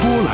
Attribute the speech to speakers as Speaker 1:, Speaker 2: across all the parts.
Speaker 1: 波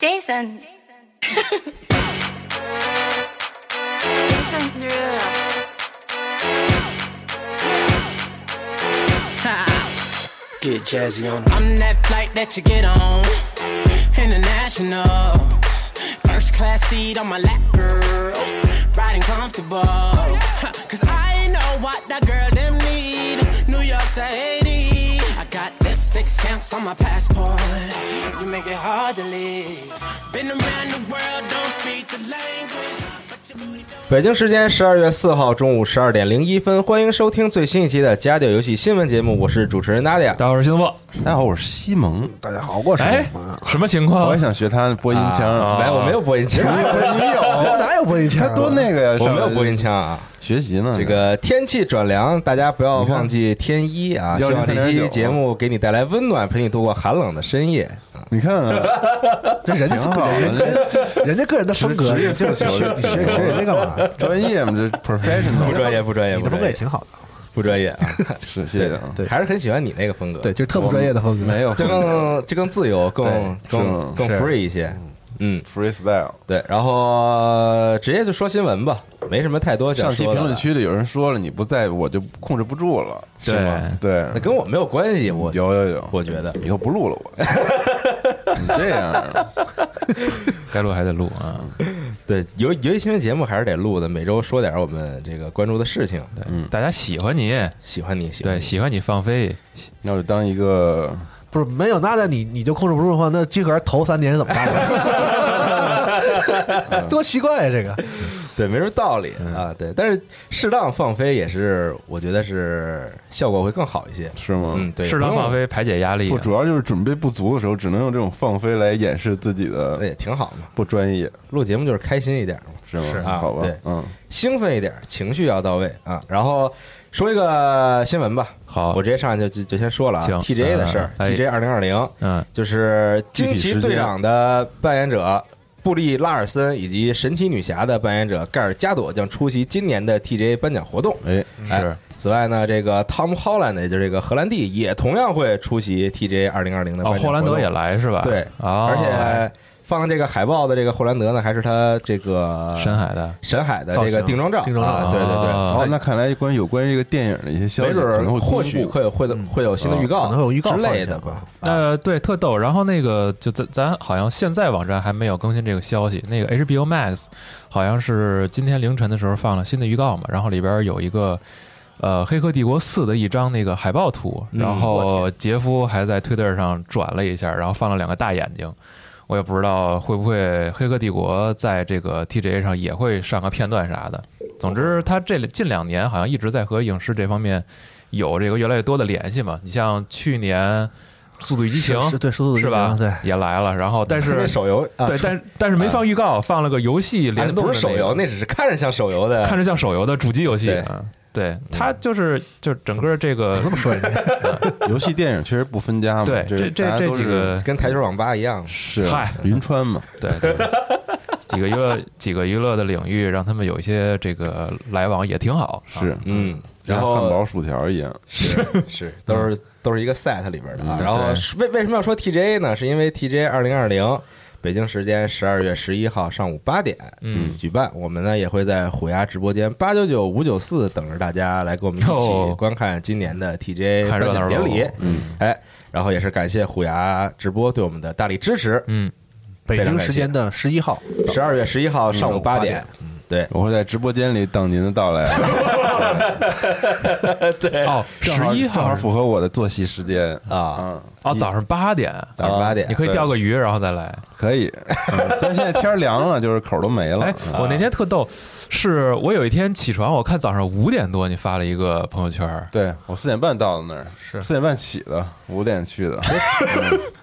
Speaker 2: Jason. Jason Derulo.
Speaker 3: Get jazzy on. I'm that flight that you get on. International. First class seat on my lap, girl. Riding comfortable. Huh, Cause I know what that girl them need. New York to Haiti. I got lipstick stamps on my passport. You make it hard to leave. Been around the world, don't speak the language. But your booty don't.
Speaker 4: 北京时间十二月四号中午十二点零一分，欢迎收听最新一期的《家调游戏新闻节目》，我是主持人大家。
Speaker 5: 大家好，我是新波。
Speaker 6: 大家好，我是西蒙。大家好，我是
Speaker 5: 哎，什么情况
Speaker 6: 我也？想学他播音腔
Speaker 5: 啊
Speaker 4: 来，我没有播音腔，啊
Speaker 6: 哪有你有？
Speaker 7: 哪有播音腔
Speaker 6: 他
Speaker 7: 啊？
Speaker 6: 多那个呀！
Speaker 4: 我
Speaker 6: 上
Speaker 4: 没
Speaker 6: 来
Speaker 4: 有播音腔啊。
Speaker 6: 学习呢。
Speaker 4: 这个天气转凉，大家不要
Speaker 6: 你看
Speaker 4: 忘记添衣啊！希望这期
Speaker 6: 103.9
Speaker 4: 节目给你带来温暖，陪你度过寒冷的深夜。
Speaker 6: 你看啊，
Speaker 7: 这人家
Speaker 6: 挺
Speaker 7: 个
Speaker 6: 好的
Speaker 7: 人家人家个人的风格，
Speaker 6: 职业
Speaker 7: 你这
Speaker 6: 足球
Speaker 7: 学学学人家干 嘛？
Speaker 6: 专业嘛，这
Speaker 4: 不
Speaker 6: professional
Speaker 4: 专业，不专业，
Speaker 7: 你
Speaker 4: 不
Speaker 7: 的风
Speaker 4: 专
Speaker 7: 格也
Speaker 4: 业，
Speaker 7: 挺好的，
Speaker 4: 不专业啊！
Speaker 6: 是谢谢啊。
Speaker 7: 对
Speaker 4: 还是很喜欢你那个风格，
Speaker 7: 对，，就是特不专业的风格。
Speaker 6: 没有
Speaker 4: 就更就更自由，更
Speaker 6: 对是
Speaker 4: 更更
Speaker 6: 是
Speaker 4: free 一些。嗯，
Speaker 6: freestyle。
Speaker 4: 对。然后呃直接就说新闻吧，没什么太多想
Speaker 6: 上期
Speaker 4: 说的了。
Speaker 6: 评论区里有人说了，你不在我就控制不住了，
Speaker 5: 对
Speaker 6: 是吗对，
Speaker 4: 那跟我没有关系，我
Speaker 6: 有有有，
Speaker 4: 我觉得
Speaker 6: 以后不录了我。 你这样，啊
Speaker 5: 该录还得录啊。
Speaker 4: 对游游戏新闻节目还是得录的，每周说点我们这个关注的事情。对，
Speaker 5: 大家喜欢你，
Speaker 4: 喜欢你，喜欢
Speaker 5: 对，
Speaker 4: 你
Speaker 5: 喜欢你放飞，
Speaker 6: 那我就当一个
Speaker 7: 不是没有，那那你你就控制不住的话，那集合头三年是怎么干的？ 多奇怪啊呀！这个
Speaker 4: 对，没什么道理
Speaker 5: 嗯
Speaker 4: 啊。对，但是适当放飞也是，我觉得是效果会更好一些。
Speaker 6: 是吗？
Speaker 4: 嗯，对，
Speaker 5: 适当放飞排解压力啊
Speaker 6: 不，。主要就是准备不足的时候，只能用这种放飞来掩饰自己
Speaker 4: 那
Speaker 6: 的
Speaker 4: 也哎挺好嘛。
Speaker 6: 不专业，
Speaker 4: 录节目就是开心一点嘛，
Speaker 6: 是吗？
Speaker 4: 啊
Speaker 6: 好吧
Speaker 4: 对，
Speaker 6: 嗯，
Speaker 4: 兴奋一点，情绪要到位啊。然后说一个新闻吧，
Speaker 5: 好
Speaker 4: 我，直接上来就就就先说了啊
Speaker 5: 行
Speaker 4: ，TJ 的事儿
Speaker 5: 嗯哎
Speaker 4: ，TJ 二零二零
Speaker 5: 嗯，
Speaker 4: 就是惊
Speaker 6: 具体
Speaker 4: 奇
Speaker 6: 时间
Speaker 4: 队长的扮演者布利·拉尔森以及神奇女侠的扮演者盖尔·加朵将出席今年的 TGA 颁奖活动。
Speaker 6: 哎，
Speaker 4: 哎
Speaker 5: 是
Speaker 4: 此外呢，这个 Tom Holland，也就是这个荷兰弟，也同样会出席 TGA 二零二零的
Speaker 5: 哦，
Speaker 4: 颁奖
Speaker 5: 霍
Speaker 4: 活
Speaker 5: 兰
Speaker 4: 动
Speaker 5: 德也来是吧？
Speaker 4: 对
Speaker 5: 啊，
Speaker 4: 而且放这个海报的这个霍兰德呢，还是他这个
Speaker 5: 深海的
Speaker 4: 神海的
Speaker 7: 造
Speaker 4: 这个
Speaker 7: 型
Speaker 4: 定妆照，
Speaker 7: 定妆照
Speaker 4: 啊对对对。
Speaker 5: 啊哦
Speaker 6: 哦，那看来关于有关于这个电影的一些消
Speaker 4: 没
Speaker 6: 息，
Speaker 4: 准
Speaker 6: 可
Speaker 4: 儿
Speaker 6: 能会
Speaker 4: 或许
Speaker 6: 公布
Speaker 4: 会会
Speaker 5: 嗯
Speaker 4: 会有新的预告，
Speaker 7: 可能会有预告
Speaker 4: 之
Speaker 7: 放
Speaker 4: 类
Speaker 7: 一下
Speaker 4: 的吧
Speaker 7: 吧。
Speaker 5: 呃，对，特逗。然后那个，就咱咱好像现在网站还没有更新这个消息。那个 HBO Max 好像是今天凌晨的时候放了新的预告嘛，然后里边有一个呃《黑客帝国四》的一张那个海报图，
Speaker 4: 嗯
Speaker 5: 然
Speaker 4: 我
Speaker 5: 后杰夫还在推特上转了一下，然后放了两个大眼睛。我也不知道会不会《黑客帝国》在这个 TGA 上也会上个片段啥的。总之，他这近两年好像一直在和影视这方面有这个越来越多的联系嘛。你像去年《速度与激情
Speaker 7: 是》是对《速度与激
Speaker 5: 是
Speaker 7: 情
Speaker 5: 吧？》
Speaker 7: 对，
Speaker 5: 也来了。然后但是
Speaker 4: 那手游啊
Speaker 5: 对，但但是没放预告，放了个游戏
Speaker 4: 啊
Speaker 5: 联
Speaker 4: 那
Speaker 5: 动的
Speaker 4: 不是手游，
Speaker 5: 那
Speaker 4: 那只是看着像手游的，
Speaker 5: 看着像手游的主机游戏
Speaker 4: 对嗯
Speaker 5: 啊。对，它就是就整个这
Speaker 7: 怎么这
Speaker 5: 个
Speaker 7: 么说人家？
Speaker 6: 游戏电影确实不分家嘛，
Speaker 5: 对
Speaker 6: 这
Speaker 5: 这
Speaker 6: 大家
Speaker 5: 这这
Speaker 6: 都
Speaker 5: 几
Speaker 6: 是
Speaker 5: 个
Speaker 4: 跟台球网吧一样。
Speaker 5: 嗯
Speaker 6: 是
Speaker 5: 嗨
Speaker 6: 云川嘛，
Speaker 5: 对对几个娱乐几个娱乐的领域，让他们有一些这个来往也挺好。啊
Speaker 6: 是，
Speaker 4: 嗯，
Speaker 6: 像
Speaker 4: 然后
Speaker 6: 汉堡薯条一样，
Speaker 4: 是是都是都是一个 set 里边的啊。
Speaker 5: 嗯
Speaker 4: 然后
Speaker 5: 对
Speaker 4: 是为为什么要说 TGA 呢？是因为 TGA 二零二零北京时间十二月十一号上午八点，
Speaker 5: 嗯
Speaker 4: 举办。我们呢也会在虎牙直播间八九九五九四等着大家来跟我们一起
Speaker 5: 哟
Speaker 4: 观看今年的 TJ
Speaker 5: 看热
Speaker 4: 颁奖
Speaker 5: 闹
Speaker 4: 典
Speaker 5: 喽嗯
Speaker 4: 礼。哎，然后也是感谢虎牙直播对我们的大力支持。
Speaker 5: 嗯，
Speaker 7: 北京时间的十一号，
Speaker 4: 十二月十一号上午
Speaker 5: 嗯
Speaker 4: 八
Speaker 7: 8
Speaker 4: 点
Speaker 7: 点，
Speaker 4: 对，
Speaker 6: 我会在直播间里等您的到来，
Speaker 5: 哦，
Speaker 6: 正好
Speaker 5: 十一
Speaker 6: 正
Speaker 5: 号
Speaker 6: 好
Speaker 5: 是
Speaker 6: 符合我的作息时间嗯
Speaker 4: 啊。
Speaker 5: 哦，早上八点，
Speaker 4: 早上八点，
Speaker 5: 你可以钓个鱼，然后再来。
Speaker 6: 可以，嗯但现在天儿凉了，就是口儿都没了。嗯
Speaker 5: 哎，我那天特逗，是我有一天起床，我看早上五点多你发了一个朋友圈儿，
Speaker 6: 对我四点半到的那儿，
Speaker 5: 是哎
Speaker 6: 四点半起的，五点去的。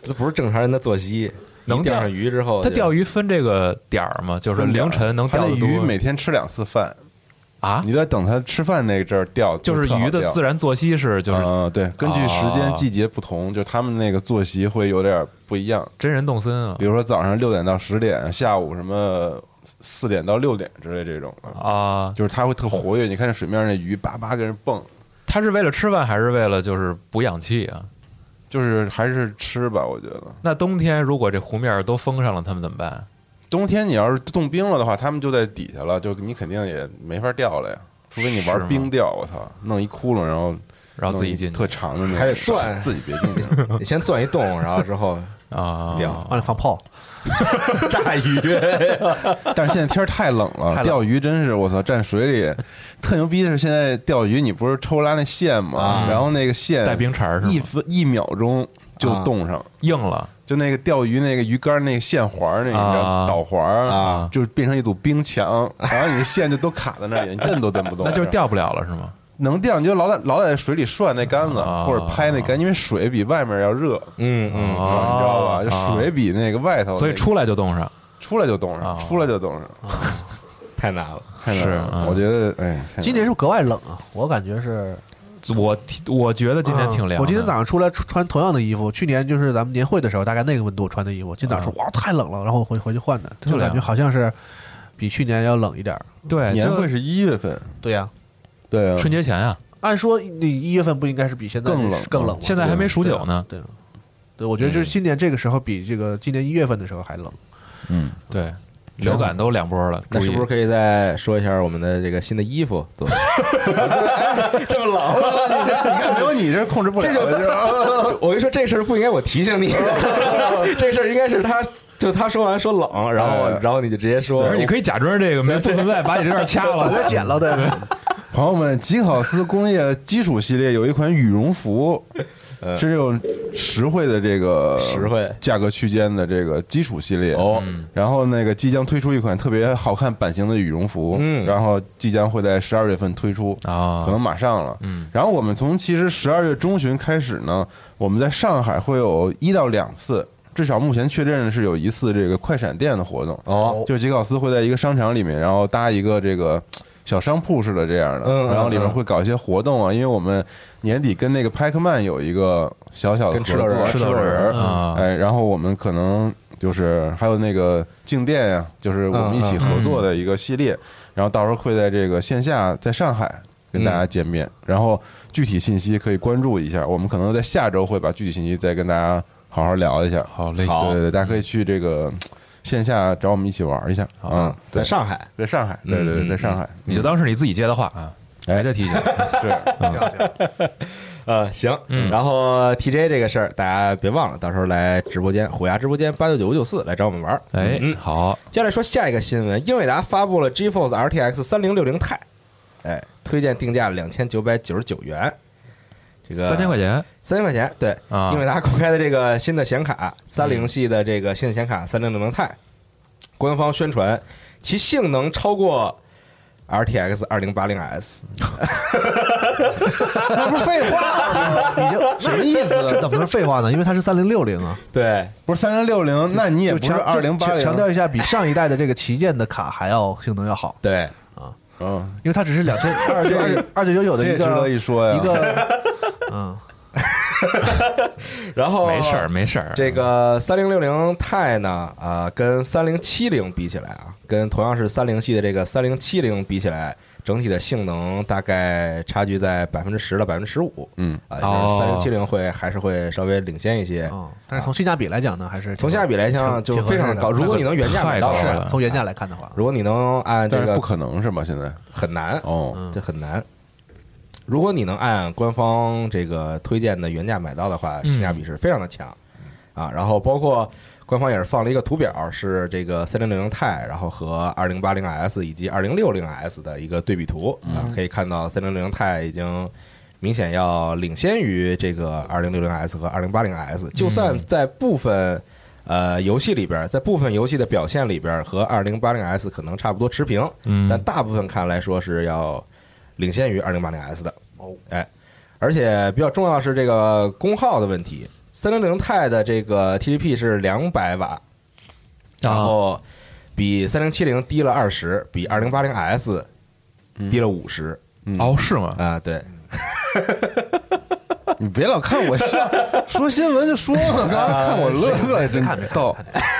Speaker 4: 这不是正常人的作息。
Speaker 5: 能
Speaker 4: 一钓
Speaker 5: 钓
Speaker 4: 上鱼之
Speaker 6: 哦
Speaker 4: 后就，
Speaker 5: 他钓鱼分这个点儿吗？就是凌晨能
Speaker 6: 他
Speaker 5: 钓
Speaker 6: 那
Speaker 5: 得多
Speaker 6: 鱼每天吃两次饭，
Speaker 5: 啊
Speaker 6: 你，在等它吃饭那阵儿钓，
Speaker 5: 就是鱼的自
Speaker 6: 然。
Speaker 5: 然作息是就是
Speaker 6: 啊，对，根据时间
Speaker 5: 啊
Speaker 6: 季节不同，就他们那个作息会有点不一样。
Speaker 5: 真人动森啊
Speaker 6: 比如说早上六点到十点，下午什么四点到六点之类这种的，
Speaker 5: 啊，
Speaker 6: 就是它会特活跃。你看这水面上那鱼叭叭跟人蹦，
Speaker 5: 他是为了吃饭还是为了就是补氧气啊？
Speaker 6: 就是还是吃吧，我觉得。
Speaker 5: 那冬天如果这湖面儿都封上了，他们怎么办？
Speaker 6: 冬天你要是冻冰了的话，他们就在底下了，就你肯定也没法钓了呀。除非你
Speaker 5: 是吗
Speaker 6: 玩冰钓，我操，弄一窟窿，然后
Speaker 5: 然后自己
Speaker 6: 弄一
Speaker 5: 进去
Speaker 6: 特长的那个，
Speaker 4: 还得转
Speaker 6: 自己别 进去。
Speaker 4: 你先钻一洞，然后之 后
Speaker 5: 啊，
Speaker 4: 钓
Speaker 7: 往里放炮，
Speaker 4: 炸鱼，
Speaker 6: 但是现在天儿太冷了，
Speaker 7: 冷
Speaker 6: 钓鱼真是我操，站水里特牛逼的是，现在钓鱼你不是抽拉那线吗？然后那个线
Speaker 5: 啊带冰碴儿是
Speaker 6: 一
Speaker 5: 吗？
Speaker 6: 分一秒钟就
Speaker 4: 啊
Speaker 6: 冻上，
Speaker 5: 硬了
Speaker 6: 就那个钓鱼那个鱼竿那个线环儿那个你知
Speaker 5: 啊
Speaker 6: 道导环儿
Speaker 4: 啊
Speaker 6: 就变成一堵冰墙，然后你的线就都卡在那里，你蹬都蹬不动。
Speaker 5: 那就是钓不了了是吗？
Speaker 6: 能钓，你就老在老在水里涮那杆子，
Speaker 5: 啊
Speaker 6: 或者拍那杆，因为水比外面要热，
Speaker 4: 嗯嗯，
Speaker 5: 哦
Speaker 6: 你知道吧？就
Speaker 5: 啊
Speaker 6: 水比那个外头那个，
Speaker 5: 所以出来就冻上。
Speaker 6: 出来就冻上，
Speaker 5: 啊
Speaker 6: 出来就冻上。
Speaker 4: 太难了。
Speaker 6: 太难
Speaker 5: 是
Speaker 6: 了
Speaker 5: 嗯
Speaker 6: 我觉得哎，太难了
Speaker 7: 今年是不是格外冷啊？我感觉是
Speaker 5: 我提我觉得今天挺凉的。
Speaker 7: 啊我今天早上出来穿穿同样的衣服，去年就是咱们年会的时候，大概那个温度穿的衣服，今早上说哇太冷了，然后我回回去换的，
Speaker 5: 对啊
Speaker 7: 就感觉好像是比去年要冷一点儿。
Speaker 5: 对
Speaker 6: 年
Speaker 5: 就
Speaker 6: 会是一月份，
Speaker 7: 对呀、
Speaker 6: 对啊，
Speaker 5: 春节前啊，
Speaker 7: 按说你一月份不应该是比现在
Speaker 6: 更冷
Speaker 4: 嗯
Speaker 7: 更冷吗？
Speaker 5: 现在还没数九呢。
Speaker 7: 对啊，对，我觉得就是今年这个时候比这个今年一月份的时候还 冷。
Speaker 5: 对，流感都两波了，
Speaker 4: 那
Speaker 5: 注
Speaker 4: 是
Speaker 5: 意
Speaker 4: 不是可以再说一下我们的这个新的衣服？ 做这么冷，
Speaker 6: 你
Speaker 5: 哎
Speaker 6: 看没有你这控制不了 的，就
Speaker 4: 我跟你说这事儿不应该我提 醒你，这事儿应该是他就他说完说冷，然后
Speaker 6: 哎
Speaker 4: 然后你就直接说
Speaker 5: 不，是你可以假装这个没不存在，把你这段掐
Speaker 7: 把
Speaker 5: 了。
Speaker 7: 它剪了的，
Speaker 6: 朋友们，吉考斯工业基础系列有一款羽绒服，是这种实惠的这个
Speaker 4: 嗯实惠
Speaker 6: 价格区间的这个基础系列
Speaker 4: 哦，
Speaker 6: 然后那个即将推出一款特别好看版型的羽绒服，
Speaker 4: 嗯
Speaker 6: 然后即将会在十二月份推出
Speaker 5: 啊
Speaker 6: 可能马上了，嗯，然后我们从其实十二月中旬开始呢，我们在上海会有一到两次。至少目前确认是有一次这个快闪店的活动
Speaker 4: 哦
Speaker 6: 就是吉考斯会在一个商场里面，然后搭一个这个小商铺似的这样的，
Speaker 4: 嗯嗯
Speaker 6: 然后里面
Speaker 4: 嗯
Speaker 6: 会搞一些活动啊，因为我们年底跟那个 Pac-Man 有一个小小的
Speaker 4: 跟吃豆
Speaker 6: 合
Speaker 4: 人嗯
Speaker 6: 作，
Speaker 4: 儿
Speaker 5: 吃豆
Speaker 6: 人
Speaker 5: 人儿
Speaker 6: 儿
Speaker 5: 啊
Speaker 6: 哎，然后我们可能就是还有那个静电呀、就是我们一起合作的一个系
Speaker 4: 嗯
Speaker 6: 列，然后到时候会在这个线下在上海。跟大家见面，
Speaker 4: 嗯
Speaker 6: 然后具体信息可以关注一下。我们可能在下周会把具体信息再跟大家好好聊一下。
Speaker 5: 好嘞，
Speaker 4: 好
Speaker 6: 对对对，大家可以去这个线下找我们一起玩一下啊
Speaker 4: 嗯，，
Speaker 6: 对
Speaker 4: 在上海，
Speaker 6: 在上海，对对
Speaker 4: 嗯
Speaker 6: 对，在上海，
Speaker 5: 你就当是你自己接的话啊，没得提醒。 嗯
Speaker 6: 是
Speaker 4: 呃，行，然后 TJ 这个事儿大家别忘了，到时候来直播间虎牙直播间八九九五九四来找我们玩儿。
Speaker 5: 哎
Speaker 4: 嗯，，
Speaker 5: 好，
Speaker 4: 接下来说下一个新闻，英伟达发布了 GeForce RTX 三零六零 Ti，哎，推荐定价两千九百九十九元，这个
Speaker 5: 三千块
Speaker 4: 钱，
Speaker 5: 钱
Speaker 4: 三千块钱，对，
Speaker 5: 啊嗯
Speaker 4: 英伟达公开的这个新的显卡，三零系的这个新的显卡三零六零 Ti，官方宣传其性能超过 RTX 二零八零 S，
Speaker 7: 那不是废话吗？已经什么意思？ 这怎么能是废话呢？因为它是三零六零啊，
Speaker 4: 对，
Speaker 6: 不是三零六零？那你也
Speaker 7: 就
Speaker 6: 不是
Speaker 7: 强
Speaker 6: 二零八
Speaker 4: 啊
Speaker 7: 强
Speaker 6: 零，
Speaker 7: 强调一下，比上一代的这个旗舰的卡还要性能要好。
Speaker 4: 对，
Speaker 6: 嗯，
Speaker 7: 因为它只是两千二九二九九九的
Speaker 6: 这
Speaker 7: 一
Speaker 6: 也值
Speaker 7: 个
Speaker 6: 得一说呀。
Speaker 7: 一个，嗯，
Speaker 4: 然后
Speaker 5: 没事儿，没事儿。
Speaker 4: 哦这个三零六零钛呢，啊、跟三零七零比起来啊，跟同样是三零系的这个三零七零比起来，整体的性能大概差距在百分之十到百分之十五。
Speaker 6: 嗯，
Speaker 4: 啊，
Speaker 5: 哦
Speaker 4: 三零七零会还是会稍微领先一些。啊
Speaker 7: 嗯，但是从性价比来讲呢，还是挺
Speaker 4: 从性价比来讲就
Speaker 7: 挺
Speaker 4: 非常高，如果你能啊原价买到，
Speaker 5: 太高
Speaker 7: 是
Speaker 5: 了
Speaker 7: 从原价来看的话，
Speaker 4: 如果你能按这
Speaker 6: 但是
Speaker 4: 个
Speaker 6: 不可能是吧？现在
Speaker 4: 很难，
Speaker 6: 哦，
Speaker 7: 嗯
Speaker 4: 这很难。如果你能按官方这个推荐的原价买到的话，
Speaker 5: 嗯
Speaker 4: 性价比是非常的强啊。然后包括官方也是放了一个图表，是这个三零零 i 然后和二零八零 S 以及二零六零 S 的一个对比图啊，可以看到三零零 i 已经明显要领先于这个二零六零 S 和二零八零 S，就算在部分。呃，游戏里边儿，在部分游戏的表现里边儿和二零八零 S 可能差不多持平，
Speaker 5: 嗯
Speaker 4: 但大部分看来说是要领先于二零八零 S 的。
Speaker 7: 哦，
Speaker 4: 哎，而且比较重要的是这个功耗的问题，三零零钛的这个 TDP 是两百瓦，
Speaker 5: 啊
Speaker 4: 然后比三零七零低了二十，比二零八零 S 低了五十
Speaker 5: 哦，是吗？
Speaker 4: 啊，对。
Speaker 6: 你别老看我笑， 说新闻就说嘛，刚才看我乐乐也真逗。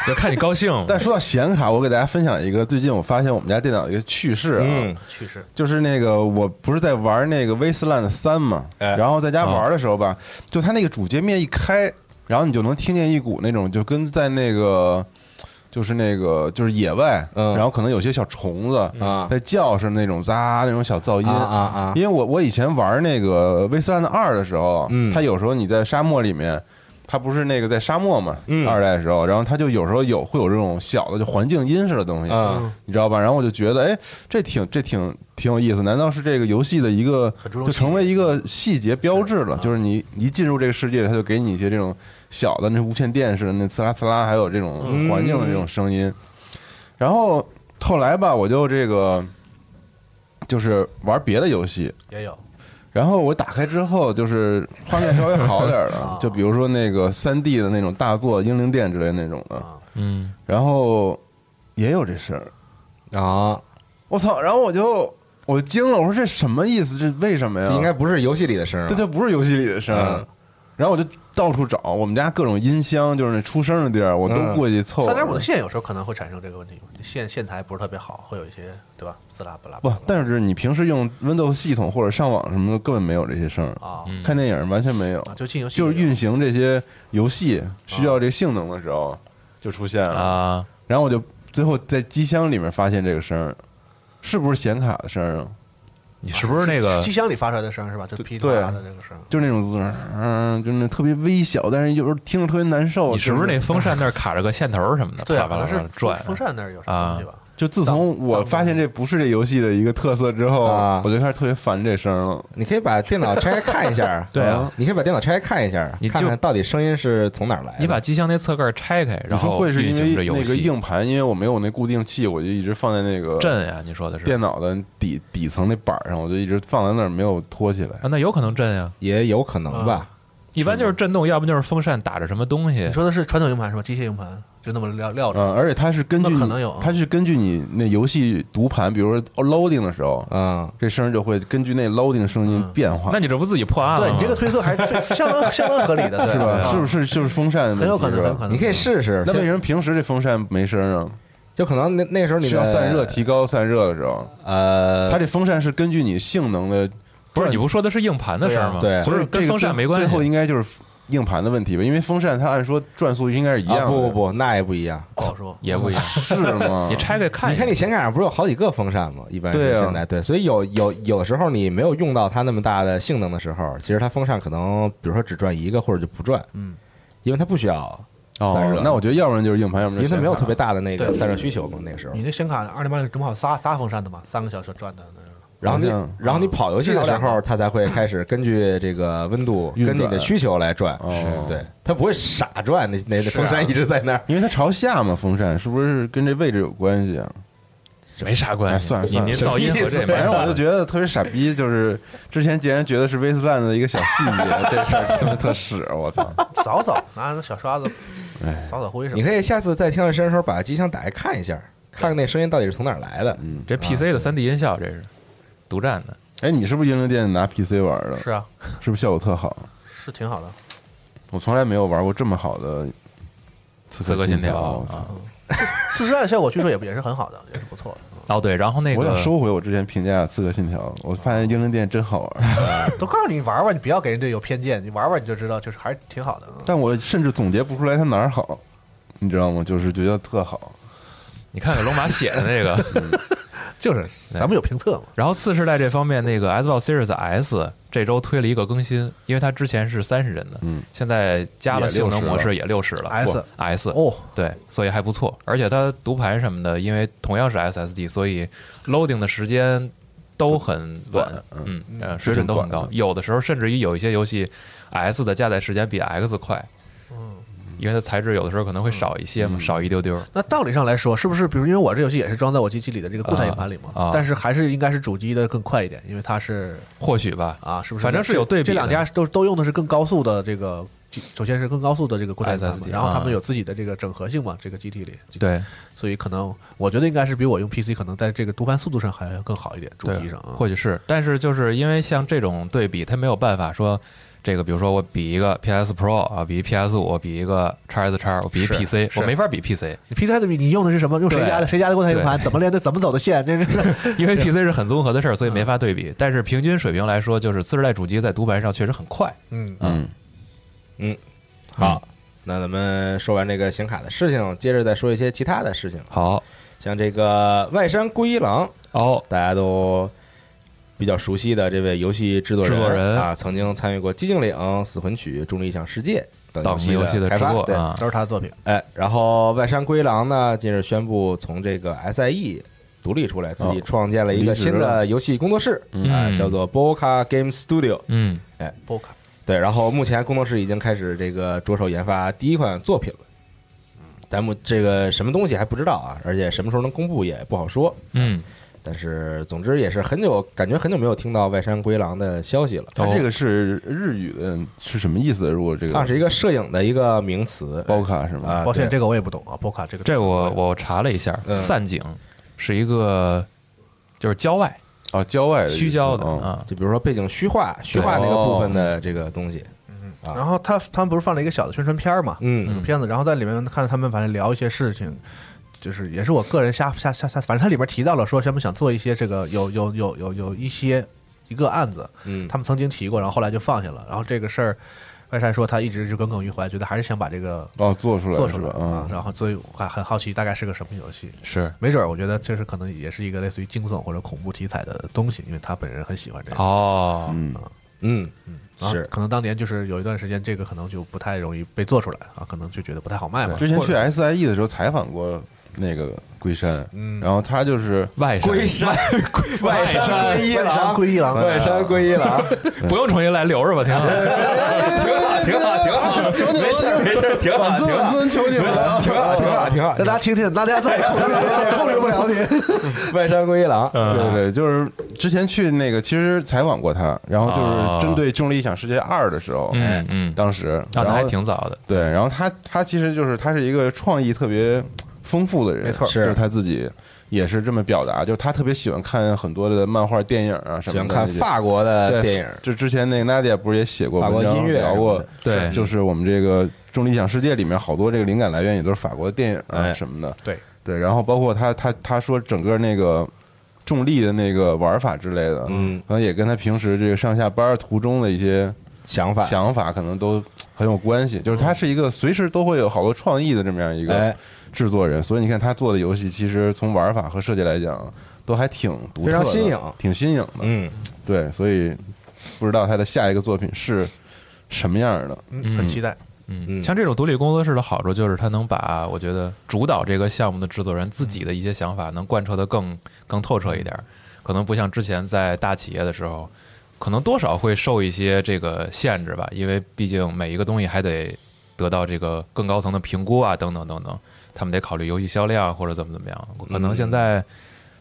Speaker 5: 就看你高兴。
Speaker 6: 但说到显卡，我给大家分享一个最近我发现我们家电脑的一个趣事啊，
Speaker 4: 嗯，
Speaker 7: 趋势
Speaker 6: 就是那个我不是在玩那个《Wasteland 三》嘛，
Speaker 4: 哎
Speaker 6: 然后在家玩的时候吧，就它那个主界面一开，然后你就能听见一股那种就跟在那个就是那个就是野外，
Speaker 4: 嗯
Speaker 6: 然后可能有些小虫子
Speaker 4: 啊
Speaker 6: 在叫是那种喳那种小噪音
Speaker 4: 啊啊啊
Speaker 6: 因为我我以前玩那个《威斯兰的二》的时候，
Speaker 4: 嗯
Speaker 6: 它有时候你在沙漠里面。它不是那个在沙漠嘛，
Speaker 4: 嗯
Speaker 6: 二代的时候，然后它就有时候有会有这种小的就环境音似的东西，
Speaker 4: 嗯
Speaker 6: 你知道吧？然后我就觉得，哎，这挺这挺挺有意思。难道是这个游戏的一个
Speaker 7: 很注重
Speaker 6: 就
Speaker 7: 细节啊
Speaker 6: 成为一个细节标志了？就是你一进入这个世界，它就给你一些这种小的那无线电似的那刺啦刺啦，还有这种
Speaker 7: 嗯
Speaker 6: 环境的这种声音。然后后来吧，我就这个就是玩别的游戏，
Speaker 7: 也有
Speaker 6: 然后我打开之后，就是画面稍微好点儿 的，就比如说那个三 D 的那种大作《英灵殿》之类的那种的，
Speaker 5: 嗯，
Speaker 6: 然后也有这事儿。
Speaker 4: 啊，
Speaker 6: 我操！然后我就我惊了，我说这什么意思？这为什么呀？
Speaker 4: 这应该不是游戏里的声儿吧，
Speaker 6: 这就不是游戏里的声儿。
Speaker 4: 嗯
Speaker 6: 然后我就到处找我们家各种音箱，就是那出声的地儿，我都
Speaker 4: 嗯
Speaker 6: 过去凑了。
Speaker 7: 三点五的线有时候可能会产生这个问题，线线材不是特别好，会有一些对吧？滋啦不啦
Speaker 6: 不，但是你平时用 Windows 系统或者上网什么的，根本没有这些声儿。
Speaker 7: 啊
Speaker 4: 嗯
Speaker 5: 嗯
Speaker 6: 看电影完全没有，
Speaker 7: 啊，就进游戏
Speaker 6: 就是
Speaker 7: 里面
Speaker 6: 运行这些游戏需
Speaker 4: 啊
Speaker 6: 要这个性能的时候就出现了。
Speaker 5: 啊，
Speaker 6: 然后我就最后在机箱里面发现这个声儿，是不是显卡的声儿啊？
Speaker 5: 你是不是那个
Speaker 7: 机箱里发出来的声是吧？就噼里啪啦的这个声，
Speaker 6: 就是那种滋儿，嗯，就是那特别微小，但是有时候听着特别难受。
Speaker 5: 你是不是那风扇那儿卡着个线头儿什么的？
Speaker 7: 对啊，
Speaker 5: 啪
Speaker 7: 可
Speaker 5: 啪
Speaker 7: 能
Speaker 5: 啪
Speaker 7: 是
Speaker 5: 啪转
Speaker 7: 风扇那儿有什么东西吧？
Speaker 6: 就自从我发现这不是这游戏的一个特色之后，
Speaker 4: 啊
Speaker 6: 我就开始特别烦这声了。
Speaker 4: 你可以把电脑拆开看一下，
Speaker 5: 对啊，
Speaker 4: 你可以把电脑拆开看一下，
Speaker 5: 你就
Speaker 4: 看看到底声音是从哪儿来的。
Speaker 5: 你把机箱那侧盖拆开，
Speaker 6: 你
Speaker 5: 然
Speaker 6: 说
Speaker 5: 后
Speaker 6: 会是
Speaker 5: 运
Speaker 6: 因
Speaker 5: 行着
Speaker 6: 为
Speaker 5: 游
Speaker 6: 那个
Speaker 5: 戏
Speaker 6: 硬盘，因为我没有那固定器，我就一直放在那个
Speaker 5: 震呀？你说的是
Speaker 6: 电脑的底底层那板儿上，我就一直放在那儿没有拖起来
Speaker 5: 啊？。那有可能震呀，
Speaker 4: 也有可能吧，
Speaker 5: 一般就是震动，要不就是风扇打着什么东西
Speaker 7: 你。说的是传统硬盘是吧？机械硬盘就那么撂撂着，
Speaker 6: 嗯，而且它是根据
Speaker 7: 那可
Speaker 6: 你
Speaker 7: 能有啊
Speaker 6: 它是根据你那游戏读盘，比如说哦 loading 的时候，
Speaker 4: 嗯，
Speaker 6: 这声儿就会根据那 loading 的声音
Speaker 7: 嗯
Speaker 6: 变化
Speaker 5: 那，你这不自己破案了
Speaker 7: 对
Speaker 5: 吗？
Speaker 7: 你这个推测还是相当相当合理的，对
Speaker 6: 是
Speaker 5: 啊
Speaker 6: 吧？是不
Speaker 7: 是？
Speaker 6: 是就是风扇的啊问题？
Speaker 7: 很有可能，
Speaker 6: 是吧
Speaker 7: 很有可能。
Speaker 4: 你可以试试。
Speaker 6: 那为
Speaker 4: 就
Speaker 6: 什么平时这风扇没声儿啊？
Speaker 4: 就可能那那时候你
Speaker 6: 需
Speaker 4: 的
Speaker 6: 要散热，提高散热的时候，
Speaker 4: 呃，
Speaker 6: 它这风扇是根据你性能的
Speaker 5: 不是
Speaker 6: 转
Speaker 5: 你不说的是硬盘的事儿吗？
Speaker 4: 对啊对
Speaker 5: 不
Speaker 6: 所
Speaker 5: 是
Speaker 6: 以这
Speaker 5: 跟
Speaker 6: 个
Speaker 5: 风扇
Speaker 6: 最
Speaker 5: 没关
Speaker 6: 最后
Speaker 5: 系。
Speaker 6: 应该就是硬盘的问题吧？因为风扇它按说转速应该是一样的，
Speaker 4: 啊，不不不，那也不一样。
Speaker 7: 不好说，
Speaker 5: 也不一样，
Speaker 6: 是吗
Speaker 5: 你？拆开看
Speaker 4: 你
Speaker 5: 一下，
Speaker 4: 看你显卡上不是有好几个风扇吗？一般是
Speaker 6: 对啊
Speaker 4: 现在对，所以有有有时候你没有用到它那么大的性能的时候，其实它风扇可能比如说只转一个或者就不转，
Speaker 7: 嗯，
Speaker 4: 因为它不需要散热
Speaker 6: 哦，，那我觉得要不然就是硬盘，要不
Speaker 4: 因为
Speaker 6: 然就是
Speaker 4: 它没有特别
Speaker 6: 显卡
Speaker 4: 大的那个
Speaker 7: 对
Speaker 4: 散热需求嘛，那个时候
Speaker 7: 你。那显卡二零八零正好仨仨风扇的嘛，三个小时转的那种。
Speaker 4: 然后你
Speaker 6: 好像
Speaker 4: 然后你跑游戏嗯的时
Speaker 7: 至少两
Speaker 4: 候，它才会开始根据这个温度，
Speaker 6: 运
Speaker 4: 根
Speaker 6: 转
Speaker 4: 据你的需求来转，
Speaker 6: 哦
Speaker 4: 对，它不会傻转，那那那风扇一直在那儿。
Speaker 6: 因为它朝下嘛，风扇是不是跟这位置有关系啊？
Speaker 5: 没啥
Speaker 6: 哎
Speaker 5: 关系。
Speaker 6: 算了
Speaker 5: 你
Speaker 6: 算了
Speaker 5: 你噪音和这也没
Speaker 6: 反正我
Speaker 5: 关
Speaker 6: 就
Speaker 5: 系。
Speaker 6: 觉得特别傻逼，就是之前竟然觉得是威斯兰的一个小细节，这事儿他妈特屎，我操！
Speaker 7: 扫扫， 拿那小刷子扫扫灰什
Speaker 4: 你
Speaker 7: 么。
Speaker 4: 可以下次再听到声的时候，把机箱打开看一下，看看那声音到底是从哪儿来的。
Speaker 5: 这 PC 的三 D 音效这是独占的，
Speaker 6: 哎，你是不是英灵殿拿 PC 玩的？
Speaker 7: 是啊，
Speaker 6: 是不是效果特好？
Speaker 7: 是挺好的。
Speaker 6: 我从来没有玩过这么好的《刺
Speaker 5: 刺
Speaker 6: 客
Speaker 5: 客信
Speaker 6: 条》
Speaker 5: 条
Speaker 6: 我》操
Speaker 5: 啊。
Speaker 7: 四十的效果据说也不也是很好的，也是不错的。
Speaker 5: 哦，对，然后那
Speaker 6: 我想
Speaker 5: 个
Speaker 6: 收回我之前评价《刺客信条》，我发现英灵殿真好玩，
Speaker 7: 都告诉你玩玩，你不要给人家有偏见，你玩玩你就知道，就是还是挺好的。嗯
Speaker 6: 但我甚至总结不出来它哪儿好，你知道吗？就是觉得特好。
Speaker 5: 你看看龙马写的那个，
Speaker 7: 就是咱们有评测嘛，
Speaker 5: 然后次世代这方面，那个 Xbox Series S 这周推了一个更新，因为它之前是三十帧的，
Speaker 6: 嗯
Speaker 5: 现在加了
Speaker 6: 也
Speaker 5: 性能
Speaker 6: 60了
Speaker 5: 模式也六十了
Speaker 7: S
Speaker 5: S
Speaker 7: 哦，
Speaker 5: 对，所以还不错。而且它读盘什么的，因为同样是 SSD，所以 loading 的时间都很短，嗯，呃，水准都
Speaker 6: 都
Speaker 5: 很
Speaker 6: 挺短
Speaker 5: 高
Speaker 6: 的。
Speaker 5: 有的时候甚至于有一些游戏 S 的加载时间比 X 快，嗯，因为它材质有的时候可能会少一些
Speaker 7: 嗯
Speaker 5: 嘛，少一丢丢。
Speaker 7: 那道理上来说，是不是？比如因为我这游戏也是装在我机器里的这个固态硬盘里嘛，
Speaker 5: 啊啊
Speaker 7: 但是还是应该是主机的更快一点，因为它是
Speaker 5: 或许吧，
Speaker 7: 啊，是不是？
Speaker 5: 反正是有对比
Speaker 7: 这
Speaker 5: 的
Speaker 7: 两家都都用的是更高速的这个，首先是更高速的这个固态硬盘嘛，
Speaker 5: SSD
Speaker 7: 然后他们
Speaker 5: 啊
Speaker 7: 有自己的这个整合性嘛，这个机体里，
Speaker 5: 对
Speaker 7: 所以可能我觉得应该是比我用 PC 可能在这个读盘速度上还要更好一点，主
Speaker 5: 对，
Speaker 7: 机上啊。
Speaker 5: 或许是，但是就是因为像这种对比，它没有办法说。这个，比如说我比一个 PS Pro 啊，比 PS 五，比一个 x S x 我比一
Speaker 7: 是
Speaker 5: PC，
Speaker 7: 是
Speaker 5: 我没法比 PC，
Speaker 7: 你 PC 还得比你用的是什么？用谁家的？
Speaker 5: 对
Speaker 7: 谁家的固态硬盘？怎么连的？怎么走的线？这是
Speaker 5: 因为 PC 是很综合的事儿，所以没法对比。但是平均水平来说，就是次世代主机在读盘上确实很快。嗯
Speaker 7: 嗯，
Speaker 6: 嗯，
Speaker 4: 好，那咱们说完这个显卡的事情，接着再说一些其他的事情。
Speaker 5: 好
Speaker 4: 像这个外山圭一郎，
Speaker 5: 哦，
Speaker 4: 大家都比较熟悉的这位游戏制作人
Speaker 5: 制作人
Speaker 4: 啊，曾经参与过《寂静岭》《死魂曲》《重力异想世界》等
Speaker 5: 等游戏
Speaker 4: 的
Speaker 5: 的
Speaker 4: 开
Speaker 5: 制
Speaker 4: 发。
Speaker 5: 作
Speaker 4: 对，
Speaker 5: 啊
Speaker 7: 都，是他的作品。
Speaker 4: 哎，然后外山圭一郎呢，近日宣布从这个 SIE 独立出来，自己
Speaker 6: 哦
Speaker 4: 创建了一个
Speaker 6: 离职
Speaker 4: 新的
Speaker 6: 了
Speaker 4: 游戏工作室，
Speaker 5: 嗯
Speaker 4: 啊，叫做 Boca Game Studio。
Speaker 5: 嗯，
Speaker 7: 波卡
Speaker 4: 对，然后目前工作室已经开始这个着手研发第一款作品了。咱们这个什么东西还不知道啊，而且什么时候能公布也不好说。
Speaker 5: 嗯，
Speaker 4: 但是总之也是很久，感觉很久没有听到外山龟郎的消息了。
Speaker 6: 它
Speaker 5: 哦
Speaker 6: 这个是日语的，是什么意思？如果这个
Speaker 4: 它是一个摄影的一个名词
Speaker 6: 包卡是吗？
Speaker 4: 啊，
Speaker 7: 抱歉，
Speaker 4: 对
Speaker 7: 这个我也不懂啊。波卡这个
Speaker 5: 这我我查了一下，
Speaker 4: 嗯
Speaker 5: 散景是一个就是郊外
Speaker 6: 啊，郊外的意思
Speaker 5: 虚郊的
Speaker 6: 哦
Speaker 5: 啊，
Speaker 4: 就比如说背景虚化、虚化那个部分的这个东西，啊
Speaker 7: 然后他他们不是放了一个小的宣传片儿嘛，
Speaker 4: 嗯
Speaker 7: 有个片子，然后在里面看他们反正聊一些事情，就是也是我个人瞎瞎瞎瞎，反正它里边提到了说他们想做一些这个有有有有有一些一个案子，
Speaker 4: 嗯
Speaker 7: 他们曾经提过，然后后来就放下了，然后这个事儿。外山说他一直就耿耿于怀，觉得还是想把这个
Speaker 6: 哦，做出来
Speaker 7: 做
Speaker 6: 是
Speaker 7: 出来
Speaker 6: 吧？
Speaker 7: 啊
Speaker 6: 啊，。
Speaker 7: 然后所以我还很好奇大概是个什么游戏，
Speaker 5: 是
Speaker 7: 没准儿我觉得这是可能也是一个类似于惊悚或者恐怖题材的东西，因为他本人很喜欢这个。
Speaker 5: 哦，
Speaker 6: 嗯，
Speaker 4: 嗯，
Speaker 7: 啊
Speaker 4: 是
Speaker 7: 可能当年就是有一段时间，这个可能就不太容易被做出来啊，可能就觉得不太好卖嘛。
Speaker 6: 之前
Speaker 7: 或
Speaker 6: 去
Speaker 7: 者
Speaker 6: SIE 的时候采访过那个龟山，然后他就是
Speaker 5: 外山
Speaker 4: 山 外山龟一啊
Speaker 7: 外山
Speaker 4: 郎，
Speaker 7: 龟一郎，
Speaker 4: 外山龟一啊郎，
Speaker 5: 不用重新来，留着吧，挺 好。
Speaker 4: 挺好，挺好，挺好，
Speaker 6: 求你了
Speaker 4: 没事儿没事儿，挺好，
Speaker 6: 晚
Speaker 4: 挺
Speaker 6: 尊晚
Speaker 4: 好。
Speaker 6: 尊，求你们了，
Speaker 4: 啊挺好，挺好，挺好
Speaker 7: 让。大家听听，大家 再也控制也控制不了你。
Speaker 4: 外山龟一啊郎，
Speaker 6: 对对，就是之前去那个，其实采访过他，然后
Speaker 4: 啊
Speaker 6: 就是针对《重力异想世界二》的时候，哎
Speaker 5: 嗯嗯，
Speaker 6: 当时，
Speaker 5: 啊，那
Speaker 6: 然
Speaker 5: 还
Speaker 6: 后
Speaker 5: 挺早的。
Speaker 6: 对，然后他他其实就是他是一个创意特别丰富的人，
Speaker 7: 没错
Speaker 6: 就是是他自己也是这么表达，就是他特别喜欢看很多的漫画、电影啊什么的，
Speaker 4: 喜欢看
Speaker 6: 那些
Speaker 4: 法国的
Speaker 6: 对
Speaker 4: 电影，
Speaker 6: 就之前那个 Nadia 不是也写过
Speaker 4: 法国
Speaker 6: 文章
Speaker 4: 音乐
Speaker 6: 聊
Speaker 4: 什么
Speaker 6: 过
Speaker 4: 的，
Speaker 5: 对
Speaker 6: 就是我们这个《重力想世界》里面好多这个灵感来源也都是法国的电影
Speaker 4: 哎
Speaker 6: 啊什么的，
Speaker 7: 对
Speaker 6: 对，然后包括他他他说整个那个重力的那个玩法之类的，
Speaker 4: 嗯，
Speaker 6: 可能也跟他平时这个上下班途中的一些
Speaker 4: 想法，
Speaker 6: 想法可能都很有关系。就是他是一个随时都会有好多创意的这么样一个
Speaker 4: 嗯哎，
Speaker 6: 制作人，所以你看他做的游戏，其实从玩法和设计来讲，都还挺独特的，
Speaker 4: 非常新颖
Speaker 6: 挺新颖的。
Speaker 4: 嗯，
Speaker 6: 对，所以不知道他的下一个作品是什么样的。
Speaker 7: 嗯很期待。
Speaker 4: 嗯
Speaker 5: 嗯，像这种独立工作室的好处就是，他能把我觉得主导这个项目的制作人自己的一些想法能贯彻的更更透彻一点儿，嗯可能不像之前在大企业的时候，可能多少会受一些这个限制吧，因为毕竟每一个东西还得得到这个更高层的评估啊，等等等等，他们得考虑游戏销量或者怎么怎么样。可能现在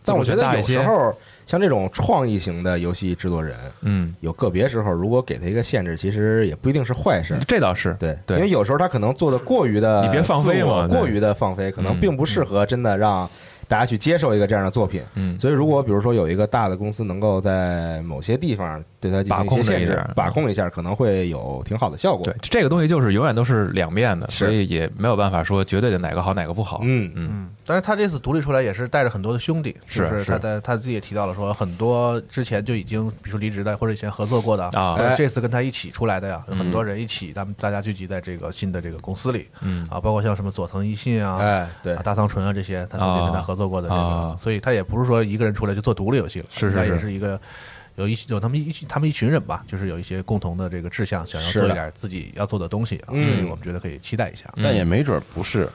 Speaker 5: 自
Speaker 4: 但
Speaker 5: 主
Speaker 4: 我觉
Speaker 5: 权
Speaker 4: 得
Speaker 5: 大一
Speaker 4: 有时
Speaker 5: 些，
Speaker 4: 候像这种创意型的游戏制作人，
Speaker 5: 嗯，
Speaker 4: 有个别时候如果给他一个限制，其实也不一定是坏事。
Speaker 5: 这倒是
Speaker 4: 对，
Speaker 5: 对，
Speaker 4: 因为有时候他可能做的过于的，
Speaker 5: 你别放飞嘛对
Speaker 4: 过于的放飞，可能并不适合真的让大家去接受一个这样的作品。
Speaker 5: 嗯
Speaker 4: 所以如果比如说有一个大的公司能够在某些地方对它进
Speaker 5: 把
Speaker 4: 行一些
Speaker 5: 控着
Speaker 4: 限
Speaker 5: 一
Speaker 4: 制
Speaker 5: 下，
Speaker 4: 把控一下，可能会有挺好的效果。
Speaker 5: 对，这个东西就是永远都是两面的，
Speaker 4: 是
Speaker 5: 所以也没有办法说绝对的哪个好哪个不好。
Speaker 4: 嗯
Speaker 5: 嗯
Speaker 7: 嗯，但是他这次独立出来也是带着很多的兄弟，
Speaker 5: 是
Speaker 7: 就是
Speaker 5: 是
Speaker 7: 他在他自己也提到了说，很多之前就已经比如说离职的或者以前合作过的
Speaker 5: 啊
Speaker 7: 或者
Speaker 4: 哎
Speaker 7: 这次跟他一起出来的呀，有很多人一起，咱们大家聚集在这个新的这个公司里，
Speaker 5: 嗯
Speaker 7: 啊，包括像什么佐藤一信啊，
Speaker 4: 哎对
Speaker 7: 啊大仓纯啊这些，他曾经跟他
Speaker 5: 啊
Speaker 7: 合作过的这个
Speaker 5: 啊，
Speaker 7: 所以他也不是说一个人出来就做独立游戏了，
Speaker 5: 是是
Speaker 7: 他也
Speaker 5: 是
Speaker 7: 是一个。有一有他们一他们一群人吧，就是有一些共同的这个志向，想要
Speaker 4: 是
Speaker 7: 做一
Speaker 4: 的
Speaker 7: 点自己要做的东西啊，所
Speaker 4: 嗯
Speaker 7: 以我们觉得可以期待一下。
Speaker 6: 但也没准不是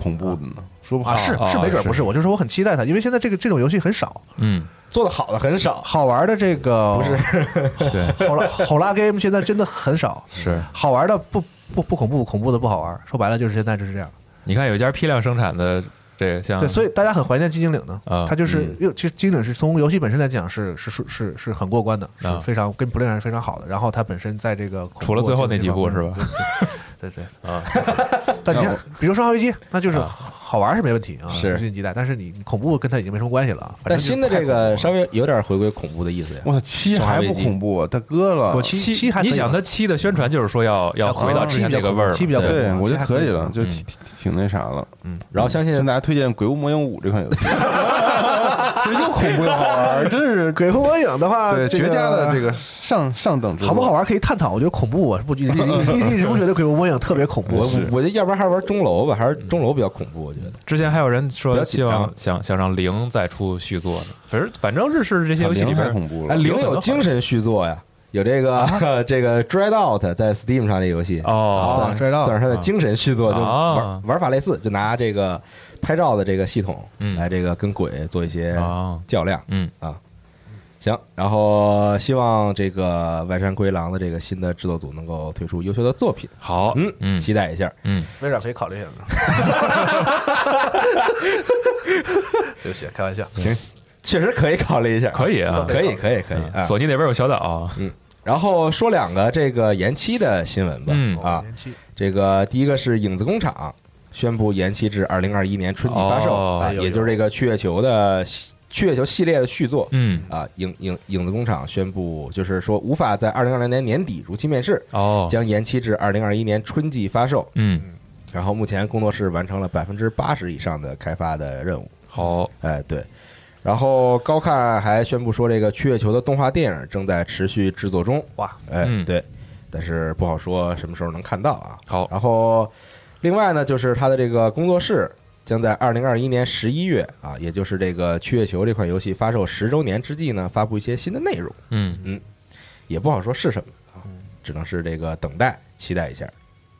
Speaker 6: 恐怖的呢，说不好
Speaker 7: 啊，是
Speaker 5: 哦
Speaker 7: 是没准儿
Speaker 5: 是
Speaker 7: 不是，我就说我很期待它，因为现在这个这种游戏很少，
Speaker 5: 嗯，
Speaker 4: 做的好的很少，
Speaker 7: 好玩的这个不是
Speaker 5: 对，
Speaker 7: 好拉好拉 game 现在真的很少，
Speaker 5: 是
Speaker 7: 好玩的不不不恐怖，恐怖的不好玩，说白了就是现在就是这样。
Speaker 5: 你看有一家批量生产的这个像
Speaker 7: 对，所以大家很怀念寂静岭呢
Speaker 5: 啊，
Speaker 7: 它就是
Speaker 6: 嗯
Speaker 7: 又其实寂静岭是从游戏本身来讲是是是是是很过关的，是
Speaker 5: 啊
Speaker 7: 非常跟不恋人是非常好的。然后它本身在这个恐怖
Speaker 5: 除了最后
Speaker 7: 这个
Speaker 5: 那几
Speaker 7: 地
Speaker 5: 步
Speaker 7: 方
Speaker 5: 是吧？
Speaker 7: 对 对，
Speaker 5: 啊，
Speaker 7: 但你像比如《生化危机》，那就是
Speaker 5: 啊
Speaker 7: 好玩是没问题啊，
Speaker 6: 是
Speaker 7: 心期待，但是你恐怖跟它已经没什么关系了啊。反正
Speaker 4: 但
Speaker 7: 就是
Speaker 4: 新的这
Speaker 7: 太恐怖
Speaker 4: 个
Speaker 7: 了
Speaker 4: 稍微有点回归恐怖的意思呀。
Speaker 6: 我操，七还不恐怖啊，大哥了
Speaker 5: 我，
Speaker 7: 七
Speaker 5: 七
Speaker 7: 七还可以
Speaker 5: 你想
Speaker 7: 吧
Speaker 5: 他七的宣传就是说要要回到之前那个味儿嘛，
Speaker 7: 七比较恐怖
Speaker 5: 对
Speaker 6: 对
Speaker 7: 啊
Speaker 6: 我觉
Speaker 7: 七
Speaker 6: 得
Speaker 7: 还可
Speaker 6: 可
Speaker 7: 以
Speaker 6: 以了， 就
Speaker 5: 嗯
Speaker 6: 挺挺挺那啥了。
Speaker 4: 然后相信
Speaker 6: 向大家推荐《鬼屋魔影五》这款游戏，这又恐怖又好玩，真是
Speaker 7: 鬼魂魔影的话，
Speaker 6: 对
Speaker 7: 这个
Speaker 6: 绝佳的 这个上上等之作，
Speaker 7: 好不好玩可以探讨。我觉得恐怖，我是不一直一直不觉得鬼魂魔影特别恐怖
Speaker 4: 我。我觉得要不然还是玩钟楼吧，还是钟楼比较恐怖，我觉得。
Speaker 5: 之前还有人
Speaker 4: 比
Speaker 5: 说
Speaker 4: 较紧
Speaker 5: 希
Speaker 4: 张
Speaker 5: 望想想让零再出续作呢，反正反正日式这些游戏里
Speaker 6: 零
Speaker 5: 边
Speaker 6: 太恐怖
Speaker 4: 哎，
Speaker 6: 了。
Speaker 4: 零有精神续作呀，有这个 这个 Dread Out 在 Steam 上这游戏
Speaker 5: 哦，
Speaker 4: 啊算
Speaker 7: ，Dreadout
Speaker 4: 算是它的精神续作，就
Speaker 5: 啊
Speaker 4: 玩玩法类似，就拿这个拍照的这个系统
Speaker 5: 嗯
Speaker 4: 来这个跟鬼做一些
Speaker 5: 哦
Speaker 4: 较量。
Speaker 5: 嗯
Speaker 4: 啊，行，然后希望这个外山龟狼的这个新的制作组能够推出优秀的作品。
Speaker 5: 好，
Speaker 4: 嗯
Speaker 5: 嗯
Speaker 4: 期待一下。
Speaker 5: 嗯，
Speaker 7: 微软可以考虑一下 呢。对不起，开玩笑。
Speaker 4: 行，确实可以考虑一下，
Speaker 5: 可以啊，
Speaker 4: 可以，可以，可以啊。
Speaker 5: 索尼那边有小岛，
Speaker 4: 然后说两个这个延期的新闻吧。
Speaker 5: 嗯
Speaker 4: 啊，
Speaker 7: 延期
Speaker 4: 这个第一个是影子工厂宣布延期至二零二一年春季发售，
Speaker 5: 哦
Speaker 4: 啊
Speaker 7: 哎呦
Speaker 4: 也就是这个《去月球》的系《去月球》系列的续作。
Speaker 5: 嗯，
Speaker 4: 啊，影影影子工厂宣布，就是说无法在二零二零年年底如期面世，
Speaker 5: 哦，
Speaker 4: 将延期至二零二一年春季发售。
Speaker 5: 嗯，
Speaker 4: 然后目前工作室完成了百分之八十以上的开发的任务。
Speaker 5: 好，
Speaker 4: 哎，对。然后高看还宣布说，这个《去月球》的动画电影正在持续制作中。
Speaker 7: 哇，
Speaker 4: 哎，
Speaker 5: 嗯
Speaker 4: 对，但是不好说什么时候能看到啊。
Speaker 5: 好
Speaker 4: 然后另外呢，就是他的这个工作室将在二零二一年十一月啊，也就是这个《去月球》这款游戏发售十周年之际呢，发布一些新的内容，
Speaker 5: 嗯，
Speaker 4: 也不好说是什么啊，只能是这个等待期待一下。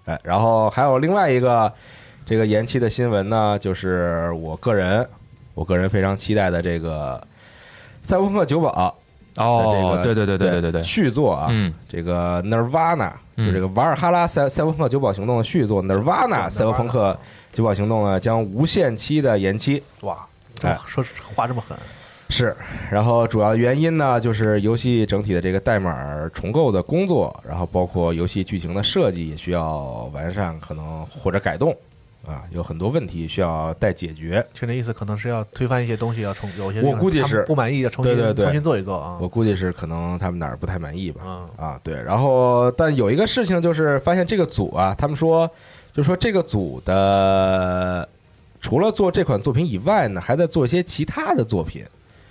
Speaker 4: 哎，然后还有另外一个这个延期的新闻呢，就是我个人我个人非常期待的这个《赛博朋克酒保》的这
Speaker 5: 哦
Speaker 4: 个，
Speaker 5: 对对对对对对对，
Speaker 4: 续作啊，
Speaker 5: 嗯，
Speaker 4: 这个 Nirvana，就
Speaker 5: 嗯
Speaker 4: 这个《瓦尔哈拉赛赛博朋克九堡行动》的续作《Nirvana 赛博朋克九堡行动》呢，将无限期的延期。
Speaker 7: 哇，
Speaker 4: 哎
Speaker 7: 说实话这么狠，
Speaker 4: 是，然后主要原因呢，就是游戏整体的这个代码重构的工作，然后包括游戏剧情的设计也需要完善，可能或者改动。啊，有很多问题需要待解决。
Speaker 7: 听这意思可能是要推翻一些东西，要重有些
Speaker 4: 我
Speaker 7: 地方
Speaker 4: 估计
Speaker 7: 他们
Speaker 4: 是
Speaker 7: 不满意要重新
Speaker 4: 对对对
Speaker 7: 重新做一做啊
Speaker 4: 我。估计是可能他们哪儿不太满意吧。
Speaker 7: 嗯，
Speaker 4: 啊，对。然后，但有一个事情就是发现这个组啊，他们说，就说这个组的除了做这款作品以外呢，还在做一些其他的作品，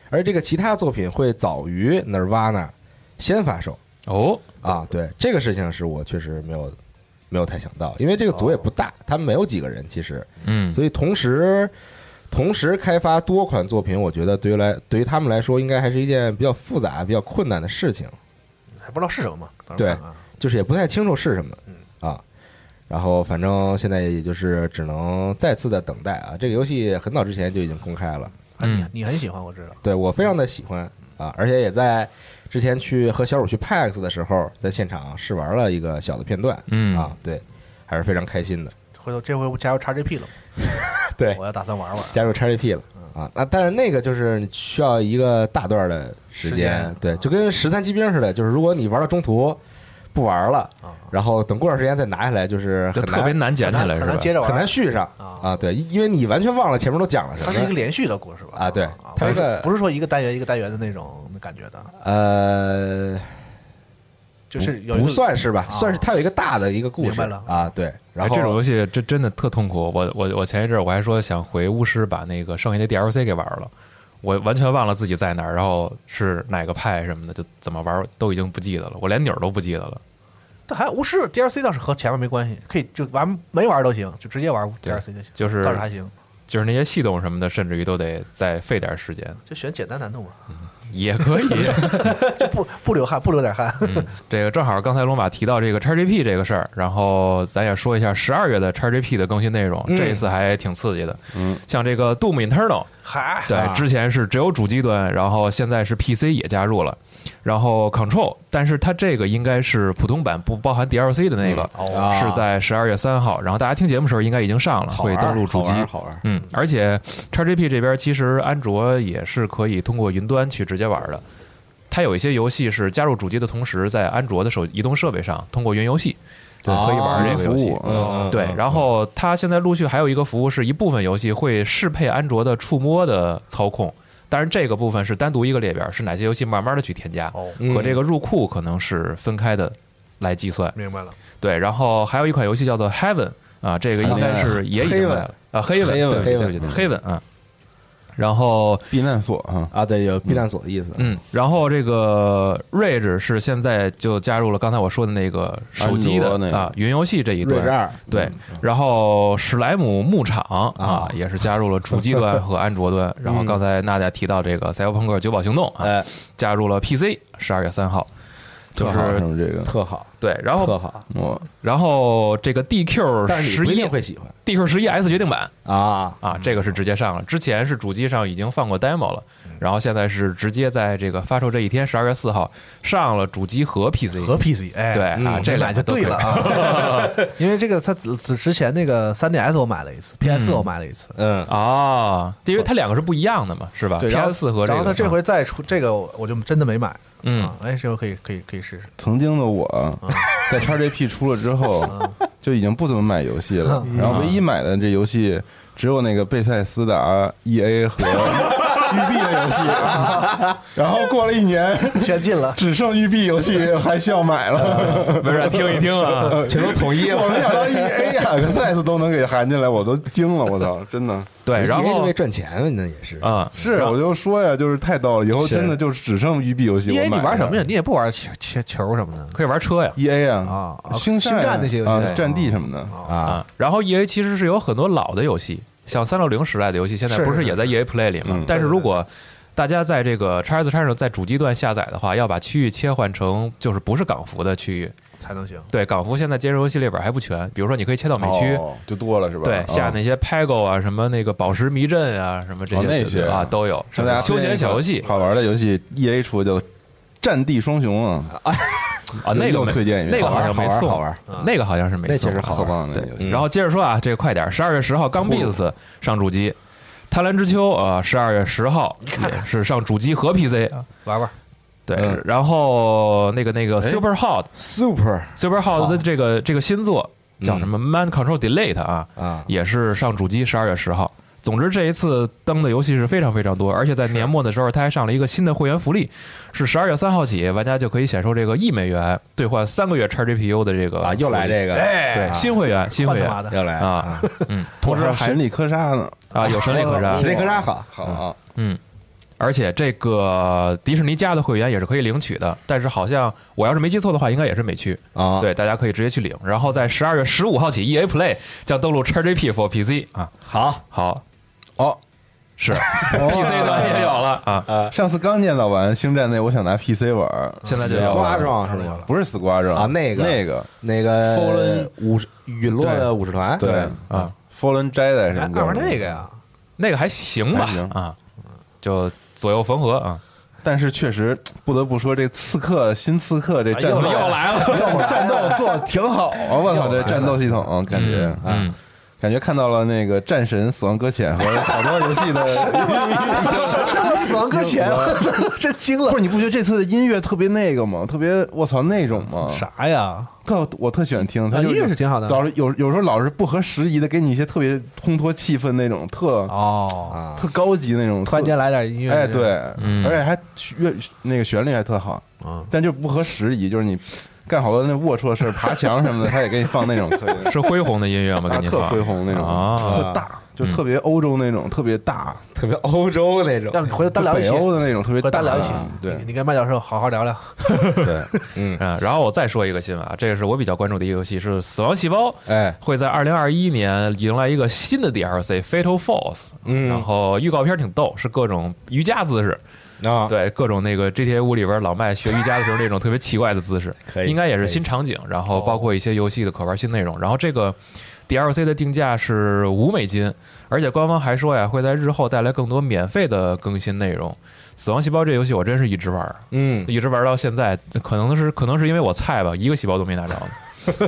Speaker 4: 而这个其他作品会早于 Nirvana 先发售
Speaker 5: 哦，
Speaker 4: 啊。对，这个事情是我确实没有没有太想到，因为这个组也不大，他们没有几个人，其实，
Speaker 5: 嗯，
Speaker 4: 所以同时。同时开发多款作品，我觉得对于来对于他们来说，应该还是一件比较复杂、比较困难的事情。
Speaker 7: 还不知道是什么嘛？到时
Speaker 4: 对
Speaker 7: 候看看啊
Speaker 4: 就是也不太清楚是什么
Speaker 7: 嗯
Speaker 4: 啊。然后反正现在也就是只能再次的等待啊。这个游戏很早之前就已经公开了，
Speaker 7: 啊，你
Speaker 5: 嗯
Speaker 7: 你很喜欢，我知道。
Speaker 4: 对我非常的喜欢啊，而且也在之前去和小五去 PAX 的时候，在现场试玩了一个小的片段，
Speaker 5: 嗯
Speaker 4: 啊，对，还是非常开心的。
Speaker 7: 回头这回不加入 XGP 了吗？
Speaker 4: 对
Speaker 7: 我，要打算玩玩。
Speaker 4: 加入 XGP 了啊，那但是那个就是你需要一个大段的时
Speaker 7: 时间
Speaker 4: 对，就跟十三骑兵似的，就是如果你玩到中途不玩了，
Speaker 7: 啊
Speaker 4: 然后等过段时间再拿下来，就是
Speaker 5: 就
Speaker 4: 很
Speaker 5: 特别难捡起来，
Speaker 7: 很难
Speaker 5: 是
Speaker 7: 很
Speaker 5: 吧哎
Speaker 7: 难？接着玩，
Speaker 4: 很难续上
Speaker 7: 啊
Speaker 4: 啊。对，因为你完全忘了前面都讲了什
Speaker 7: 它是一个
Speaker 4: 么。
Speaker 7: 连续的故事吧？
Speaker 4: 啊对它
Speaker 7: 它
Speaker 4: 这个
Speaker 7: 不是说一个单元一个单元的那种感觉的，
Speaker 4: 呃，
Speaker 7: 就是有一个
Speaker 4: 不算是吧，
Speaker 7: 啊
Speaker 4: 算是它有一个大的一个故
Speaker 7: 明
Speaker 4: 事
Speaker 7: 白了
Speaker 4: 啊。对，然
Speaker 5: 哎
Speaker 4: 后
Speaker 5: 这种游戏真真的特痛苦。我我我前一阵儿我还说想回巫师把那个剩下的 DLC 给玩了，我完全忘了自己在哪儿，然后是哪个派什么的，就怎么玩都已经不记得了，我连钮儿都不记得了。
Speaker 7: 但还巫师 DLC 倒是和前面没关系，可以就玩没玩都行，就直接玩 DLC 就行，
Speaker 5: 就是
Speaker 7: 倒是还行，
Speaker 5: 就是那些系统什么的，甚至于都得再费点时间，
Speaker 7: 就选简单难度嘛，
Speaker 5: 也可 以。
Speaker 7: 就不不流汗，不流点汗。
Speaker 5: 这个正好刚才龙马提到这个 XGP 这个事儿，然后咱也说一下十二月的 XGP 的更新内容，
Speaker 4: 嗯
Speaker 5: 这一次还挺刺激的。嗯，像这个 Doom Eternal，
Speaker 7: 嗨，
Speaker 5: 对
Speaker 4: 啊，
Speaker 5: 之前是只有主机端，然后现在是 PC 也加入了，然后 Control，但是它这个应该是普通版，不包含 DLC 的那个，
Speaker 4: 哦
Speaker 5: 是在十二月三号，然后大家听节目时候应该已经上了，
Speaker 4: 好玩
Speaker 5: 会登录主机。
Speaker 4: 好玩好玩。
Speaker 5: 嗯，而且 XGP 这边其实安卓也是可以通过云端去直接玩的。它有一些游戏是加入主机的同时，在安卓的手移动设备上通过云游戏，
Speaker 6: 对
Speaker 4: 啊
Speaker 5: 可以玩这个游戏。
Speaker 6: 服务
Speaker 4: 嗯
Speaker 5: 对，然后它现在陆续还有一个服务是一部分游戏会适配安卓的触摸的操控，当然这个部分是单独一个列表，是哪些游戏慢慢的去添加，
Speaker 7: 哦，
Speaker 4: 嗯
Speaker 5: 和这个入库可能是分开的来计算。
Speaker 7: 明白了，
Speaker 5: 对，然后还有一款游戏叫做 Heaven 啊，这个应该是也已经来了啊，Heaven，
Speaker 4: Haven，
Speaker 5: 对不起对不起对不起，Heaven 啊。然后，
Speaker 6: 避难所啊，
Speaker 4: 啊，对，有避难所的意思。
Speaker 5: 嗯，然后这个 Rage 是现在就加入了刚才我说的那个手机
Speaker 6: 安卓
Speaker 5: 的
Speaker 6: 那个
Speaker 5: 啊云游戏这一
Speaker 4: 瑞
Speaker 5: 端
Speaker 4: 士，二，
Speaker 5: 对，
Speaker 7: 嗯
Speaker 5: 然后史莱姆牧场啊
Speaker 4: 啊，
Speaker 5: 也是加入了主机端和安 卓端。然
Speaker 7: 嗯
Speaker 5: 后刚才娜姐提到这个《赛博朋克：九堡行动》啊，
Speaker 4: 哎，
Speaker 5: 加入了 PC，十二月三号，就
Speaker 6: 特好
Speaker 5: 是
Speaker 6: 什么这个，
Speaker 4: 特好，
Speaker 5: 对。然
Speaker 4: 特
Speaker 5: 后
Speaker 4: 好，
Speaker 6: 我
Speaker 5: 然后这个 DQ
Speaker 4: 但是你
Speaker 5: 哦十
Speaker 4: 不一
Speaker 5: 一
Speaker 4: 定会喜欢
Speaker 5: DQ 十一 S 决定版
Speaker 4: 啊。
Speaker 5: 啊，
Speaker 7: 嗯
Speaker 5: 这个是直接上了。之前是主机上已经放过 demo 了，
Speaker 7: 嗯
Speaker 5: 然后现在是直接在这个发售这一天，十二月四号上了主机和 PC。
Speaker 7: 和 PC 哎，
Speaker 5: 对
Speaker 4: 嗯
Speaker 5: 啊，这
Speaker 7: 这
Speaker 5: 俩
Speaker 7: 买就
Speaker 5: 都可以
Speaker 7: 对了啊， 因为这个它之之前那个 3DS 我买了一次，PS 我买了一次，
Speaker 4: 嗯，
Speaker 5: 哦，因为它两个是不一样的嘛，是吧
Speaker 7: 对，然后
Speaker 5: ？PS 四和
Speaker 7: 然后它
Speaker 5: 个啊
Speaker 7: 这回再出这个，我就真的没买。
Speaker 5: 嗯
Speaker 7: 啊，哎，这回可以可以可以试试。
Speaker 6: 曾经的
Speaker 7: 啊
Speaker 6: 我， 在 XGP 出了之后，就已经不怎么买游戏
Speaker 7: 啊
Speaker 6: 了。然后唯一买的这游戏只有那个贝塞斯达、EA 和育碧的游戏。然后过了一年，
Speaker 7: 全进了，
Speaker 6: 只剩育碧游戏还需要买 了。
Speaker 5: 微软听一听啊，
Speaker 4: 全都统一
Speaker 6: 我
Speaker 4: 了。
Speaker 6: 没想到 E EA 雅克赛斯都能给含进来，我都惊了，我操！真的
Speaker 5: 对，哎然
Speaker 4: 因为
Speaker 5: 后
Speaker 4: 赚钱了，那也是
Speaker 5: 啊，
Speaker 6: 是，我就说呀，就是太逗了，以后
Speaker 5: 是
Speaker 6: 真的就只剩育碧游戏。
Speaker 7: 因，E 为你
Speaker 6: 我买
Speaker 7: 玩什么呀
Speaker 6: 了？
Speaker 7: 你也不玩球球球什么的。
Speaker 5: 可以玩车呀
Speaker 6: E A 啊
Speaker 7: 啊啊
Speaker 6: 星
Speaker 7: 星战那些游戏哦
Speaker 6: 啊
Speaker 5: 对，
Speaker 6: 战地什么的，
Speaker 4: 啊，
Speaker 5: 啊。然后 E A 其实是有很多老的游戏，像三六零时代的游戏，现在
Speaker 7: 是
Speaker 5: 不是
Speaker 7: 是
Speaker 5: 也在 E A Play 里吗
Speaker 6: 嗯？
Speaker 5: 但是如果大家在这个 X S 叉上在主机端下载的话，要把区域切换成就是不是港服的区域。
Speaker 7: 才能行。
Speaker 5: 对，港服现在兼容游戏列表还不全，比如说你可以切到美区。
Speaker 6: 哦就多了是吧？
Speaker 5: 对
Speaker 6: 啊，
Speaker 5: 下那些 Pago 啊，什么那个宝石迷阵啊，什么这
Speaker 6: 哦那
Speaker 5: 些
Speaker 6: 些
Speaker 5: 啊都有，
Speaker 6: 让大家
Speaker 5: 休闲小游戏
Speaker 6: 好玩的游戏，E A 出的叫《战地双雄》啊，
Speaker 5: 啊，那个
Speaker 6: 又
Speaker 5: 没
Speaker 6: 推荐一遍
Speaker 5: 那个好像没送，啊
Speaker 4: 好玩好
Speaker 5: 那个好像是没
Speaker 4: 那
Speaker 5: 送，
Speaker 4: 确实好
Speaker 6: 特
Speaker 4: 玩
Speaker 6: 棒的
Speaker 5: 对
Speaker 6: 游，戏。
Speaker 5: 然后接着说啊，这个快点儿，十二月十号刚 Beats 上主机，《贪婪之秋》啊，十二月十号也是上主机和 PC，
Speaker 7: 啊玩玩，
Speaker 5: 对
Speaker 4: 嗯，
Speaker 5: 然后那个那个 Super Hot
Speaker 4: ，Super
Speaker 5: Super
Speaker 4: 好嗯
Speaker 5: Hot 的这个这个新作叫什么 Man Control Delete 啊，
Speaker 4: 啊，
Speaker 5: 也是上主机十二月十号。总之，这一次登的游戏是非常非常多，而且在年末的时候，它还上了一个新的会员福利，是十二月三号起，玩家就可以享受这个一美元兑换三个月 XGPU 的这个
Speaker 4: 啊，又来
Speaker 5: 福利
Speaker 4: 这个，
Speaker 5: 对新会员新
Speaker 7: 换
Speaker 5: 会
Speaker 7: 他
Speaker 5: 员
Speaker 7: 妈的，
Speaker 4: 又来了
Speaker 5: 啊，嗯，
Speaker 6: 我
Speaker 5: 同时
Speaker 6: 还有
Speaker 5: 还
Speaker 6: 神力科莎呢，
Speaker 5: 啊有神力可
Speaker 4: 啊
Speaker 5: 杀
Speaker 4: 神，力科莎好，
Speaker 6: 好啊，
Speaker 5: 而且这个迪士尼家的会员也是可以领取的，但是好像我要是没记错的话，应该也是美区
Speaker 4: 啊
Speaker 5: 对，大家可以直接去领。然后在十二月十五号起，EA Play 将登陆 XGP for PC 啊，
Speaker 4: 好，
Speaker 5: 好
Speaker 6: 哦，
Speaker 5: 是 PC 端也有了啊，
Speaker 6: 上次刚建造完《星战》那，我想拿 PC 玩，
Speaker 5: 现在就有啊
Speaker 4: 瓜
Speaker 5: 了。
Speaker 4: 壮是吗？
Speaker 6: 不是 Squadron
Speaker 4: 啊那个
Speaker 6: 那个
Speaker 4: 那个哎
Speaker 6: Fallen
Speaker 4: 五十陨落
Speaker 6: 对
Speaker 4: 的五十团，
Speaker 6: 对
Speaker 5: 啊
Speaker 6: ，Fallen Jedi
Speaker 7: 哎，
Speaker 6: 什
Speaker 7: 爱
Speaker 6: 么的
Speaker 4: 啊
Speaker 7: 玩那个，呀，
Speaker 5: 那个还行吧
Speaker 6: 还行
Speaker 5: 啊，就左右缝合啊，
Speaker 6: 但是确实不得不说，这刺客新刺客这
Speaker 7: 哎
Speaker 6: 战斗
Speaker 7: 又来
Speaker 5: 来了，
Speaker 6: 战斗做得挺好啊！我操，这战斗系统感觉
Speaker 5: 嗯，
Speaker 6: 感觉看到了那个《战神》《死亡搁浅》和好多游戏的
Speaker 7: 他妈死亡搁浅，我 真惊了
Speaker 6: 不是，你不觉得这次的音乐特别那个吗？特别我操那种吗？
Speaker 7: 啥呀？
Speaker 6: 特我特喜欢听，它
Speaker 7: 啊
Speaker 6: 就
Speaker 7: 音乐是挺好的
Speaker 6: 老是有有时候老是不合时宜的，给你一些特别烘托气氛那种，特
Speaker 7: 哦，
Speaker 6: 特高级那种。
Speaker 7: 突然间来点音乐，
Speaker 6: 特，哎，对，
Speaker 5: 嗯，
Speaker 6: 而且还乐那个旋律还特好，
Speaker 7: 啊，
Speaker 6: 但就不合时宜，就是你干好多那龌龊的事儿，爬墙 什么的，他也给你放那种可以
Speaker 5: 是恢宏的音乐吗？给
Speaker 6: 啊，
Speaker 5: 你
Speaker 6: 特
Speaker 5: 放
Speaker 6: 恢宏那种，
Speaker 5: 啊
Speaker 6: 特大，就特别欧洲那种，特别大，
Speaker 4: 特别欧洲那种
Speaker 7: 要不你回头单聊一
Speaker 6: 北
Speaker 7: 起，
Speaker 6: 欧的那种，特别
Speaker 7: 回头
Speaker 6: 大，啊
Speaker 7: 单聊一起，
Speaker 6: 对
Speaker 7: 你，你跟麦教授好好聊聊。
Speaker 5: 嗯，然后我再说一个新闻啊，这个是我比较关注的一个游戏，是《死亡细胞》
Speaker 4: 哎，
Speaker 5: 会在二零二一年迎来一个新的 DLC《Fatal Force》，
Speaker 4: 嗯
Speaker 5: 然后预告片挺逗，是各种瑜伽姿势，
Speaker 4: 啊，
Speaker 5: 对，各种那个 GTA 五里边老麦学瑜伽的时候那种特别奇怪的姿势，
Speaker 4: 可以
Speaker 5: 应该也
Speaker 4: 可
Speaker 5: 是
Speaker 4: 以哦
Speaker 5: 新场景，然后包括一些游戏的可玩新内容。然后这个 DLC 的定价是五美金，而且官方还说呀，会在日后带来更多免费的更新内容。死亡细胞这游戏我真是一直玩儿，
Speaker 4: 嗯，
Speaker 5: 一直玩到现在，可能是可能是因为我菜吧，一个细胞都没拿着呢。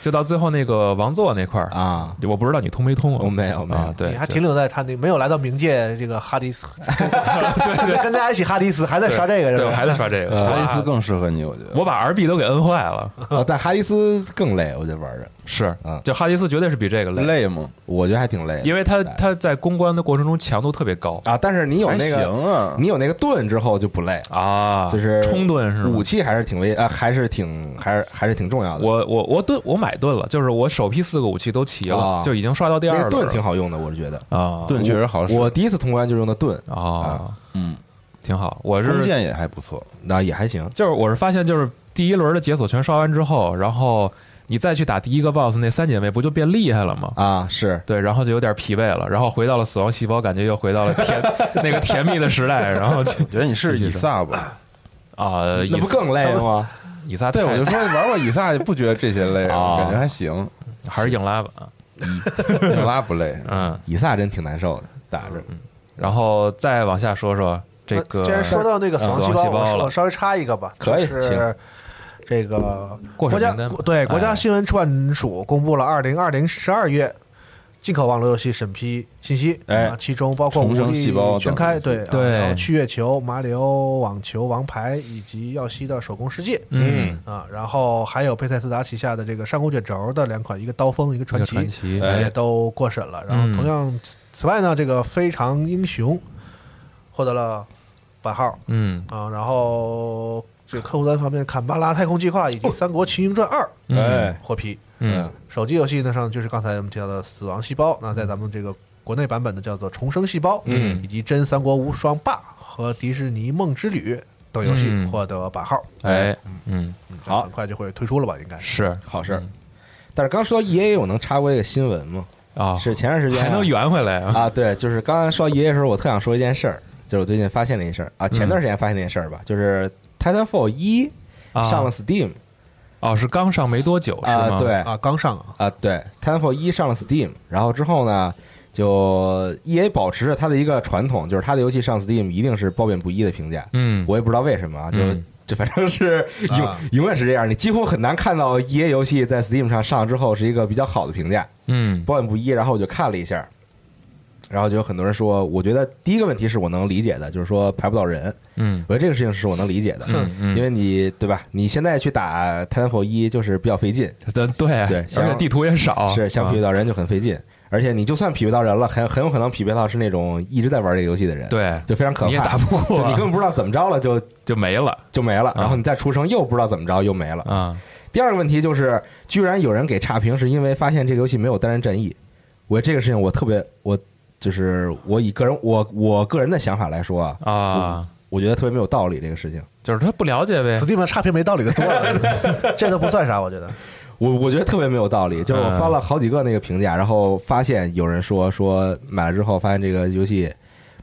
Speaker 5: 就到最后那个王座那块儿，
Speaker 4: 啊，
Speaker 5: 我不知道你通没通啊？
Speaker 4: 我没有没有
Speaker 5: 啊，对，
Speaker 7: 你还
Speaker 5: 就
Speaker 7: 停留在他那没有来到冥界这个哈 迪斯， 对对，跟大家一起哈迪斯 还在刷这个，
Speaker 5: 对啊
Speaker 7: 是
Speaker 5: 我
Speaker 7: 吧？
Speaker 5: 还在刷这
Speaker 4: 嗯
Speaker 5: 个，
Speaker 6: 哈迪斯
Speaker 5: 我把
Speaker 6: 更适合你，我觉得。
Speaker 5: 我把 RB 都给摁坏 了。
Speaker 4: 啊但哈迪斯更累，我觉得玩着，
Speaker 5: 是
Speaker 4: 嗯，
Speaker 5: 就哈迪斯绝对是比这个累，
Speaker 6: 累吗？
Speaker 4: 我觉得还挺累的，
Speaker 5: 因为他他在攻关的过程中强度特别高
Speaker 4: 啊，但是你有
Speaker 6: 还
Speaker 4: 那
Speaker 6: 行
Speaker 4: 个，
Speaker 6: 啊，
Speaker 4: 你有那个盾之后就不累，
Speaker 5: 啊，
Speaker 4: 就是
Speaker 5: 冲盾是
Speaker 4: 武
Speaker 5: 吗？
Speaker 4: 器还是挺危啊，还是挺还是还是挺重要的。
Speaker 5: 我我我盾我买盾了，就是我首批四个武器都齐了
Speaker 4: 啊，
Speaker 5: 就已经刷到第
Speaker 4: 那
Speaker 5: 二
Speaker 4: 个
Speaker 5: 轮
Speaker 4: 盾
Speaker 5: 了
Speaker 4: 挺好用的，我是觉得。
Speaker 5: 啊，
Speaker 6: 盾确实好使，
Speaker 4: 我第一次通关就用的盾，
Speaker 5: 啊，
Speaker 6: 嗯，
Speaker 5: 挺好，我
Speaker 6: 弓
Speaker 5: 是
Speaker 6: 箭也还不错。
Speaker 4: 那也还行。
Speaker 5: 就是我是发现就是第一轮的解锁全刷完之后，然后你再去打第一个 BOSS 那三姐妹不就变厉害了吗？
Speaker 4: 啊，是
Speaker 5: 对，然后就有点疲惫了，然后回到了死亡细胞，感觉又回到了 甜那个甜蜜的时代，然后就
Speaker 6: 我觉得你是
Speaker 5: 继续
Speaker 6: 以
Speaker 5: 说
Speaker 6: 撒吧？
Speaker 5: 啊，
Speaker 4: 那
Speaker 5: 以
Speaker 4: 不
Speaker 5: 撒
Speaker 4: 更累了 吗？
Speaker 5: 以撒
Speaker 6: 啊对，
Speaker 5: 太
Speaker 6: 我就说玩过以撒就不觉得这些累，
Speaker 4: 啊
Speaker 6: 感觉还行。
Speaker 5: 还是硬拉吧，
Speaker 6: 硬拉不累，
Speaker 5: 嗯，
Speaker 4: 以撒真挺难受的，打着
Speaker 5: 然后再往下说说这个，
Speaker 7: 既然说到那个死
Speaker 6: 嗯
Speaker 7: 亡
Speaker 5: 死亡
Speaker 7: 细
Speaker 5: 细
Speaker 7: 胞，我
Speaker 5: 了
Speaker 7: 我，稍微插一个吧，
Speaker 4: 可以
Speaker 7: 就
Speaker 4: 请
Speaker 7: 是这个
Speaker 5: 过
Speaker 7: 国
Speaker 5: 审
Speaker 7: 家
Speaker 5: 名单吧
Speaker 7: 国对国家
Speaker 5: 哎
Speaker 7: 新闻出版署公布了二零二零十二月进口网络游戏审批信息，
Speaker 6: 哎
Speaker 7: 啊，其中包括《
Speaker 6: 重生
Speaker 7: 武力
Speaker 6: 细胞等
Speaker 7: 全开》对
Speaker 5: 对
Speaker 7: 啊然后《去月球》《麻里欧网球》《王牌》以及耀西的《手工世界》
Speaker 5: 嗯，
Speaker 7: 啊，然后还有贝塞斯达旗下的这个《上古卷轴》的两款，一个《刀锋》一个《
Speaker 5: 这
Speaker 7: 传
Speaker 5: 个
Speaker 7: 奇》
Speaker 5: 传奇，
Speaker 7: 也
Speaker 5: 哎，嗯
Speaker 7: 都过审了。然后同样，此外呢，这个《非常英雄》获得了版号
Speaker 5: 嗯
Speaker 7: 啊，然后这个客户端方面，《坎巴拉太空计划》以及《三国群英传二》
Speaker 5: 嗯
Speaker 4: 哎，
Speaker 7: 获批。
Speaker 5: 嗯
Speaker 7: 手机游戏呢上就是刚才我们提到的《死亡细胞》，那在咱们这个国内版本的叫做《重生细胞》，
Speaker 5: 嗯
Speaker 7: 以及《真三国无双霸》和《迪士尼梦之旅》等游戏
Speaker 5: 嗯
Speaker 7: 获得版号。
Speaker 5: 哎，嗯，
Speaker 7: 好，很快就会推出了吧？应该是
Speaker 5: 是
Speaker 4: 好事儿。但是刚说到 E A，我能插播一个新闻吗？
Speaker 5: 啊，
Speaker 4: 是前段时间啊
Speaker 5: 还能圆回来啊，
Speaker 4: 啊，对，就是刚刚说 E A 的时候，我特想说一件事儿，就是我最近发现的一事儿
Speaker 5: 嗯
Speaker 4: 啊，前段时间发现的一事儿吧，就是 Titanfall 一
Speaker 5: 啊
Speaker 4: 上了 Steam
Speaker 5: 哦，是刚上没多久是
Speaker 4: 啊，
Speaker 5: 吗？
Speaker 4: 对，
Speaker 7: 啊，刚上啊，
Speaker 4: 啊，对，Titanfall 一上了 Steam，然后之后呢，就 EA 保持着它的一个传统，就是它的游戏上 Steam 一定是褒贬不一的评价。
Speaker 5: 嗯
Speaker 4: 我也不知道为什么啊，就、
Speaker 5: 嗯
Speaker 4: 就反正是永、
Speaker 7: 啊
Speaker 4: 永远是这样，你几乎很难看到 EA 游戏在 Steam 上上之后是一个比较好的评价，
Speaker 5: 嗯
Speaker 4: 褒贬不一。然后我就看了一下，然后就有很多人说，我觉得第一个问题是我能理解的，就是说排不到人，
Speaker 5: 嗯
Speaker 4: 我觉得这个事情是我能理解的，
Speaker 5: 嗯
Speaker 4: 因为你对吧？你现在去打 Titanfall 一就是比较费劲，
Speaker 5: 对对
Speaker 4: 对
Speaker 5: 而且
Speaker 4: 想
Speaker 5: 地图也少，
Speaker 4: 是想匹配
Speaker 5: 啊
Speaker 4: 到人就很费劲，而且你就算匹配到人了，很很有可能匹配到是那种一直在玩这个游戏的人，，
Speaker 5: 对，
Speaker 4: 就非常可怕，
Speaker 5: 你也打不过
Speaker 4: 就你根本不知道怎么着了，就
Speaker 5: 就没了
Speaker 4: 就没了，
Speaker 5: 嗯
Speaker 4: 然后你再出生又不知道怎么着又没了。
Speaker 5: 啊，
Speaker 4: 第二个问题就是，居然有人给差评，是因为发现这个游戏没有单人战役，我这个事情我特别我。就是我以个人我我个人的想法来说啊，
Speaker 5: 啊，
Speaker 4: 我觉得特别没有道理这个事情。
Speaker 5: 就是他不了解呗，
Speaker 7: Steam 上差评没道理的多 了，这都不算啥，我觉得。
Speaker 4: 我我觉得特别没有道理，就是我
Speaker 5: 嗯
Speaker 4: 翻了好几个那个评价，然后发现有人说说买了之后发现这个游戏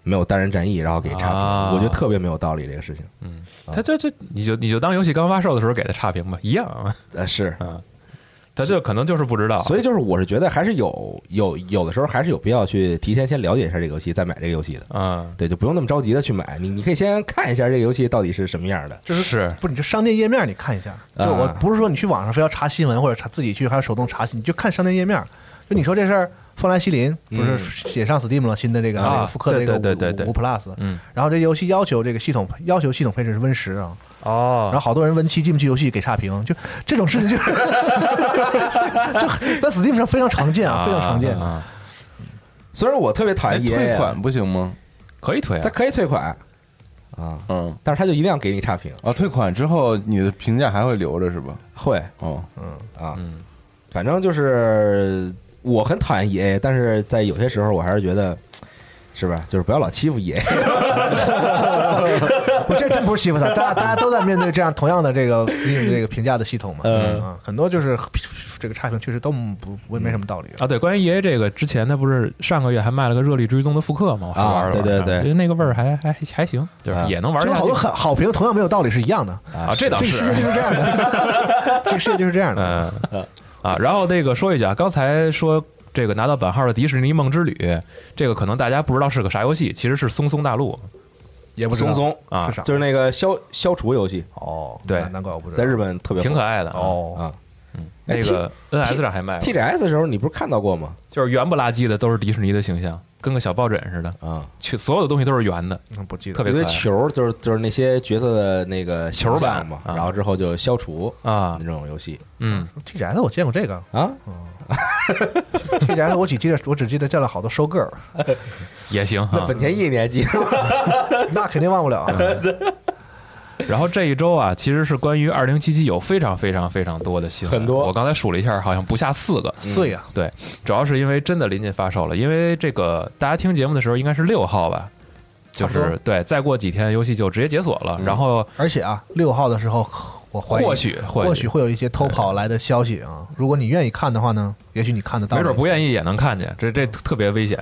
Speaker 4: 没有单人战役，然后给差评，
Speaker 5: 啊
Speaker 4: 我觉得特别没有道理这个事情。
Speaker 5: 他就就你就你就当游戏刚发售的时候给他差评吧，一样啊，
Speaker 4: 呃，是，
Speaker 5: 他就可能就是不知道，
Speaker 4: 所以就是我是觉得还是有有有的时候还是有必要去提前先了解一下这个游戏，再买这个游戏的。
Speaker 5: 啊，
Speaker 4: 对，就不用那么着急的去买，你你可以先看一下这个游戏到底是什么样的。
Speaker 5: 就是是
Speaker 7: 不，你这商店页面你
Speaker 5: 啊
Speaker 7: 看一下，就是我不是说你去网上非要查新闻或者查自己去，还要手动查，你就看商店页面，就你说这事儿，凤来西林不
Speaker 4: 嗯
Speaker 7: 是也上 Steam 了新的这个
Speaker 5: 啊
Speaker 7: 那个复刻的这个
Speaker 5: 对对对对
Speaker 7: 五五 Plus，
Speaker 5: 嗯，
Speaker 7: 然后这游戏要求这个系统要求系统配置是 Win 十啊，
Speaker 5: 哦，
Speaker 7: 然后好多人 Win 七进不去游戏给差评，就这种事 情就就在 Steam 上非常常见啊，非常常见。
Speaker 5: 啊啊
Speaker 4: 虽然我特别讨
Speaker 6: 哎
Speaker 4: 厌 EA，
Speaker 6: 退
Speaker 4: 啊
Speaker 6: 款不行吗？
Speaker 5: 可以推
Speaker 4: 他
Speaker 5: 啊，
Speaker 4: 可以退款啊，
Speaker 6: 嗯
Speaker 4: 但是他就一定要给你差评，
Speaker 6: 啊，退款之后你的评价还会留着是吧？
Speaker 4: 会
Speaker 6: 哦，
Speaker 4: 啊，
Speaker 5: 嗯
Speaker 4: 反正就是我很讨厌 EA，但是在有些时候我还是觉得，是吧？就是不要老欺负 EA，
Speaker 7: 我这真不是欺负他，大家大家都在面对这样同样的这个 Steam 这个评价的系统嘛，
Speaker 4: 嗯
Speaker 7: 啊，很多就是这个差评确实都不不没什么道理。
Speaker 5: 啊，对，关于 EA 这个，之前他不是上个月还卖了个《热力追踪》的复刻吗？我还
Speaker 4: 啊
Speaker 5: 玩了玩，
Speaker 4: 对对对
Speaker 5: 觉得那个味儿还还还行，就是
Speaker 4: 啊
Speaker 5: 也能玩
Speaker 7: 其
Speaker 5: 下
Speaker 7: 实好
Speaker 5: 去。
Speaker 7: 多好好评同样没有道理是一样的，
Speaker 5: 啊，这倒，
Speaker 7: 这个世界就是是这样的， 这个世界就是这样的。
Speaker 5: 嗯啊，然后那个说一句啊，刚才说这个拿到版号的《迪士尼梦之旅》，这个可能大家不知道是个啥游戏，其实是松松大陆
Speaker 7: 也不知道
Speaker 4: 松松
Speaker 5: 啊
Speaker 7: 是，啥，
Speaker 4: 就是那个消消除游戏，
Speaker 7: 哦，
Speaker 5: 对
Speaker 7: 难难怪我不知
Speaker 4: 在
Speaker 7: 道，
Speaker 4: 日本特别
Speaker 5: 挺可
Speaker 4: 火
Speaker 5: 爱的啊。
Speaker 7: 哦，
Speaker 4: 啊。哎
Speaker 5: 那个 NS 上还卖过，
Speaker 4: TGS 的时候你不是看到过吗？
Speaker 5: 就是圆不拉几的，都是迪士尼的形象，跟个小抱枕似的，
Speaker 4: 啊，
Speaker 5: 去所有的东西都是圆的，
Speaker 7: 嗯不记得
Speaker 5: 特别
Speaker 4: 有
Speaker 5: 可
Speaker 4: 些
Speaker 5: 爱
Speaker 4: 球儿就是就是那些角色的那个
Speaker 5: 球儿
Speaker 4: 形象
Speaker 5: 版
Speaker 4: 嘛，
Speaker 5: 啊
Speaker 4: 然后之后就消除
Speaker 5: 啊
Speaker 4: 那，种游戏
Speaker 5: 嗯，
Speaker 7: TGS 我见过这个
Speaker 4: 啊，
Speaker 7: TGS，我只记得我只记得见了好多收个儿，
Speaker 5: 也行啊。
Speaker 4: 本田翼 E 你还记得吗？
Speaker 7: 那肯定忘不了啊。
Speaker 5: 然后这一周啊，其实是关于二零七七有非常非常非常多的新闻，
Speaker 4: 很多
Speaker 5: 我刚才数了一下，好像不下四个。
Speaker 7: 碎啊，
Speaker 5: 对，主要是因为真的临近发售了，因为这个大家听节目的时候应该是六号吧，就
Speaker 7: 差不多嗯
Speaker 5: 是对，再过几天游戏就直接解锁了。然后
Speaker 7: 而且啊，六号的时候，我怀疑
Speaker 5: 或许或许
Speaker 7: 或许会有一些偷跑来的消息啊。如果你愿意看的话呢，也许你看得到。嗯
Speaker 5: 没准不愿意也能看见，这这特别危险。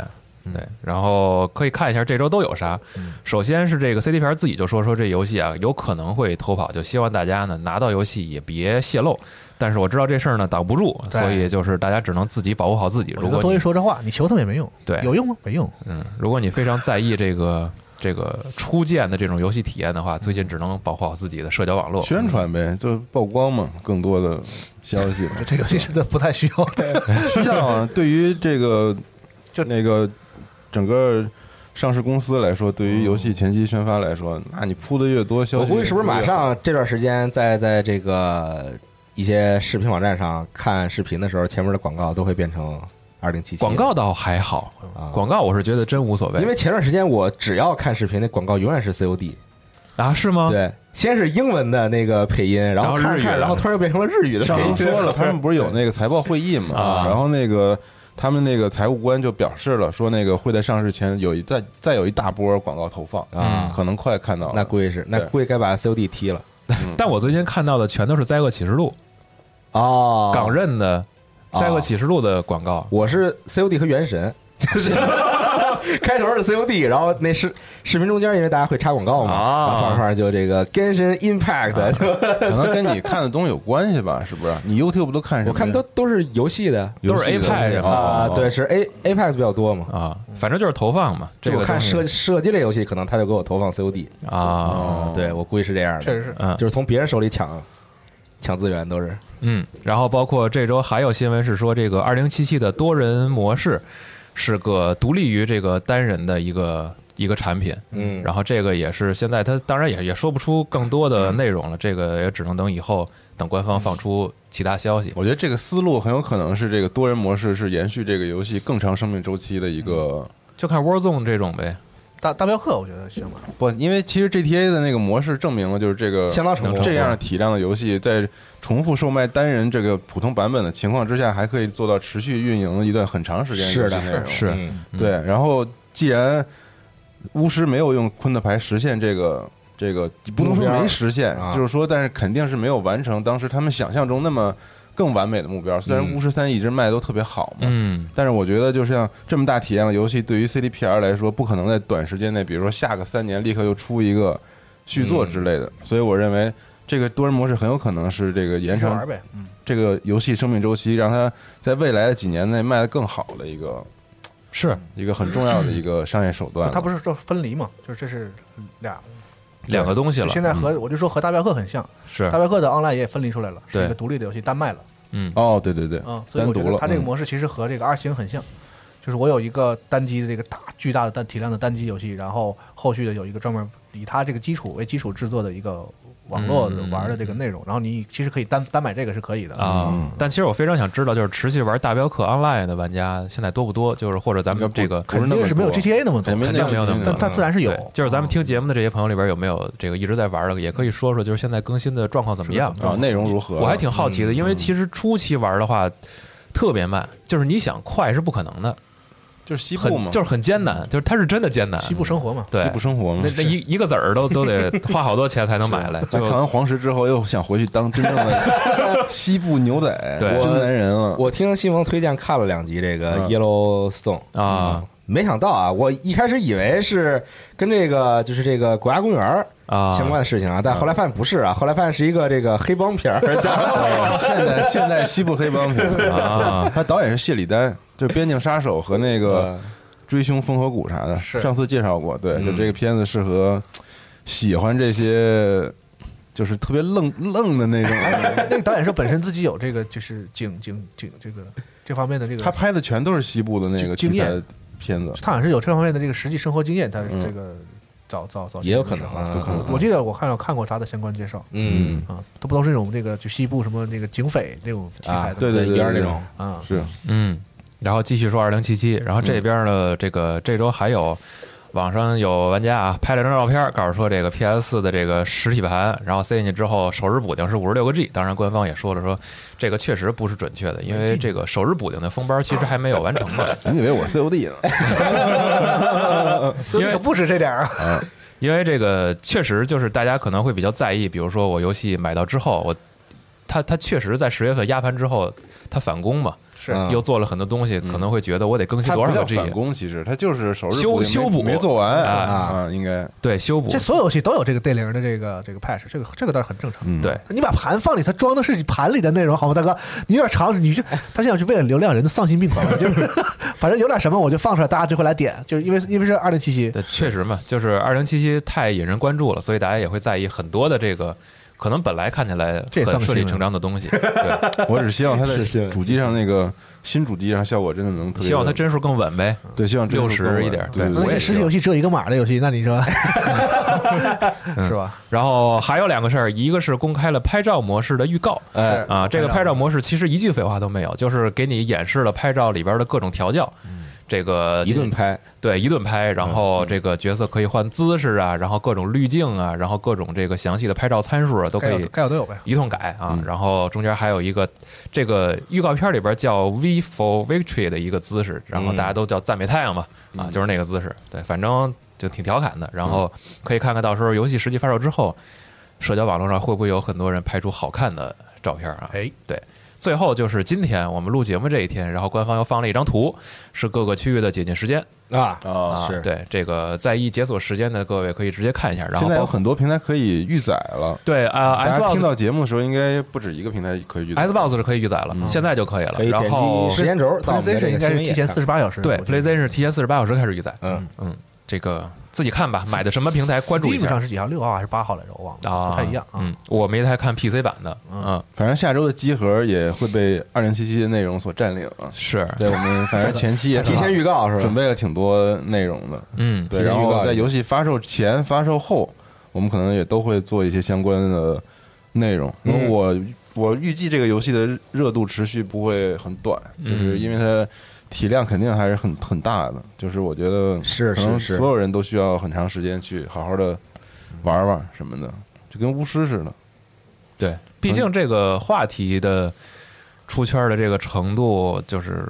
Speaker 5: 对，然后可以看一下这周都有啥。首先是这个 CD 片自己就说说这游戏啊有可能会偷跑，就希望大家呢拿到游戏也别泄露。但是我知道这事儿呢挡不住，
Speaker 7: 对
Speaker 5: 所以就是大家只能自己保护好自己。
Speaker 7: 我
Speaker 5: 如
Speaker 7: 觉得
Speaker 5: 果
Speaker 7: 多
Speaker 5: 你
Speaker 7: 余说这话，你求他们也没用。
Speaker 5: 对
Speaker 7: 有用吗？没用。
Speaker 5: 嗯，如果你非常在意这个这个初见的这种游戏体验的话，最近只能保护好自己的社交网络。
Speaker 6: 宣传呗，就曝光嘛，更多的消 息嘛。
Speaker 7: 这游戏真的不太需要。对，
Speaker 6: 需要啊，对于这个就那个整个上市公司来说，对于游戏前期宣发来说，那你铺的越多，消息
Speaker 4: 我估计是不是马
Speaker 6: 越好
Speaker 4: 上这段时间在在这个一些视频网站上看视频的时候，前面的广告都会变成二零七七
Speaker 5: 广告倒还好，
Speaker 7: 啊
Speaker 5: 广告我是觉得真无所谓。
Speaker 4: 因为前段时间我只要看视频，那广告永远是 COD，
Speaker 5: 啊，是吗？
Speaker 4: 对，先是英文的那个配音，然后
Speaker 5: 然后
Speaker 4: 看着
Speaker 5: 日语
Speaker 4: 看
Speaker 5: 的
Speaker 4: 着，然后突然又变成了日语的
Speaker 6: 上
Speaker 4: 配音
Speaker 6: 周。说了，他们不是有那个财报会议嘛
Speaker 5: 啊，
Speaker 6: 然后那个。他们那个财务官就表示了，说那个会在上市前有一再再有一大波广告投放嗯
Speaker 5: 啊
Speaker 6: 可能快看到了。
Speaker 4: 那估计是，那
Speaker 6: 对
Speaker 4: 估计该把 COD 踢了。
Speaker 5: 但我最近看到的全都是《灾厄启示录
Speaker 4: 哦》
Speaker 5: 港任的《
Speaker 4: 哦
Speaker 5: 灾厄启示录》的广告。
Speaker 4: 我是 COD 和原神，就是 开头是 COD，然后那视视频中间因为大家会插广告嘛，
Speaker 5: 啊
Speaker 4: 然后放着放着就这个 Genshin Impact，、就
Speaker 6: 可能跟你看的东西有关系吧，是不是？你 YouTube 都看什么
Speaker 4: 我
Speaker 6: 呀？
Speaker 4: 看都都是游戏的
Speaker 5: 都是
Speaker 6: 游戏的
Speaker 5: A 派
Speaker 6: 东西
Speaker 5: 人哦
Speaker 4: 啊、对，，是 A Apex 比较多嘛。
Speaker 5: 啊，反正就是投放嘛，这
Speaker 4: 就
Speaker 5: 个
Speaker 4: 我看
Speaker 5: 东
Speaker 4: 射
Speaker 5: 西
Speaker 4: 射击类游戏，可能他就给我投放 COD
Speaker 5: 啊，
Speaker 4: 啊、对我估计是这样的，
Speaker 7: 确实是。
Speaker 5: 嗯
Speaker 4: 就是从别人手里抢抢资源都是。
Speaker 5: 嗯，然后包括这周还有新闻是说，这个二零七七的多人模式是个独立于这个单人的一个一个产品。
Speaker 4: 嗯
Speaker 5: 然后这个也是现在它当然也也说不出更多的内容了，这个也只能等以后等官方放出其他消息。
Speaker 6: 我觉得这个思路很有可能是这个多人模式是延续这个游戏更长生命周期的一个
Speaker 5: 就看 Warzone 这种呗，
Speaker 7: 大大镖客我觉得行吧，
Speaker 6: 不，因为其实 GTA 的那个模式证明了，就是这个
Speaker 4: 相当成功
Speaker 6: 这样的体量的游戏，在重复售卖单人这个普通版本的情况之下，还可以做到持续运营一段很长时间
Speaker 4: 是
Speaker 6: 游戏
Speaker 4: 的
Speaker 6: 内容。
Speaker 5: 是
Speaker 4: 嗯
Speaker 6: 对。然后既然巫师没有用昆特牌实现这个。这个不能说没实现，
Speaker 4: 啊
Speaker 6: 就是说，但是肯定是没有完成当时他们想象中那么更完美的目标。虽然
Speaker 4: 嗯
Speaker 6: 巫师三一直卖的都特别好嘛，
Speaker 5: 嗯，
Speaker 6: 但是我觉得，就像这么大体量的游戏，对于 CDPR 来说，不可能在短时间内，比如说下个三年立刻又出一个续作之类的。
Speaker 5: 嗯
Speaker 6: 所以我认为，这个多人模式很有可能是这个延
Speaker 7: 去玩
Speaker 6: 长
Speaker 7: 呗。嗯
Speaker 6: 这个游戏生命周期，让它在未来的几年内卖得更好的一个
Speaker 5: 是
Speaker 6: 一个很重要的一个商业手段。
Speaker 7: 它不是说分离嘛，就是这是俩。
Speaker 5: 两个东西
Speaker 7: 就
Speaker 5: 了，嗯
Speaker 7: 现在和我就说和大镖客很像，
Speaker 5: 是
Speaker 7: 大镖客的 online 也分离出来了，是
Speaker 5: 对
Speaker 7: 一个独立的游戏，单卖了。
Speaker 5: 嗯，
Speaker 6: 哦，对对对，
Speaker 7: 啊、所以
Speaker 6: 单
Speaker 7: 我觉
Speaker 6: 独
Speaker 7: 得
Speaker 6: 了。
Speaker 7: 它这个
Speaker 6: 嗯
Speaker 7: 模式其实和这个二星很像，就是我有一个单机的这个大巨大的单体量的单机游戏，然后后续的有一个专门以它这个基础为基础制作的一个网络
Speaker 5: 嗯
Speaker 7: 玩的这个内容，然后你其实可以单单买这个是可以的
Speaker 5: 啊、
Speaker 7: 嗯
Speaker 5: 但其实我非常想知道，就是持续玩大镖客 Online 的玩家现在多不多？就是或者咱们这个
Speaker 6: 不是
Speaker 7: 肯
Speaker 6: 那么
Speaker 7: 定是没有
Speaker 6: 多
Speaker 7: GTA 那么多，
Speaker 6: 肯定
Speaker 5: 肯定没有那么多
Speaker 7: 但
Speaker 5: 嗯
Speaker 7: 但自然是有
Speaker 5: 对，就是咱们听节目的这些朋友里边有没有这个一直在玩的，也可以说说，就是现在更新的状况怎么样
Speaker 6: 啊，嗯内容如何？
Speaker 5: 我还挺好奇的，因为其实初期玩的话特别慢，就是你想快是不可能的，
Speaker 6: 就是西部嘛，嗯
Speaker 5: 很就是是很艰难，就是它是真的艰难。
Speaker 7: 西部生活嘛，
Speaker 5: 对
Speaker 6: 西部生活嘛
Speaker 5: 那。那一一个子儿都都得花好多钱才能买来，
Speaker 6: 咱
Speaker 5: 就
Speaker 6: 看完黄石之后，又想回去当真正 的西部牛仔，
Speaker 5: 对
Speaker 6: 真男人了。
Speaker 4: 我听新蒙推荐看了两集这个
Speaker 6: 嗯
Speaker 4: Yellowstone 嗯
Speaker 5: 啊，
Speaker 4: 没想到啊，我一开始以为是跟这个就是这个国家公园儿
Speaker 5: 啊
Speaker 4: 相关的事情啊，但后来发现不是啊，后来发现是一个这个黑帮片 儿，
Speaker 6: 啊现在现在西部黑帮片
Speaker 5: 哦啊，
Speaker 6: 他导演是谢里丹，就是《边境杀手》和那个
Speaker 4: 嗯
Speaker 6: 《追凶风和谷》啥的，
Speaker 7: 是
Speaker 6: 上次介绍过。
Speaker 5: 嗯
Speaker 6: 对，就这个片子适合喜欢这些，就是特别愣愣的 那
Speaker 5: 哎
Speaker 6: 种。
Speaker 7: 那个导演说本身自己有这个就是警警警这个这方面的这个，
Speaker 6: 他拍的全都是西部的那个
Speaker 7: 经
Speaker 6: 题材
Speaker 7: 验
Speaker 6: 的片子，
Speaker 7: 他好像是有这方面的这个实际生活经验，他是这个早早早
Speaker 4: 也有可能啊
Speaker 7: 啊。
Speaker 4: 有可能啊
Speaker 7: 我记得我看看过他的相关介绍，
Speaker 4: 嗯，
Speaker 7: 啊，都不都是那种这个就西部什么那个警匪那种题材
Speaker 4: 啊，
Speaker 7: 的，
Speaker 6: 对对对
Speaker 4: 边儿
Speaker 6: 对
Speaker 4: 那种，
Speaker 7: 啊，
Speaker 6: 是
Speaker 5: 嗯，然后继续说二零七七，然后这边呢，这个这周还有网上有玩家啊拍了张照片，告诉说这个 PS 四的这个实体盘，然后塞进去之后手指补丁是五十六个 G，当然官方也说了说这个确实不是准确的，因为这个手指补丁的封包其实还没有完成呢。
Speaker 6: 你以为我是 COD 呢？
Speaker 7: 所以可不止这点儿啊，
Speaker 5: 因为这个确实就是大家可能会比较在意，比如说我游戏买到之后，我它它确实在十月份压盘之后，它返工嘛，
Speaker 7: 是
Speaker 4: 嗯
Speaker 5: 又做了很多东西，可能会觉得我得更新
Speaker 6: 他
Speaker 5: 多
Speaker 6: 不
Speaker 5: 少
Speaker 6: 叫
Speaker 5: 个 G，
Speaker 6: 反攻，其实他就是手指
Speaker 5: 修
Speaker 6: 补丁没
Speaker 5: 修补
Speaker 6: 没做完
Speaker 5: 啊
Speaker 6: 啊，应该
Speaker 5: 对修补
Speaker 7: 这，所有游戏都有这个对零的这个这个 patch，这个这个倒是很正常。
Speaker 6: 嗯
Speaker 5: 对。
Speaker 7: 你把盘放里，它装的是你盘里的内容，好吗，大哥？你有点长，你就他现在是为了流量，人的丧心病狂，就是反正有点什么我就放出来，大家就会来点，就是因为因为是二零七七，
Speaker 5: 对，确实嘛，就是二零七七太引人关注了，所以大家也会在意很多的这个，可能本来看起来
Speaker 7: 这也算
Speaker 5: 很
Speaker 7: 个
Speaker 5: 顺理
Speaker 7: 新闻
Speaker 5: 成章的东西， 对，
Speaker 6: 我只希望它在
Speaker 4: 是新闻
Speaker 6: 主机上那个新主机上效果真的能特别，
Speaker 5: 希望它帧数更稳呗。
Speaker 6: 对，希望帧数
Speaker 5: 60
Speaker 6: 更稳
Speaker 5: 一点
Speaker 6: 对
Speaker 5: 对
Speaker 6: 对
Speaker 7: 那
Speaker 6: 对
Speaker 7: 些实体游戏只有一个码的游戏，那你 说是吧？
Speaker 5: 然后还有两个事儿，一个是公开了拍照模式的预告，
Speaker 4: 哎
Speaker 5: 啊，这个
Speaker 7: 拍
Speaker 5: 拍照
Speaker 7: 照
Speaker 5: 模式其实一句废话都没有，就是给你演示了拍照里边的各种调教，这个
Speaker 4: 一顿拍，
Speaker 5: 对一顿拍，然后这个角色可以换姿势啊，然后各种滤镜啊，然后各种这个详细的拍照参数啊都
Speaker 7: 该
Speaker 5: 可
Speaker 7: 有
Speaker 5: 以
Speaker 7: 该有都有呗。
Speaker 5: 一通改啊。
Speaker 6: 嗯
Speaker 5: 然后中间还有一个这个预告片里边叫 “V for Victory” 的一个姿势，然后
Speaker 6: 嗯
Speaker 5: 大家都叫赞美太阳嘛，啊，就是那个姿势。对，反正就挺调侃的。然后
Speaker 6: 嗯
Speaker 5: 可以看看到时候游戏实际发售之后，社交网络上会不会有很多人拍出好看的照片啊？
Speaker 7: 哎，
Speaker 5: 对。最后就是今天我们录节目这一天，然后官方又放了一张图，是各个区域的解禁时间
Speaker 4: 啊
Speaker 6: 啊。
Speaker 4: 是
Speaker 5: 对这个在意解锁时间的各位可以直接看一下。然后
Speaker 6: 现在有
Speaker 5: 包括
Speaker 6: 很多平台可以预载了，
Speaker 5: 对啊、
Speaker 6: 大
Speaker 5: x b
Speaker 6: 家
Speaker 5: o
Speaker 6: 听
Speaker 5: x
Speaker 6: 到节目的时候，应该不止一个平台可以预载。
Speaker 5: Xbox 是可以预载了，现在就可以了。
Speaker 4: 可以点
Speaker 5: 然后
Speaker 4: 击时间轴到我们的
Speaker 7: PlayStation
Speaker 4: 这
Speaker 7: 应
Speaker 4: 个
Speaker 7: 该
Speaker 4: 新
Speaker 7: 是
Speaker 4: 闻
Speaker 7: 提
Speaker 4: 页啊
Speaker 7: 前
Speaker 4: 看
Speaker 7: 四十八小时，
Speaker 5: 对
Speaker 7: 我记得
Speaker 5: ，PlayStation 是提前四十八小时开始预载。
Speaker 4: 嗯
Speaker 5: 嗯，这个自己看吧，买的什么平台关注一
Speaker 7: Steam 上
Speaker 5: 下
Speaker 7: 是几号？六号还是八号来着？我忘了，
Speaker 5: 啊，
Speaker 7: 不太一样啊。
Speaker 5: 嗯，我没太看 PC 版的，嗯，
Speaker 6: 反正下周的集合也会被二零七七的内容所占领啊。
Speaker 5: 是，
Speaker 6: 对，我们反正前 期也
Speaker 4: 提前预告是吧？
Speaker 6: 准备了挺多内容的，
Speaker 5: 嗯，
Speaker 6: 对，
Speaker 4: 提前
Speaker 6: 然
Speaker 4: 预告一
Speaker 6: 后
Speaker 4: 下
Speaker 6: 在游戏发售前、发售后，我们可能也都会做一些相关的内容。因
Speaker 4: 嗯
Speaker 6: 为我我预计这个游戏的热度持续不会很短，
Speaker 4: 嗯
Speaker 6: 就是因为它体量肯定还是很很大的，就是我觉得
Speaker 4: 是
Speaker 6: 可能
Speaker 4: 是是
Speaker 6: 所有人都需要很长时间去好好的玩玩什么的，就跟巫师似的。
Speaker 5: 对，毕竟这个话题的出圈的这个程度，就是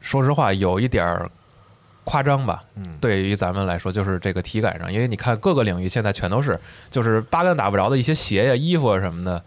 Speaker 5: 说实话有一点儿夸张吧。嗯，对于咱们来说，就是这个体感上，因为你看各个领域现在全都是，就是八竿打不着的一些鞋呀、衣服啊什么的。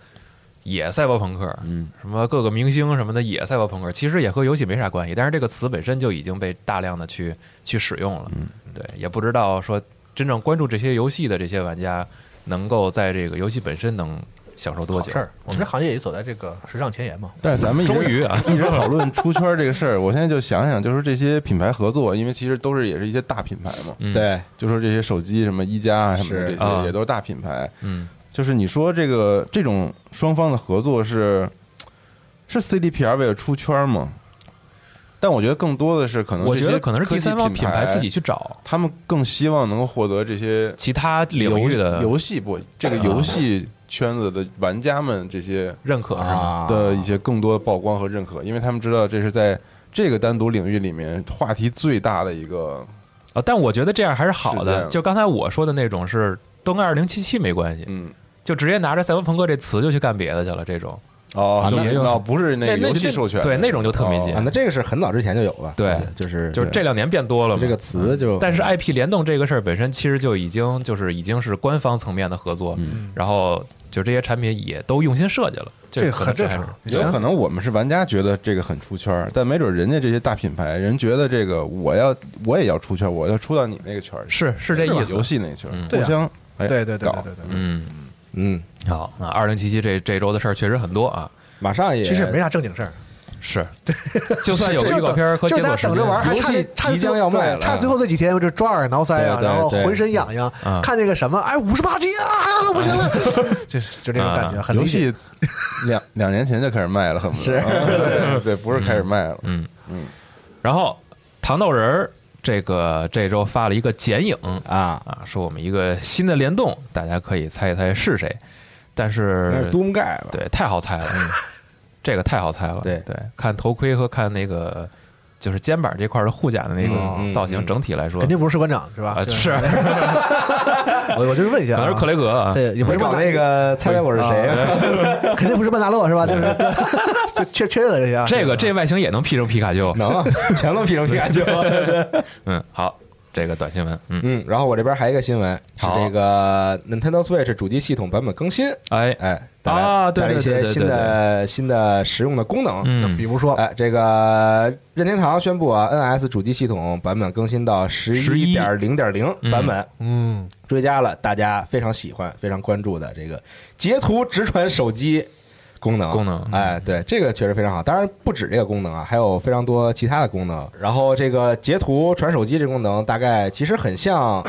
Speaker 5: 也赛博朋克，
Speaker 6: 嗯，
Speaker 5: 什么各个明星什么的也赛博朋克，其实也和游戏没啥关系，但是这个词本身就已经被大量的去去使用了，
Speaker 6: 嗯
Speaker 5: 对，也不知道说真正关注这些游戏的这些玩家，能够在这个游戏本身能享受多
Speaker 7: 好
Speaker 5: 久
Speaker 7: 事儿，？我
Speaker 5: 我
Speaker 7: 们
Speaker 5: 们
Speaker 7: 这行业也走在这个时尚前沿嘛。
Speaker 6: 但是咱们一直
Speaker 5: 终于啊，
Speaker 6: 一直讨论出圈这个事儿，我现在就想想，就是这些品牌合作，因为其实都是也是一些大品牌嘛，
Speaker 5: 嗯
Speaker 4: 对，
Speaker 6: 就说这些手机什么一加啊什么的
Speaker 4: 是
Speaker 6: 这
Speaker 5: 啊
Speaker 6: 些也都是大品牌。
Speaker 5: 嗯
Speaker 6: 就是你说这个这种双方的合作是是 CDPR 为了出圈吗？但我觉得更多的是可能
Speaker 5: 我
Speaker 6: 这
Speaker 5: 觉得
Speaker 6: 些
Speaker 5: 可能是
Speaker 6: 科
Speaker 5: 第
Speaker 6: 技
Speaker 5: 三方
Speaker 6: 品
Speaker 5: 品牌自己，去找
Speaker 6: 他们更希望能够获得这些
Speaker 5: 其他领域的啊
Speaker 6: 游游戏不这个游戏圈子的玩家们这些
Speaker 5: 认可，是
Speaker 4: 啊
Speaker 5: 吗？
Speaker 6: 的一些更多的曝光和认可，因为他们知道这是在这个单独领域里面话题最大的一个，
Speaker 5: 啊，但我觉得这样还是好
Speaker 6: 是这
Speaker 5: 的。
Speaker 6: 样
Speaker 5: 就刚才我说的那种是都跟二零七七没关系，
Speaker 6: 嗯，
Speaker 5: 就直接拿着赛博朋克这词就去干别的去了，这种
Speaker 6: 哦
Speaker 4: 啊
Speaker 6: 就
Speaker 4: 那
Speaker 6: 是
Speaker 5: 就
Speaker 6: 哦，不是
Speaker 5: 那
Speaker 6: 那个
Speaker 5: 那
Speaker 6: 游
Speaker 5: 就
Speaker 6: 戏哦授权，
Speaker 5: 对那种就特没劲
Speaker 4: 啊，那这个是很早之前就有了，
Speaker 5: 对
Speaker 4: 就是
Speaker 5: 就是这两年变多了
Speaker 4: 就
Speaker 5: 嘛。嗯
Speaker 4: 这个词就，
Speaker 5: 但是 IP 联动这个事儿本身其实就已经就是已经是官方层面的合作，
Speaker 4: 嗯
Speaker 5: 然后就这些产品也都用心设计了，
Speaker 7: 嗯这
Speaker 5: 可
Speaker 7: 很
Speaker 5: 能
Speaker 7: 正
Speaker 5: 还是
Speaker 7: 常。
Speaker 6: 有可能我们是玩家觉得这个很出圈儿，但没准人家这些大品牌人觉得这个我要我也要出圈儿，我要出到你那个圈儿去，
Speaker 5: 是是这
Speaker 6: 吧
Speaker 5: 意思
Speaker 6: 游。戏那个圈儿，
Speaker 5: 嗯
Speaker 7: 对
Speaker 6: 互
Speaker 7: 啊
Speaker 6: 相哎
Speaker 7: 对对对对
Speaker 6: 搞
Speaker 7: 对对，
Speaker 5: 嗯，
Speaker 4: 嗯，
Speaker 5: 好，那二零七七这这周的事儿确实很多啊，
Speaker 4: 马上也
Speaker 7: 其实也没啥正经事儿，
Speaker 5: 是，就算有
Speaker 7: 就
Speaker 5: 预告片儿和
Speaker 7: 就
Speaker 5: 结
Speaker 7: 大
Speaker 5: 果
Speaker 7: 家
Speaker 5: 时
Speaker 7: 等着玩，
Speaker 5: 间，
Speaker 7: 还
Speaker 4: 游戏
Speaker 7: 差那差
Speaker 4: 即将要
Speaker 7: 最后
Speaker 4: 卖了啊
Speaker 7: 对差最后这几天就抓耳挠腮啊，
Speaker 4: 对对
Speaker 7: 然后
Speaker 4: 对啊
Speaker 7: 浑身痒痒
Speaker 5: 嗯，
Speaker 7: 看那个什么，哎，五十八 G 啊， 不行了，就是就那种感觉，
Speaker 5: 啊
Speaker 7: 很
Speaker 6: 游
Speaker 7: 理解
Speaker 6: 戏 两两年前就开始卖了，恨不得
Speaker 4: 是
Speaker 6: 啊对对，不是开始卖了，
Speaker 5: 嗯然后糖豆人儿这个这周发了一个剪影
Speaker 4: 啊，
Speaker 5: 啊，说我们一个新的联动，大家可以猜一猜是谁，但
Speaker 4: 那
Speaker 5: 是
Speaker 4: 是 Doom 盖吧？
Speaker 5: 对，太好猜了，嗯这个太好猜了。
Speaker 4: 对
Speaker 5: 对，看头盔和看那个就是肩膀这块的护甲的那
Speaker 4: 嗯
Speaker 5: 个
Speaker 4: 嗯
Speaker 5: 造型，整体来说
Speaker 7: 肯定不是士官长是吧
Speaker 5: 啊？是，
Speaker 7: 我我就是问一下
Speaker 5: 可
Speaker 7: 啊，
Speaker 5: 能是克雷格啊。
Speaker 7: 对，也不
Speaker 4: 你
Speaker 7: 是
Speaker 4: 搞
Speaker 7: 曼达
Speaker 4: 那个猜猜我是谁啊？
Speaker 7: 肯定不是曼达洛是吧？就是 就缺缺的这些啊，
Speaker 5: 这个
Speaker 7: 是
Speaker 5: 这
Speaker 7: 吧
Speaker 5: 外形也能 P 成皮卡丘。
Speaker 4: 能啊， 全都 P 成皮卡丘。
Speaker 5: 嗯，好，这个短新闻，嗯，
Speaker 4: 嗯，然后我这边还有一个新闻，是
Speaker 5: 好
Speaker 4: 这个 Nintendo Switch 主机系统版本更新，
Speaker 5: 哎，
Speaker 4: 哎，带来
Speaker 5: 啊对
Speaker 4: 带来一
Speaker 5: 对
Speaker 4: 些
Speaker 5: 对对
Speaker 4: 新
Speaker 5: 对
Speaker 4: 的新的实用的功能。
Speaker 7: 比
Speaker 5: 嗯，
Speaker 7: 如说
Speaker 4: 哎，这个任天堂宣布啊，NS 主机系统版本更新到十一点零点零
Speaker 5: 嗯
Speaker 4: 版本，
Speaker 7: 嗯，
Speaker 4: 追加了大家非常喜欢、非常关注的这个截图直传手机功能。
Speaker 5: 功能嗯
Speaker 4: 哎，对，这个确实非常好。当然不止这个功能啊，还有非常多其他的功能。然后这个截图传手机这功能，大概其实很像，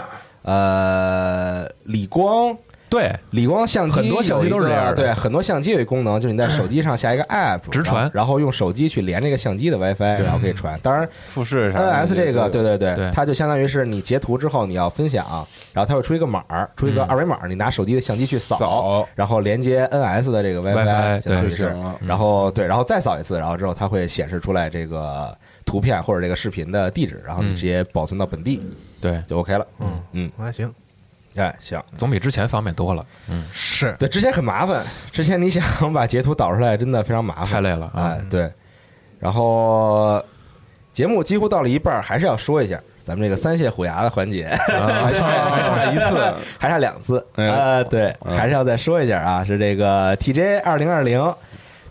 Speaker 4: 呃，理光
Speaker 5: 对，
Speaker 4: 理光相机
Speaker 5: 很多相机都是这样的
Speaker 4: 有一个对，很多相机有一功能，就是你在手机上下一个 app
Speaker 5: 直传
Speaker 4: 然后然后用手机去连这个相机的 WiFi，然后可以传。当然
Speaker 6: 复试啥的
Speaker 4: ，NS
Speaker 6: 那些
Speaker 4: 这个，对对对
Speaker 5: 对，
Speaker 4: 它就相当于是你截图之后你要分享，然后它会出一个码儿，出一个
Speaker 5: 嗯
Speaker 4: 二维码儿，你拿手机的相机去扫
Speaker 6: 扫，哎
Speaker 4: 然后连接 NS 的这个
Speaker 5: WiFi
Speaker 4: 相当于
Speaker 5: 对
Speaker 4: 是
Speaker 6: 就行了，
Speaker 4: 然后对，然后再扫一次，然后之后它会显示出来这个图片或者这个视频的地址，然后你
Speaker 5: 嗯
Speaker 4: 直接保存到本地
Speaker 5: 对，
Speaker 4: 就 OK 了。
Speaker 7: 嗯
Speaker 4: 嗯，
Speaker 7: 还行，
Speaker 4: 哎，行。
Speaker 5: 总比之前方便多了，
Speaker 7: 是
Speaker 4: 对，之前很麻烦，之前你想 把截图导出来，真的非常麻烦，
Speaker 5: 太累了啊
Speaker 4: 哎，对，然后节目几乎到了一半儿，还是要说一下咱们这个三谢虎牙的环节，
Speaker 5: 啊
Speaker 6: 还差还差一次，
Speaker 4: 还差两次，
Speaker 6: 哎呦
Speaker 4: 呃，对，
Speaker 6: 嗯
Speaker 4: 还是要再说一下啊，是这个 TJ 二零二零。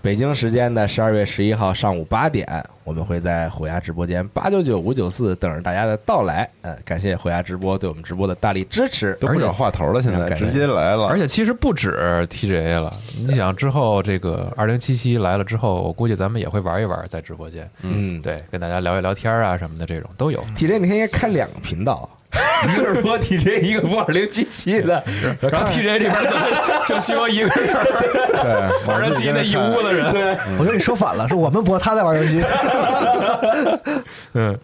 Speaker 4: 北京时间的十二月十一号上午八点，我们会在虎牙直播间八九九五九四等着大家的到来。呃，感谢虎牙直播对我们直播的大力支持。
Speaker 6: 都不找话头了，现在直接来了，
Speaker 5: 而且其实不止 TGA 了，你想之后这个二零七七来了之后，我估计咱们也会玩一玩在直播间，
Speaker 4: 嗯，
Speaker 5: 对，跟大家聊一聊天啊什么的，这种都有。
Speaker 4: TJ 你看应该开两个频道，啊 一个是播 TJ，一个播二零七七的。
Speaker 5: 然后 TJ 这边就 就希望一个人儿，
Speaker 6: 对，
Speaker 5: 二
Speaker 6: 马
Speaker 5: 十
Speaker 6: 自己
Speaker 5: 七
Speaker 6: 在
Speaker 5: 那一屋
Speaker 6: 看
Speaker 5: 子人，
Speaker 4: 嗯
Speaker 7: 我觉得你说反了，是我们播，他在玩游戏，
Speaker 5: 嗯，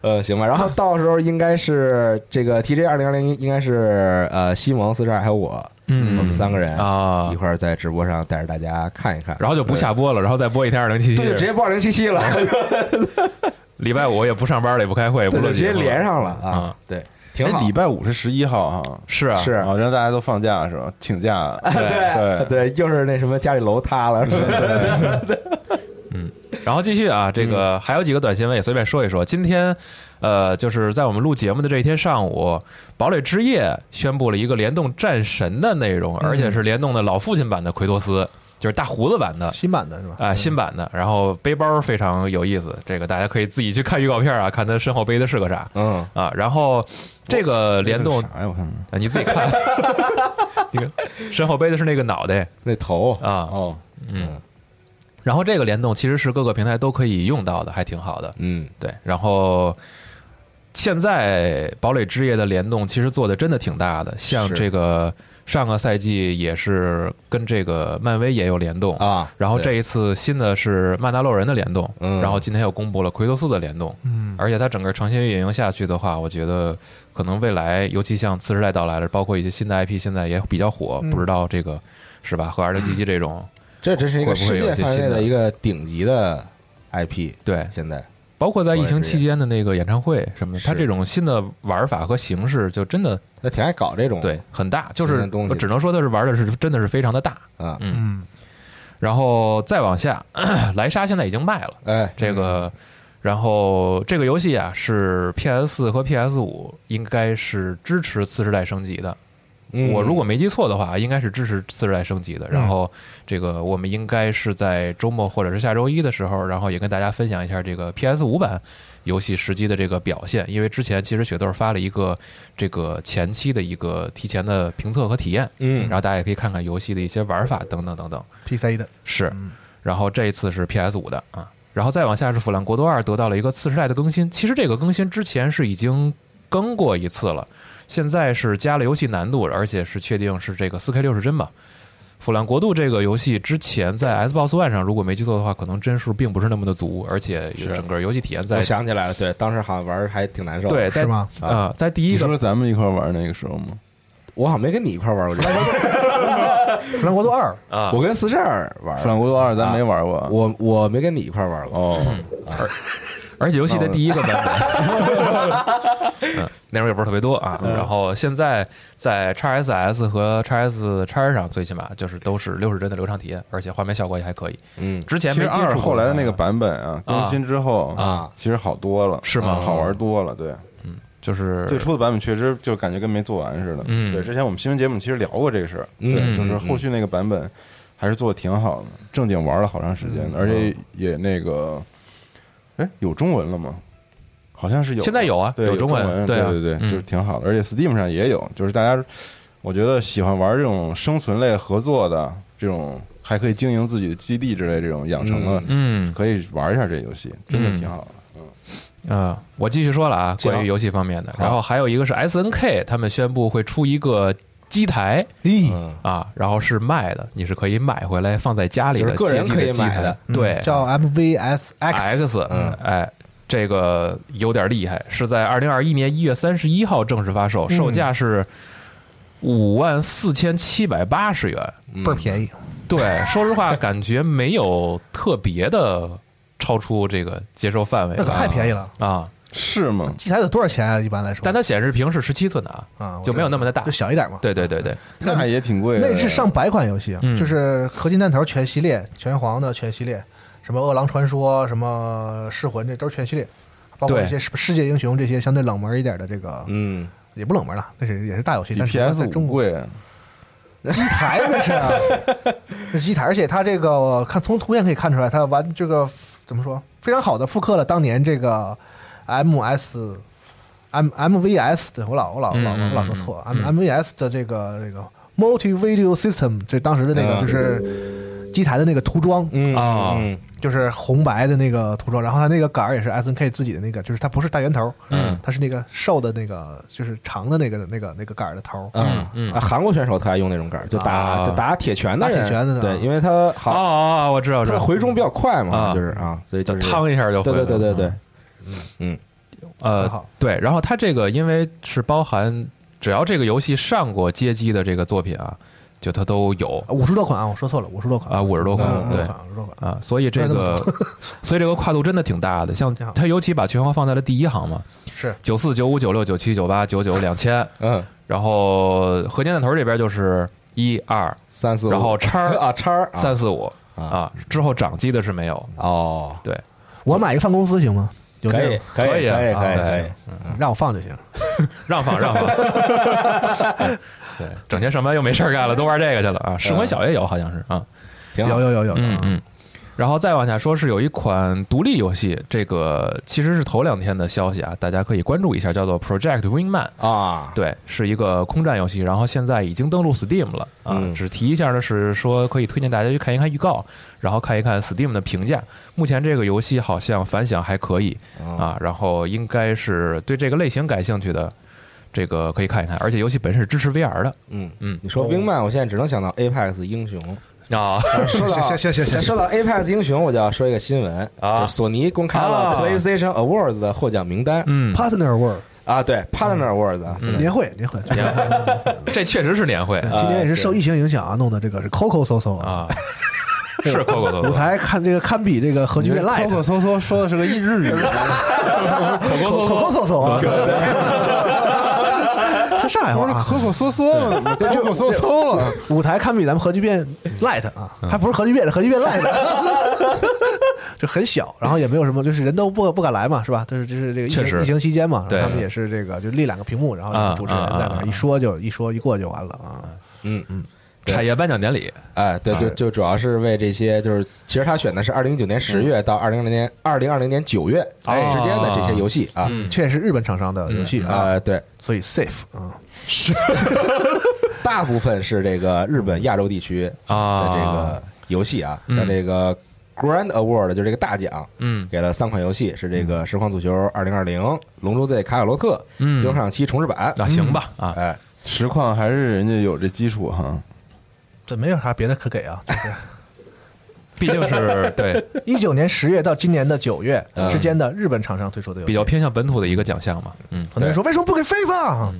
Speaker 4: 呃，行吧。然后到时候应该是这个 TJ 二零二零，应该是呃西蒙四十二还有我，
Speaker 5: 嗯
Speaker 4: 我们三个人
Speaker 5: 啊
Speaker 4: 一块儿在直播上带着大家看一看，
Speaker 5: 然后就不下播了，然后再播一天二零七
Speaker 4: 对，就直
Speaker 5: 七，
Speaker 4: 接播二零七七了，
Speaker 5: 礼拜五也不上班了，也不开会，也不
Speaker 4: 对，
Speaker 5: 录
Speaker 4: 就直
Speaker 5: 节
Speaker 4: 接
Speaker 5: 目
Speaker 4: 连上了
Speaker 5: 啊
Speaker 4: 啊，，对，挺好
Speaker 6: 哎，。礼拜五是十一号啊，
Speaker 5: 是啊，
Speaker 4: 是
Speaker 6: 啊，让大家都放假是吧？请假，
Speaker 4: 对
Speaker 6: 对
Speaker 4: 对，又是那什么家里楼塌了，是吧
Speaker 5: 然后继续啊，这
Speaker 4: 嗯
Speaker 5: 个还有几个短新闻也随便说一说。今天，呃，就是在我们录节目的这一天上午，《堡垒之夜》宣布了一个联动战神的内容，而
Speaker 4: 嗯
Speaker 5: 且是联动的老父亲版的奎托斯，就是大胡子版的。
Speaker 7: 新版的是吧？
Speaker 5: 啊、
Speaker 6: 嗯
Speaker 5: 新版的，然后背包非常有意思，这个大家可以自己去看预告片啊，看他身后背的是个啥
Speaker 4: 嗯，
Speaker 5: 啊。然后这个 联动
Speaker 6: 啥呀？我看看，
Speaker 5: 啊，你自 己看，你看身后背的是那个脑袋
Speaker 4: 那头
Speaker 5: 啊。
Speaker 6: 哦，
Speaker 5: 然后这
Speaker 6: 嗯
Speaker 5: 个联动其实是各个平台都可以用到的，还挺好的。
Speaker 4: 嗯，
Speaker 5: 对，然后现在堡垒之夜的联动其实做的真的挺大的，像
Speaker 4: 是
Speaker 5: 这个上个赛季也是跟这个漫威也有联动
Speaker 4: 啊
Speaker 5: 然后
Speaker 4: 对
Speaker 5: 这一次新的是曼达洛人的联动，
Speaker 4: 嗯
Speaker 5: 然后今天又公布了奎托斯的联动，嗯，而且它整个长线运营下去的话，我觉得可能未来，尤其像次时代到来了，包括一些新的 IP 现在也比较火，不知道这个是吧？和 RPG 这种，
Speaker 4: 这真是一个
Speaker 5: 会不
Speaker 4: 世
Speaker 5: 会有
Speaker 4: 界
Speaker 5: 一些
Speaker 4: 范围
Speaker 5: 新
Speaker 4: 的
Speaker 5: 的
Speaker 4: 一个顶级的 IP。
Speaker 5: 对
Speaker 4: 现在
Speaker 5: 包括在疫
Speaker 4: 我也
Speaker 5: 情
Speaker 4: 是
Speaker 5: 期间的那个演唱会什么的，
Speaker 4: 是
Speaker 5: 它这种新的玩法和形式就真的
Speaker 4: 他挺爱搞这种
Speaker 5: 对很大，就
Speaker 4: 哦新
Speaker 5: 是
Speaker 4: 的东西
Speaker 5: 我只能说它是玩的是真的是非常的大。
Speaker 4: 啊，
Speaker 7: 嗯，
Speaker 5: 然后再往下， 莱莎现在已经卖了
Speaker 4: 哎，
Speaker 5: 这个，然后这个游戏啊是 PS 和 PS 五应该是支持次世代升级的，
Speaker 4: 嗯
Speaker 5: 我如果没记错的话，应该是支持次世代升级的。然后这个我们应该是在周末或者是下周一的时候，然后也跟大家分享一下这个 PS 五版游戏实际的这个表现，因为之前其实雪豆发了一个这个前期的一个提前的评测和体验，
Speaker 4: 嗯
Speaker 5: 然后大家也可以看看游戏的一些玩法等等等等。
Speaker 7: P 三一的，
Speaker 5: 是，然后这一次是 PS 五的啊，然后再往下是《腐烂国度二》得到了一个次世代的更新。其实这个更新之前是已经更过一次了，现在是加了游戏难度，而且是确定是这个 4K 六十帧吧。《腐烂国度》这个游戏之前在 Xbox One 上，如果没记错的话，可能帧数并不是那么的足，而且
Speaker 4: 是
Speaker 5: 整个游戏体验在
Speaker 4: 我想起来了，对，当时好像玩儿还挺难受。
Speaker 5: 对，在
Speaker 7: 是吗
Speaker 5: 啊、在第一
Speaker 6: 你
Speaker 5: 个
Speaker 6: 说咱们一块玩那个时候吗？
Speaker 4: 我好像没跟你一块玩过这 个，
Speaker 7: 《弗兰国度二》
Speaker 5: 啊
Speaker 4: 我跟四十二玩
Speaker 6: 《
Speaker 4: 儿。
Speaker 6: 反国度二》咱没玩过，
Speaker 4: 我我没跟你一块玩过，
Speaker 6: 哦，
Speaker 5: 而且游戏
Speaker 4: 嗯
Speaker 5: 的第一 个版本，嗯，内容也不是特别多啊。
Speaker 4: 嗯
Speaker 5: 然后现在在 x SS 和 x S x 上，最起码就是都是六十帧的流畅体验，而且画面效果也还可以。
Speaker 4: 嗯，
Speaker 5: 之前
Speaker 6: 其
Speaker 5: 没
Speaker 6: 实
Speaker 5: 接触
Speaker 6: 二
Speaker 5: 过
Speaker 6: 后来的那个版本啊，
Speaker 5: 啊
Speaker 6: 更新之后
Speaker 4: 啊
Speaker 6: 其实好多了，啊
Speaker 5: 是吗
Speaker 6: 好玩多了，对。
Speaker 5: 就是
Speaker 6: 最初的版本确实就感觉跟没做完似的。
Speaker 5: 嗯
Speaker 6: 对，之前我们新闻节目其实聊过这个事儿，
Speaker 4: 嗯
Speaker 6: 对，
Speaker 5: 嗯
Speaker 6: 就是后续那个版本还是做的挺好的，正经玩了好长时
Speaker 5: 嗯
Speaker 6: 间，而且也那个，哎，有中文了吗？好像是有，
Speaker 5: 现在有啊
Speaker 6: 对，
Speaker 5: 有
Speaker 6: 有
Speaker 5: 中文
Speaker 6: 文，
Speaker 5: 对
Speaker 6: 对
Speaker 5: 啊
Speaker 6: 对对，
Speaker 5: 嗯
Speaker 6: 就是挺好的，而且 Steam 上也有，就是大家我觉得喜欢玩这种生存类合作的这种，还可以经营自己的基地之类这种
Speaker 4: 啊
Speaker 6: 养成的，
Speaker 5: 嗯
Speaker 6: 可以玩一下这游戏，真的挺好的。
Speaker 5: 呃，我继续说了啊，
Speaker 4: 行
Speaker 5: 关于游戏方面的。然后还有一个是 SNK，他们宣布会出一个机台
Speaker 6: 哎
Speaker 7: 咦，
Speaker 5: 啊，然后是卖的，你是可以买回来放在家里
Speaker 4: 就
Speaker 5: 的
Speaker 4: 是个人
Speaker 5: 街机的
Speaker 4: 可以
Speaker 5: 机
Speaker 4: 买
Speaker 5: 台
Speaker 4: 的，
Speaker 6: 嗯
Speaker 5: 对，
Speaker 7: 叫 MVS X，
Speaker 5: X，哎，这个有点厉害，是在二零二一年一月三十一号正式发售，售价是五万四千七百八十元。
Speaker 7: 倍儿便
Speaker 4: 嗯
Speaker 7: 宜，
Speaker 5: 对，说实话，感觉没有特别的超出这个接受范围
Speaker 7: 那可太
Speaker 5: 吧。
Speaker 7: 便宜了。
Speaker 5: 啊，
Speaker 6: 是吗？
Speaker 7: 机台得多少钱啊？一般来说，
Speaker 5: 但它显示屏是十七寸的啊，
Speaker 7: 啊，我
Speaker 5: 就没
Speaker 7: 知
Speaker 5: 有
Speaker 7: 道
Speaker 5: 那么的大
Speaker 7: 就。小一点嘛。
Speaker 5: 对对对对，
Speaker 6: 那也挺贵的呀。
Speaker 7: 那是上百款游戏啊，
Speaker 5: 嗯
Speaker 7: 就是《合金弹头》全系列、《拳皇》的全系列，什么《饿狼传说》、什么《噬魂》，这都是全系列，包括
Speaker 5: 对
Speaker 7: 一些世世界英雄这些相对冷门一点的这个，
Speaker 4: 嗯，
Speaker 7: 也不冷门了，那是也是大游戏，
Speaker 6: 比
Speaker 7: 但是它
Speaker 6: PS
Speaker 7: 在中
Speaker 6: 五
Speaker 7: 国
Speaker 6: 贵。
Speaker 7: 机台那是啊，那是机台，而且它这个看从图片可以看出来，它完这个怎么说，非常好的复刻了当年这个 MS。M M V S 的，我老我老
Speaker 5: 嗯
Speaker 7: 我老我老说错，M M V S 的这个这个 Multi Video System，就当时的那个
Speaker 4: 嗯
Speaker 7: 就是机台的那个涂装，
Speaker 4: 嗯
Speaker 5: 啊
Speaker 4: 嗯
Speaker 7: 就是红白的那个涂装，然后它那个杆儿也是 S N K 自己的那个，就是它不是大圆头，嗯，它是那个瘦的那个，就是长的那个那个那个杆儿的头，
Speaker 4: 嗯嗯啊，韩国选手特爱用那种杆儿，就打
Speaker 5: 啊
Speaker 4: 就打铁拳的人，
Speaker 7: 打铁拳的
Speaker 4: 对
Speaker 7: 啊，
Speaker 4: 因为他
Speaker 5: 哦
Speaker 4: 好，
Speaker 5: 哦哦，我知道，我知
Speaker 4: 他
Speaker 5: 道，
Speaker 4: 回中比较快嘛，
Speaker 5: 啊
Speaker 4: 就是啊，所以
Speaker 5: 就
Speaker 4: 就是
Speaker 5: 烫一下就回
Speaker 4: 对
Speaker 5: 来
Speaker 4: 对
Speaker 5: 了。
Speaker 4: 对对对
Speaker 5: 嗯，，
Speaker 7: 很
Speaker 5: 呃
Speaker 7: 好，
Speaker 5: 对，然后它这个因为是包含只要这个游戏上过街机的这个作品啊，就它都有
Speaker 7: 五十多款啊，我说错了，五十多款
Speaker 5: 啊，五十多款，
Speaker 7: 嗯
Speaker 5: 对
Speaker 7: 五十多款，
Speaker 5: 啊，所以这个， 所以这个跨度真的挺大的。像
Speaker 7: 挺好
Speaker 5: 它尤其把拳皇放在了第一行嘛，
Speaker 7: 是
Speaker 5: 九四、九五、九六、九七、九八、九九、两千，
Speaker 4: 嗯，
Speaker 5: 然后合金弹头这边就是一二
Speaker 4: 三四五，
Speaker 5: 然后叉 儿
Speaker 4: 啊叉儿啊
Speaker 5: 三四五啊，之后掌机的是没有，
Speaker 4: 哦，
Speaker 5: 对，
Speaker 7: 我买一个放公司行吗？有
Speaker 4: 可
Speaker 7: 那
Speaker 4: 以
Speaker 7: 种
Speaker 4: 可以可
Speaker 5: 可
Speaker 4: 以
Speaker 5: 以啊
Speaker 4: 可以
Speaker 7: 啊
Speaker 4: 可以
Speaker 7: 行，让我放就行。
Speaker 5: 让放让放，对，整天上班又没事儿干了，都玩这个去了啊。噬魂小也有好像是啊，
Speaker 4: 挺好
Speaker 7: 有有有有，
Speaker 5: 嗯
Speaker 7: 啊
Speaker 5: 嗯。然后再往下说是有一款独立游戏，这个其实是头两天的消息啊，大家可以关注一下，叫做 Project Wingman。
Speaker 4: 啊，
Speaker 5: 对，是一个空战游戏，然后现在已经登陆 Steam 了啊。
Speaker 4: 嗯
Speaker 5: 只提一下的是说，可以推荐大家去看一看预告，然后看一看 Steam 的评价。目前这个游戏好像反响还可以啊，然后应该是对这个类型感兴趣的，这个可以看一看。而且游戏本身是支持 VR 的
Speaker 4: 嗯
Speaker 5: 嗯
Speaker 4: 你说
Speaker 7: 哦
Speaker 4: 冰曼，我现在只能想到 Apex 英雄。
Speaker 5: 啊。
Speaker 4: 说到
Speaker 7: 行行行 行
Speaker 4: 说到 Apex 英雄，我就要说一个新闻
Speaker 5: 啊
Speaker 4: 就是索尼公开了
Speaker 5: 啊
Speaker 4: PlayStation Awards 的获奖名单
Speaker 5: 嗯，
Speaker 7: Partner World
Speaker 4: 啊，对 Partner Awards 啊，现在
Speaker 7: 年会，年会，
Speaker 5: 年会，这确实是年 会
Speaker 7: 今年也是受疫情影响啊，弄的这个是抠抠搜搜啊，
Speaker 5: 啊，是 Coco
Speaker 7: 舞
Speaker 5: Coco
Speaker 7: 台看这个堪比这个何局变 l i
Speaker 6: 抠抠
Speaker 7: g
Speaker 6: 搜
Speaker 5: 啊
Speaker 6: 搜说的是个一日 语，
Speaker 7: 抠抠搜搜 啊，
Speaker 6: 不
Speaker 7: 是上海话
Speaker 6: 是
Speaker 7: 啊。
Speaker 6: 抠抠搜搜了吗，抠抠搜搜了。
Speaker 7: 舞台堪比咱们核聚变 light 啊，
Speaker 5: 嗯
Speaker 7: 还不是核聚变，是核聚变 light，就 很小，然后也没有什么，就是人都不不敢来嘛，是吧？就是就是这个疫
Speaker 5: 确
Speaker 7: 情
Speaker 5: 实
Speaker 7: 疫情期间嘛，然
Speaker 5: 对
Speaker 7: 后他们也是这个就立两个屏幕，然后
Speaker 5: 啊
Speaker 7: 主持人在那
Speaker 5: 啊啊
Speaker 7: 儿一说就一说一过就完了啊。
Speaker 4: 嗯，
Speaker 5: 产业颁奖典礼，
Speaker 4: 哎，对，
Speaker 5: 嗯
Speaker 4: 就就主要是为这些，就是其实他选的是二零一九年十月到二零零年二零二零年九月
Speaker 5: 嗯哦嗯
Speaker 4: 之间的这些游戏啊，
Speaker 7: 这也是日本厂商的游戏啊，
Speaker 4: 啊，对，
Speaker 7: 所以 safe 啊，
Speaker 4: 大部分是这个日本亚洲地区的
Speaker 5: 啊
Speaker 4: 这个游戏啊，
Speaker 5: 嗯
Speaker 4: 像这个 Grand Award 就是这个大奖，
Speaker 5: 嗯
Speaker 4: 给了三款游戏，是这个《实况足球二零二零》《龙珠 Z 卡卡罗特》
Speaker 5: 嗯
Speaker 4: 《最终幻想七》重置版。
Speaker 5: 那行吧啊，
Speaker 4: 哎，
Speaker 6: 实况还是人家有这基础哈，
Speaker 7: 这没有啥别的可给 啊。
Speaker 5: 毕竟是对
Speaker 7: 一九年十月到今年的九月
Speaker 4: 嗯
Speaker 7: 之间的日本厂商推出的游戏，
Speaker 5: 比较偏向本土的一个奖项嘛，嗯。
Speaker 7: 很多人说为什么不给 FIFA？、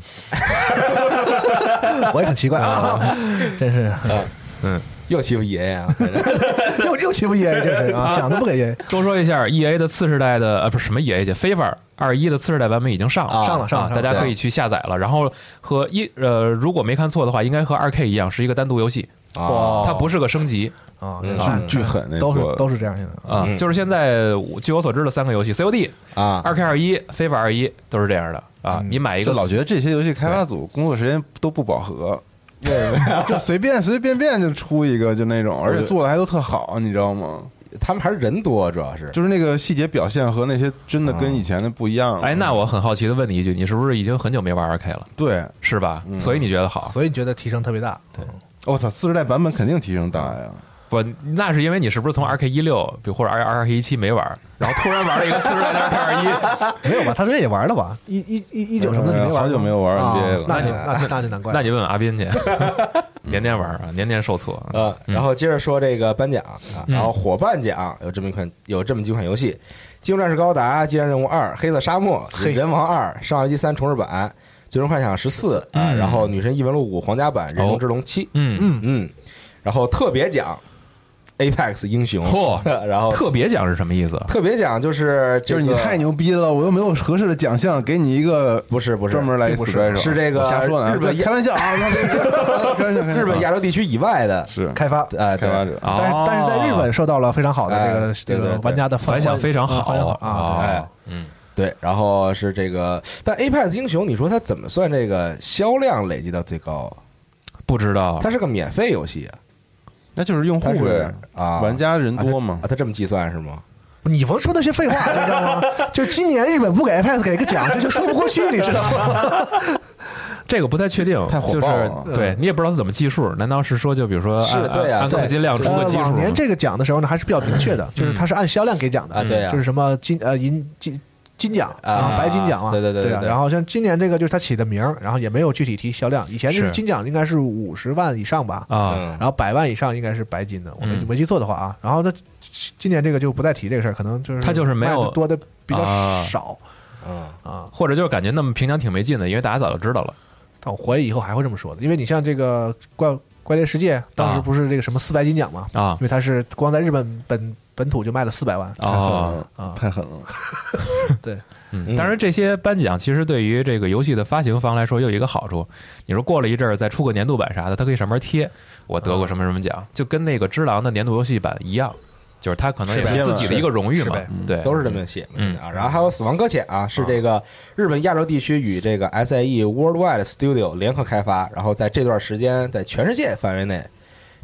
Speaker 7: 我也
Speaker 5: 嗯
Speaker 7: 很奇怪啊，真是
Speaker 4: 又欺负 EA 啊！反正
Speaker 7: 又又欺负 EA，这是啊，讲都不给 EA。
Speaker 5: 多说一下，E A 的次世代的呃不是什么 E A 去 f a v o r 二一的次世代版本已经上了，
Speaker 4: 啊
Speaker 7: 上了上了
Speaker 5: 啊
Speaker 7: 上
Speaker 5: 大
Speaker 7: 了
Speaker 5: 家可以去下载了。然后和一呃，如果没看错的话，应该和二 K 一样是一个单独游戏，
Speaker 7: 哦
Speaker 4: 啊
Speaker 5: 它不是个升级
Speaker 7: 啊，
Speaker 4: 嗯
Speaker 7: 看
Speaker 6: 巨巨狠那
Speaker 7: 都
Speaker 6: 做
Speaker 7: 是
Speaker 6: 的
Speaker 7: 都是这样现在啊。
Speaker 5: 啊
Speaker 4: 嗯。
Speaker 5: 就是现在我据我所知的三个游戏，C O D、
Speaker 4: 啊，
Speaker 5: 二 K 二一、f a v o r 二一都是这样的啊。
Speaker 7: 嗯
Speaker 5: 你买一
Speaker 6: 就
Speaker 5: 个
Speaker 6: 老觉得这些游戏开发组工作时间都不饱和，为什么呀？ 就随便随随便便就出一个就那种，而且做的还都特好，你知道吗？
Speaker 4: 他们还是人多，主要是
Speaker 6: 就是那个细节表现和那些真的跟以前的不一样。
Speaker 5: 哎，那我很好奇的问你一句，你是不是已经很久没玩二 K 了，
Speaker 6: 对，
Speaker 5: 是吧？所以你觉得好？
Speaker 7: 嗯所以你觉得提升特别大？对，
Speaker 6: 我操，四十代版本肯定提升大呀！
Speaker 5: 不，那是因为你是不是从二 K 一六，比如或者二二 K 一七没玩，然后突然玩了一个次世代的二 K 二一，
Speaker 7: 没有吧？他说也玩了吧？一一一一九什么的你没玩吗？
Speaker 6: 呃好久没有玩
Speaker 7: 啊
Speaker 6: NBA 了
Speaker 7: 那就那就那就难怪。
Speaker 5: 那你问问阿斌去， 年年玩啊，年年受挫。
Speaker 4: 呃，然后接着说这个颁奖
Speaker 6: 嗯
Speaker 4: 啊，然后伙伴奖有这么一款，有这么几款游戏：《机动战士高达》《机器人任务二》《黑色沙漠》
Speaker 7: 嘿
Speaker 4: 《人王二》《生化危机三》重置版，《最终幻想十四》啊，
Speaker 5: 嗯
Speaker 4: 然后《女神异闻录五》皇家版《人
Speaker 5: 哦
Speaker 4: 龙之龙七》
Speaker 5: 嗯，
Speaker 4: 嗯，然后特别奖《Apex 英雄》
Speaker 5: 嚯
Speaker 4: 然
Speaker 7: 嗯
Speaker 4: 后
Speaker 5: 特别奖是什么意思？
Speaker 4: 特别奖就是这
Speaker 6: 就是
Speaker 4: 个
Speaker 6: 你太牛逼了，我又没有合适的奖项给你一个
Speaker 4: 不是不是
Speaker 6: 专门来
Speaker 4: 不
Speaker 6: 死
Speaker 4: 是
Speaker 6: 怪手，
Speaker 4: 是这个
Speaker 6: 我瞎说呢，
Speaker 4: 日本
Speaker 6: 对开玩笑啊，开玩笑，
Speaker 4: 日本亚洲地区以外的，
Speaker 6: 是
Speaker 7: 开发，
Speaker 4: 哎，对
Speaker 6: 开发者，
Speaker 7: 但是
Speaker 5: 哦
Speaker 7: 但是在日本受到了非常好的这
Speaker 4: 哎
Speaker 7: 个这
Speaker 4: 对对
Speaker 7: 个
Speaker 4: 对
Speaker 7: 玩家的
Speaker 5: 反响非常
Speaker 7: 好
Speaker 5: 好
Speaker 7: 啊。
Speaker 4: 哎
Speaker 5: 哦，嗯，
Speaker 4: 对，然后是这个，但 Apex 英雄，你说它怎么算这个销量累积到最高？啊
Speaker 5: 不知道
Speaker 4: 它是个免费游戏啊，
Speaker 6: 那就是用
Speaker 4: 它
Speaker 6: 户呗
Speaker 4: 是，啊，
Speaker 6: 玩家人
Speaker 4: 啊它
Speaker 6: 多嘛
Speaker 4: 啊，，它这么计算是吗？
Speaker 7: 对你甭说那些废话，你知道吗？就今年日本不给 Apex 给个奖，这就说不过去，你知道吗？
Speaker 5: 这个不太确定，
Speaker 6: 太火
Speaker 5: 就
Speaker 6: 爆
Speaker 5: 是
Speaker 6: 了
Speaker 7: 嗯
Speaker 5: 对你也不知道是怎么计数，难道是说就比如说
Speaker 4: 是
Speaker 5: 按
Speaker 4: 对啊
Speaker 5: 按
Speaker 4: 对
Speaker 5: 氪金量出个
Speaker 7: 呃，
Speaker 5: 基数吗？
Speaker 7: 往年这个奖的时候呢，还是比较明确的，就是它是按销量给奖的
Speaker 4: 嗯啊对啊
Speaker 7: 就是什么金呃银金金奖
Speaker 4: 啊
Speaker 7: 白金奖嘛，
Speaker 4: 对对对对
Speaker 7: 啊。
Speaker 4: 对
Speaker 7: 然后像今年这个就是它起的名儿，然后也没有具体提销量，以前就是
Speaker 5: 是
Speaker 7: 金奖应该是五十万以上吧，
Speaker 5: 啊，
Speaker 4: 嗯
Speaker 7: 然后百万以上应该是白金的，我没
Speaker 5: 嗯
Speaker 7: 没记错的话啊。然后它今年这个就不再提这个事儿，可能就是
Speaker 5: 它就是没有
Speaker 7: 卖得多的比较
Speaker 5: 啊
Speaker 7: 少
Speaker 4: 嗯，
Speaker 7: 啊。
Speaker 5: 或者就是感觉那么评奖挺没劲的，因为大家早就知道了。
Speaker 7: 但我怀疑以后还会这么说的，因为你像这个怪怪猎世界，当
Speaker 4: 啊
Speaker 7: 时不是这个什么四百金奖嘛，
Speaker 5: 啊
Speaker 7: 因为它是光在日本本本土就卖了四百万
Speaker 5: 哦，
Speaker 7: 啊，
Speaker 6: 太狠了，
Speaker 7: 对，
Speaker 5: 嗯当然，这些颁奖其实对于这个游戏的发行方来说，又有一个好处，你说过了一阵儿再出个年度版啥的，它可以上面贴我得过什么什么奖，就跟那个《只狼》的年度游戏版一样，就是它可能也
Speaker 6: 是呗
Speaker 5: 自己的一个荣誉
Speaker 7: 是
Speaker 5: 嘛
Speaker 7: 呗，
Speaker 5: 对，
Speaker 4: 都是这么写嘛
Speaker 5: 嗯
Speaker 4: 啊。然后还有《死亡搁浅》啊，是这个日本亚洲地区与这个 SIE Worldwide Studio 联合开发，然后在这段时间在全世界范围内，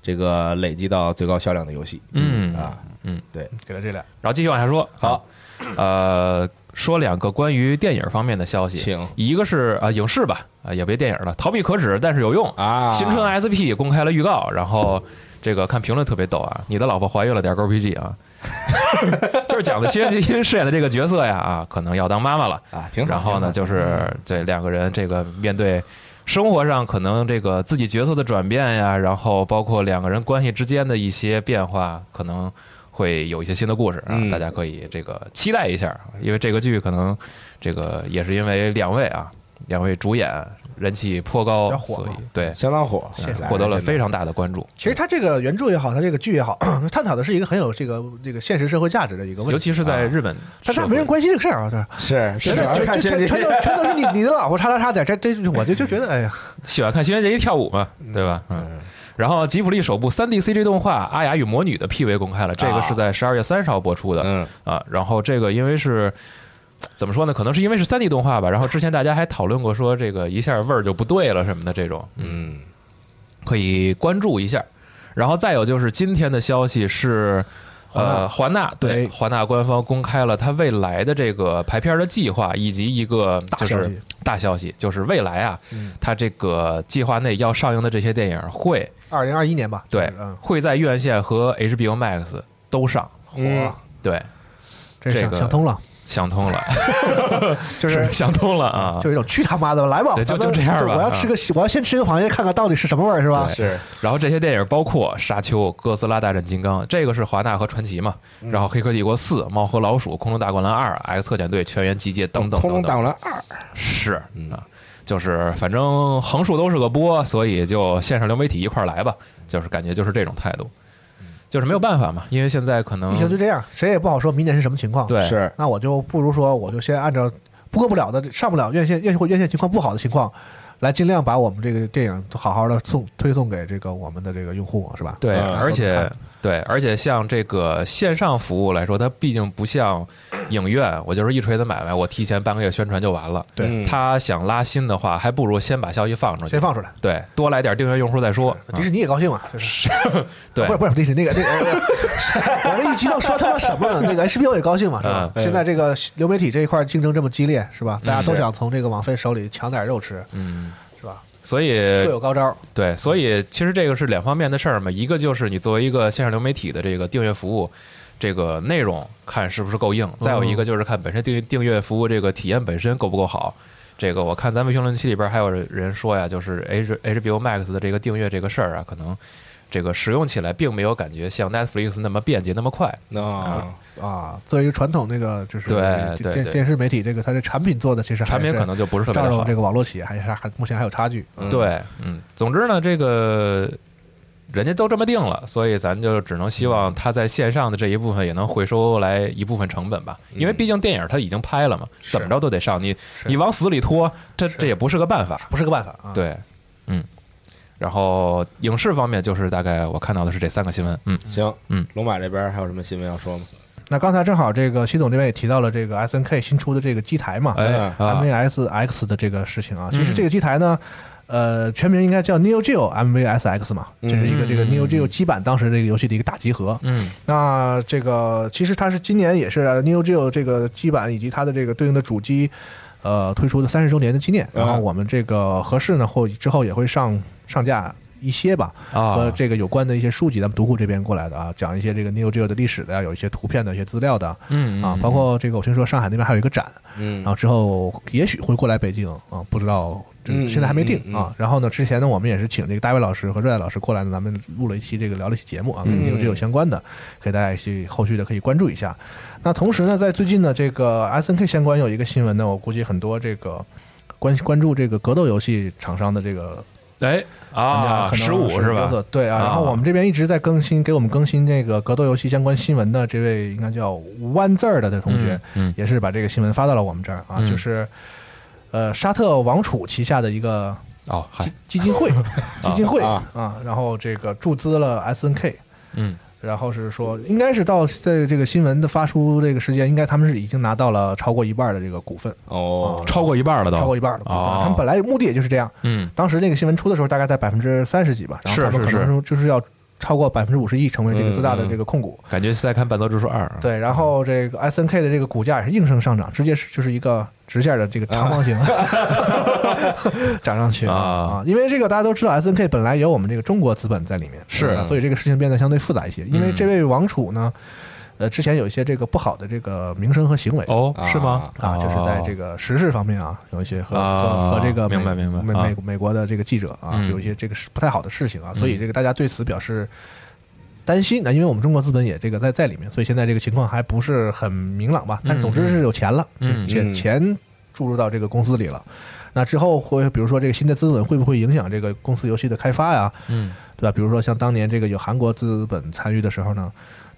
Speaker 4: 这个累积到最高销量的游戏。
Speaker 5: 嗯
Speaker 4: 啊，
Speaker 5: 嗯，
Speaker 4: 对。
Speaker 7: 给了这俩，
Speaker 5: 然后继续往下说，
Speaker 4: 好，
Speaker 5: 呃，说两个关于电影方面的消息，
Speaker 4: 请
Speaker 5: 一个是啊、呃影视吧，啊、也别电影了，逃避可耻，但是有用。
Speaker 4: 啊，
Speaker 5: 新春 SP 公开了预告，然后这个看评论特别逗啊，你的老婆怀孕了点 GPG 啊， 就是讲的薛之谦饰演的这个角色呀啊，可能要当妈妈了。
Speaker 4: 啊，挺好。
Speaker 5: 然后
Speaker 4: 挺好
Speaker 5: 呢，就是这两个人这个面对生活上可能这个自己角色的转变呀，然后包括两个人关系之间的一些变化，可能会有一些新的故事啊
Speaker 4: 嗯，
Speaker 5: 大家可以这个期待一下，因为这个剧可能这个也是因为两位啊，两位主演人气颇
Speaker 7: 比
Speaker 5: 高
Speaker 7: 较，火
Speaker 5: 所以
Speaker 7: 嘛
Speaker 5: 对。
Speaker 4: 相当火，
Speaker 5: 获得了非
Speaker 4: 常
Speaker 5: 常大的关注，
Speaker 7: 其实它这个原著也好，它这个剧也 好，探讨的是一个很有这个这个现实社会价值的一个问
Speaker 5: 尤
Speaker 7: 题。
Speaker 5: 其是在日本社
Speaker 7: 但
Speaker 5: 会，
Speaker 7: 他没人关心这个事儿啊，这
Speaker 4: 是
Speaker 7: 全都全
Speaker 4: 看
Speaker 7: 全全全 都全都是你你的老婆叉叉叉在这这，我就就觉得哎呀，
Speaker 5: 喜欢看新垣结衣跳舞嘛，对吧？嗯。然后吉卜力首部 3D CG 动画《阿雅与魔女》的 PV 公开了，这个是在十二月三十号播出的。
Speaker 4: 嗯
Speaker 5: 啊，然后这个因为是怎么说呢？可能是因为是 3D 动画吧。然后之前大家还讨论过说这个一下味儿就不对了什么的这种，
Speaker 4: 嗯
Speaker 5: 可以关注一下。然后再有就是今天的消息是。呃，华纳对
Speaker 7: 对
Speaker 5: 华纳官方公开了它未来的这个排片的计划，以及一个就
Speaker 7: 消
Speaker 5: 是
Speaker 7: 息
Speaker 5: 大消息，就是未来啊，它这个计划内要上映的这些电影会
Speaker 7: 二零二一年吧，
Speaker 5: 对
Speaker 7: 嗯，
Speaker 5: 会在院线和 HBO Max 都上，
Speaker 4: 嗯
Speaker 5: 对，
Speaker 7: 真是
Speaker 5: 这
Speaker 7: 想
Speaker 5: 个
Speaker 7: 想通了，
Speaker 5: 想通了，
Speaker 7: 就是
Speaker 5: 想通了啊，
Speaker 7: 就有一种去他妈的来吧，
Speaker 5: 对就
Speaker 7: 咱们
Speaker 5: 就这样吧
Speaker 7: 我要
Speaker 5: 啊
Speaker 7: 吃个西，我要先吃个螃蟹，看看到底是什么味儿，是吧？
Speaker 4: 是
Speaker 5: 然后这些电影包括《沙丘》《哥斯拉大战金刚》，这个是华纳和传奇嘛，
Speaker 7: 嗯
Speaker 5: 然后《黑客帝国四》《猫和老鼠》《空中大灌篮二》《X 特遣队》《全员集结》等等
Speaker 4: 空中
Speaker 5: 等
Speaker 4: 大
Speaker 5: 等，
Speaker 4: 灌篮二
Speaker 5: 是
Speaker 7: 嗯
Speaker 5: 啊，就是反正横竖都是个波，所以就线上流媒体一块儿来吧，就是感觉就是这种态度，就是没有办法嘛，因为现在可能
Speaker 7: 疫情嗯就这样，谁也不好说明年是什么情况。，
Speaker 5: 对
Speaker 4: 是
Speaker 7: 那我就不如说，我就先按照播不了的、上不了院线、院或院线情况不好的情况，来尽量把我们这个电影好好的送推送给这个我们的这个用户，是吧？
Speaker 5: 对，
Speaker 4: 嗯
Speaker 5: 而
Speaker 7: 都
Speaker 5: 且
Speaker 7: 看
Speaker 5: 对，而且像这个线上服务来说，它毕竟不像影院，我就是一锤子买卖，我提前半个月宣传就完了。
Speaker 7: 对
Speaker 4: 嗯
Speaker 5: 他想拉新的话，还不如先把消息放出去，
Speaker 7: 先放出来。
Speaker 5: 对，多来点订阅用户再说。嗯
Speaker 7: 迪士尼也高兴嘛， 就是
Speaker 5: 对
Speaker 7: 不是不是迪士尼那个那个，我这一激动说他妈什么呢？那个 HBO 也高兴嘛，是吧？
Speaker 4: 嗯
Speaker 7: 现在这个流媒体这一块竞争这么激烈，是吧？大家都
Speaker 4: 是
Speaker 7: 想从这个网飞手里抢点肉吃，
Speaker 5: 嗯，
Speaker 7: 是吧？
Speaker 5: 所以
Speaker 7: 各有高招。
Speaker 5: 对，所以其实这个是两方面的事儿嘛，一个就是你作为一个线上流媒体的这个订阅服务，这个内容看是不是够硬，
Speaker 7: 嗯
Speaker 5: 再有一个就是看本身订订阅服务这个体验本身够不够好。这个我看咱们评论区里边还有人说呀，就是 H HBO Max 的这个订阅这个事儿啊，可能这个使用起来并没有感觉像 Netflix 那么便捷那么快。
Speaker 4: 啊
Speaker 7: 啊，作为一个传统那个就是
Speaker 5: 对
Speaker 7: 电
Speaker 5: 对对
Speaker 7: 电电视媒体这个它的产品做的其实还
Speaker 5: 产品
Speaker 7: 是
Speaker 5: 可能就不是特别
Speaker 7: 照
Speaker 5: 的
Speaker 7: 着
Speaker 5: 好
Speaker 7: 这。个网络企业还是还目前还有差距。
Speaker 4: 嗯
Speaker 5: 对，嗯，总之呢，这个人家都这么定了，所以咱就只能希望他在线上的这一部分也能回收来一部分成本吧，因为毕竟电影它已经拍了嘛，怎么着都得上，你你往死里拖，这这也不是个办法。
Speaker 7: 不是个办法啊！，
Speaker 5: 对，嗯。然后影视方面就是大概我看到的是这三个新闻，嗯，
Speaker 4: 行
Speaker 5: 嗯，
Speaker 4: 龙马这边还有什么新闻要说吗？
Speaker 7: 那刚才正好这个习总这边也提到了这个 S N K 新出的这个机台嘛，
Speaker 5: 哎啊
Speaker 7: MVS X 的这个事情啊，
Speaker 5: 嗯
Speaker 7: 其实这个机台呢，呃，全名应该叫 Neo Geo MVS X 嘛，这是一个这个
Speaker 5: 嗯
Speaker 7: Neo Geo 基版当时这个游戏的一个大集合。
Speaker 5: 嗯
Speaker 7: 那这个其实它是今年也是啊 Neo Geo 这个基版以及它的这个对应的主机，呃，推出的三十周年的纪念。然后我们这个合适呢，或之后也会上上架一些吧，
Speaker 5: 啊
Speaker 7: 和这个有关的一些书籍，咱们读库这边过来的啊，讲一些这个 Neo Geo 的历史的呀，有一些图片的一些资料的
Speaker 5: 嗯
Speaker 7: 啊，包括这个我听说上海那边还有一个展，
Speaker 4: 嗯
Speaker 7: 然后之后也许会过来北京啊，不知道，这
Speaker 4: 嗯
Speaker 7: 现在还没定
Speaker 4: 嗯嗯
Speaker 7: 啊。然后呢，之前呢，我们也是请这个大卫老师和瑞爱老师过来呢，咱们录了一期这个聊了一期节目啊，跟
Speaker 4: 嗯
Speaker 7: 有这有相关的，给大家一些后续的可以关注一下。那同时呢，在最近呢，这个 S N K 相关有一个新闻呢，我估计很多这个关关注这个格斗游戏厂商的这个
Speaker 5: 哎啊，
Speaker 7: 可能
Speaker 5: 十五
Speaker 7: 是
Speaker 5: 是
Speaker 7: 有所
Speaker 5: 吧？
Speaker 7: 对啊，
Speaker 5: 啊
Speaker 7: 然后我们这边一直在更新，给我们更新这个格斗游戏相关新闻的这位应该叫弯字儿的的同学，
Speaker 5: 嗯嗯
Speaker 7: 也是把这个新闻发到了我们这儿啊，
Speaker 5: 嗯
Speaker 7: 就是呃沙特王储旗下的一个
Speaker 5: 哦，嗨
Speaker 7: 基，基金 会，基金会
Speaker 4: 啊
Speaker 7: 啊，然后这个注资了 S N K。
Speaker 5: 嗯
Speaker 7: 然后是说，应该是到在这个新闻的发出这个时间，应该他们是已经拿到了超过一半的这个股份，
Speaker 4: 哦，
Speaker 5: 超过一半了都，
Speaker 7: 超过一半的股份。
Speaker 5: 哦
Speaker 7: 他们本来目的也就是这样，
Speaker 5: 嗯
Speaker 7: 当时那个新闻出的时候，大概在百分之三十几吧，然后
Speaker 5: 是
Speaker 7: 他们
Speaker 5: 是
Speaker 7: 可能就是要超过百分之五十一，成为这个最大的
Speaker 4: 嗯嗯
Speaker 7: 这个控股。
Speaker 5: 感觉是在看《半泽直树二》啊。
Speaker 7: 对，然后这个 S N K 的这个股价也是应声上涨，直接是就是一个直线的这个长方形、 涨上去啊
Speaker 5: 啊
Speaker 7: 因为这个大家都知道，S N K 本来有我们这个中国资本在里面，
Speaker 5: 是
Speaker 7: 啊所以这个事情变得相对复杂一些。因为这位王储呢，呃，之前有一些这个不好的这个名声和行为。
Speaker 5: 哦，是吗？
Speaker 7: 啊，就是在这
Speaker 5: 个
Speaker 7: 个时事方面啊，有一些和、
Speaker 5: 啊
Speaker 7: 和和这个美
Speaker 5: 哦明白明白
Speaker 7: 美
Speaker 5: 啊
Speaker 7: 美美国的这个记者啊，
Speaker 5: 嗯
Speaker 7: 有一些这个是不太好的事情啊，所以这个大家对此表示担心那因为我们中国资本也这个在在里面，所以现在这个情况还不是很明朗吧。但是总之是有钱了，
Speaker 5: 嗯
Speaker 7: 就是钱
Speaker 4: 嗯
Speaker 7: 钱注入到这个公司里了。那之后会，比如说这个新的资本会不会影响这个公司游戏的开发呀？
Speaker 5: 嗯，
Speaker 7: 对吧？比如说像当年这个有韩国资本参与的时候呢，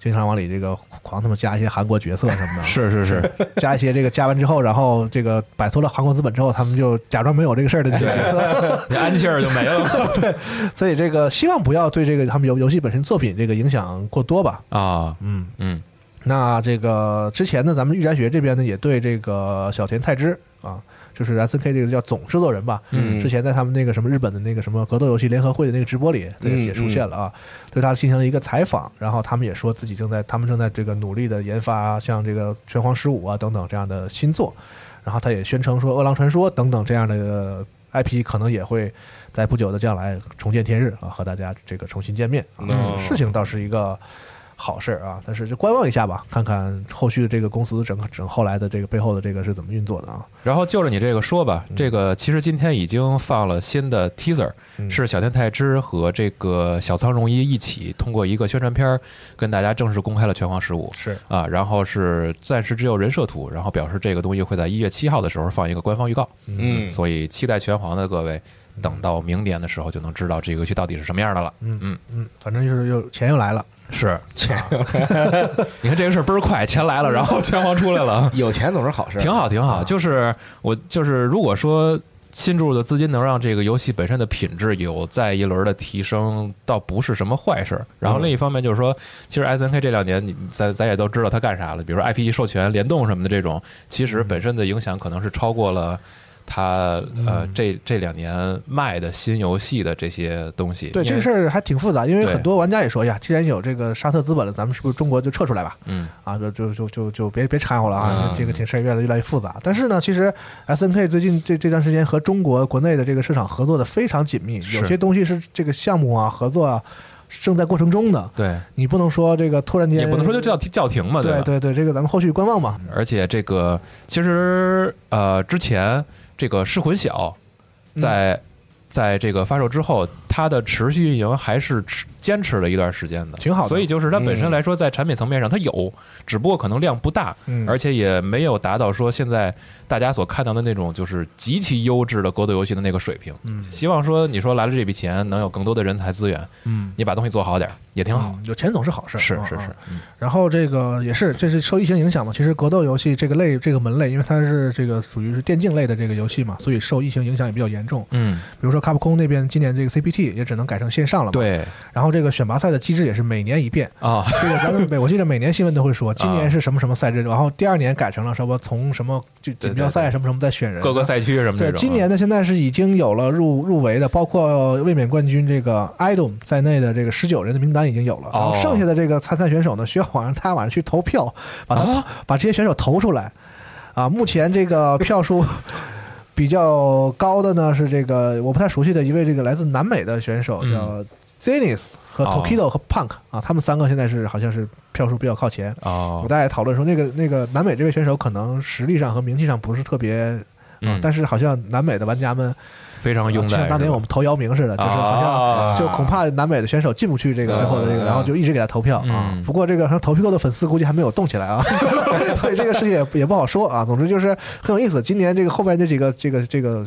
Speaker 7: 经常往里这个狂他妈加一些韩国角色什么的，
Speaker 5: 是是是，
Speaker 7: 加一些这个加完之后，然后这个摆脱了韩国资本之后，他们就假装没有这个事儿的角色。
Speaker 5: 你安切尔就没 了
Speaker 7: 所以这个希望不要对这个他们游游戏本身作品这个影响过多吧。
Speaker 5: 啊。
Speaker 7: 嗯，
Speaker 5: 嗯，
Speaker 7: 那这个之前呢，咱们御宅学这边呢也对这个小田泰之啊，就是 S N K 这个叫总制作人吧，
Speaker 4: 嗯
Speaker 7: 之前在他们那个什么日本的那个什么格斗游戏联合会的那个直播里，对
Speaker 4: 嗯
Speaker 7: 也出现了啊，对他进行了一个采访，然后他们也说自己正在他们正在这个努力的研发像这个《拳皇十五》啊等等这样的新作，然后他也宣称说《饿狼传说》等等这样的 IP 可能也会在不久的将来重见天日啊，和大家这个重新见面啊，
Speaker 4: 嗯
Speaker 7: 事情倒是一个。好事儿啊，但是就观望一下吧，看看后续这个公司整个整后来的这个背后的这个是怎么运作的啊。
Speaker 5: 然后就着你这个说吧，这个其实今天已经放了新的 teaser，
Speaker 7: 嗯
Speaker 5: 是小天太之和这个小仓荣一一起通过一个宣传片儿跟大家正式公开了《拳皇十五》。
Speaker 7: 是
Speaker 5: 啊，然后是暂时只有人设图，然后表示这个东西会在一月七号的时候放一个官方预告，
Speaker 4: 嗯，
Speaker 5: 所以期待拳皇的各位，等到明年的时候就能知道这个游戏到底是什么样的了。
Speaker 7: 嗯
Speaker 5: 嗯，
Speaker 7: 嗯，反正就是又钱又来了，
Speaker 5: 是钱， 你看这个事儿倍儿快，钱来了，然后拳皇出来了啊
Speaker 4: 有钱总是好事，
Speaker 5: 挺好，挺好。就是我就是如果说。新注入的资金能让这个游戏本身的品质有再一轮的提升，倒不是什么坏事儿。然后另一方面就是说，其实 S N K 这两年，你咱咱也都知道它干啥了，比如说 I P E 授权、联动什么的这种，其实本身的影响可能是超过了它呃这这两年卖的新游戏的这些东西。
Speaker 7: 对
Speaker 5: 因
Speaker 7: 这
Speaker 5: 为
Speaker 7: 个事儿还挺复杂，因为
Speaker 5: 对
Speaker 7: 很多玩家也说呀，既然有这个沙特资本了，咱们是不是中国就撤出来吧？
Speaker 5: 嗯
Speaker 7: 啊，就就就就就别别掺和了啊！
Speaker 5: 嗯
Speaker 7: 这个这事儿越来越来越复杂。但是呢，其实 S N K 最近这这段时间和中国国内的这个市场合作的非常紧密，
Speaker 5: 是
Speaker 7: 有些东西是这个项目啊合作啊正在过程中的，
Speaker 5: 对，
Speaker 7: 你不能说这个突然间
Speaker 5: 也不能说就叫叫停嘛，啊吧
Speaker 7: 对？对对，这个咱们后续观望嘛。
Speaker 5: 而且这个其实呃，之前这个噬魂小
Speaker 7: 嗯
Speaker 5: 在、在这个发售之后，它的持续运营还是持坚持了一段时间的，
Speaker 7: 挺好的
Speaker 5: 所以就是它本身来说，在产品层面上它有，只不过可能量不大，
Speaker 7: 嗯
Speaker 5: 而且也没有达到说现在大家所看到的那种就是极其优质的格斗游戏的那个水平。
Speaker 7: 嗯
Speaker 5: 希望说你说来了这笔钱，能有更多的人才资源，
Speaker 7: 嗯，
Speaker 5: 你把东西做好点儿也挺好。
Speaker 7: 嗯有钱总是好事。
Speaker 5: 是
Speaker 7: 啊
Speaker 5: 是是
Speaker 7: 啊，然后这个也是，这是受疫情影响嘛？其实格斗游戏这个类这个门类，因为它是这个属于是电竞类的这个游戏嘛，所以受疫情影响也比较严重。
Speaker 5: 嗯，
Speaker 7: 比如说卡普空那边今年这个 CPT 也只能改成线上了嘛。。
Speaker 5: 对
Speaker 7: 然后这个选拔赛的机制也是每年一变。
Speaker 5: 啊，
Speaker 7: 这个咱们每我记得每年新闻都会说，今年是什么什么赛制，然后第二年改成了什么从什么就锦标赛啊什么什么再选人。
Speaker 5: 各个赛区什么这
Speaker 7: 对，
Speaker 5: 种。啊
Speaker 7: 今年呢，现在是已经有了入入围的，包括卫冕冠军这个 idol 在内的这个十九人的名单已经有了，然后
Speaker 5: 哦
Speaker 7: 剩下的这个参赛选手呢，需要晚上他晚上去投票，把
Speaker 5: 啊
Speaker 7: 他、把这些选手投出来。啊，目前这个票数 比较高的呢是这个我不太熟悉的一位这个来自南美的选手
Speaker 5: 嗯
Speaker 7: 叫 Zenis 和
Speaker 5: 哦
Speaker 7: Tokido 和 Punk 啊，他们三个现在是好像是票数比较靠前。
Speaker 5: 哦
Speaker 7: 我，大家也讨论说，那个那个南美这位选手可能实力上和名气上不是特别啊
Speaker 5: 嗯，
Speaker 7: 但是好像南美的玩家们，
Speaker 5: 非常
Speaker 7: 就
Speaker 5: 拥戴。
Speaker 7: 像当年我们投姚明似的，就是好
Speaker 5: 啊
Speaker 7: 像就恐怕南美的选手进不去这个最后的这个，然后就一直给他投票啊
Speaker 5: 嗯。
Speaker 7: 不过这个好像投票的粉丝估计还没有动起 来啊，所以这个事情也也不好说啊。总之就是很有意思，今年这个后边这几个这个这个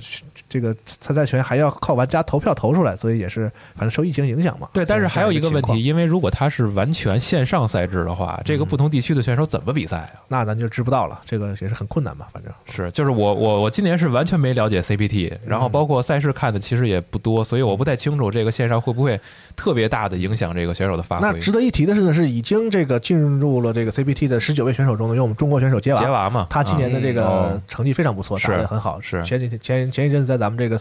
Speaker 7: 这个参赛权还要靠玩家投票投出来，所以也是反正受疫情影响嘛。
Speaker 5: 对，但是还有一个问
Speaker 7: 这样情
Speaker 5: 题，
Speaker 7: 况，嗯
Speaker 5: 因为如果它是完全线上赛制的话，这个不同地区的选手怎么比赛啊？
Speaker 7: 那咱就知不到了，这个也是很困难吧，反正。
Speaker 5: 是，就是我我我今年是完全没了解 CPT，然后
Speaker 7: 嗯
Speaker 5: 包括赛事看的其实也不多，所以我不太清楚这个线上会不会特别大的影响这个选手的发
Speaker 7: 那
Speaker 5: 挥。
Speaker 7: 值得一提的是呢，是已经这个进入了这个 CPT 的十九位选手中呢，有我们中国选手杰
Speaker 5: 杰
Speaker 7: 娃，
Speaker 5: 娃嘛，
Speaker 7: 他今年的这个
Speaker 5: 哦
Speaker 7: 成绩非常不错，
Speaker 5: 是
Speaker 7: 打得很好。
Speaker 5: 是
Speaker 7: 前几天前前一阵子在咱们这个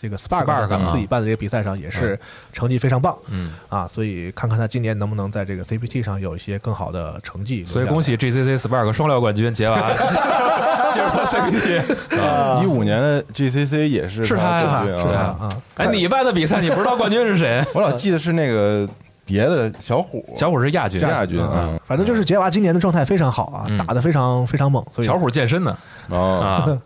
Speaker 7: 这个
Speaker 5: Spark
Speaker 7: 咱们
Speaker 5: 啊
Speaker 7: 自己办的这个比赛上也是成绩非常棒，
Speaker 5: 嗯
Speaker 7: 啊，所以看看他今年能不能在这个 CPT 上有一些更好的成绩。
Speaker 5: 所以恭喜 GCC Spark 双料冠军 杰娃，接着 CPT。
Speaker 6: 一五年的 GCC 也啊是
Speaker 5: 是他呀
Speaker 6: 的冠
Speaker 7: 啊，
Speaker 6: 军
Speaker 7: 是
Speaker 6: 啊
Speaker 7: 他啊，
Speaker 5: 哎，你办的比赛你不知道冠军是 谁？
Speaker 6: 我老记得是那个别的小虎，
Speaker 5: 小虎是亚军，
Speaker 6: 亚军啊
Speaker 7: 嗯，，反正就是杰娃今年的状态非常好啊，
Speaker 5: 嗯
Speaker 7: 打得非常非常猛，所以
Speaker 5: 小虎健身呢
Speaker 6: 哦，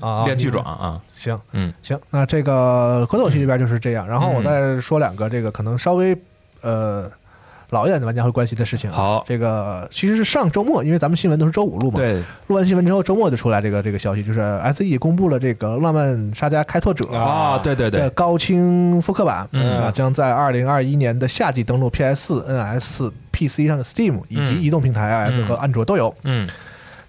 Speaker 5: 啊，
Speaker 7: 啊
Speaker 5: 练巨壮
Speaker 7: 壮。
Speaker 5: 啊，
Speaker 7: 行，
Speaker 5: 嗯，
Speaker 7: 行，那这个格斗游戏这边就是这样，然后我再说两个这个可能稍微呃老一点的玩家会关心的事情、啊。
Speaker 5: 好
Speaker 7: 这个其实是上周末，因为咱们新闻都是周五录嘛，，
Speaker 5: 对，
Speaker 7: 录完新闻之后周末就出来这个这个消息，就是 SE 公布了这个《浪漫沙加开拓者》
Speaker 5: 啊，对对
Speaker 7: 的
Speaker 5: 对，
Speaker 7: 高清复刻版、
Speaker 5: 嗯
Speaker 7: 啊，将在二零二一年的夏季登陆 PS、NS、PC 上的 Steam 以及
Speaker 5: 嗯
Speaker 7: 移动平台 iOS
Speaker 5: 嗯
Speaker 7: 和安卓都有。
Speaker 5: 嗯，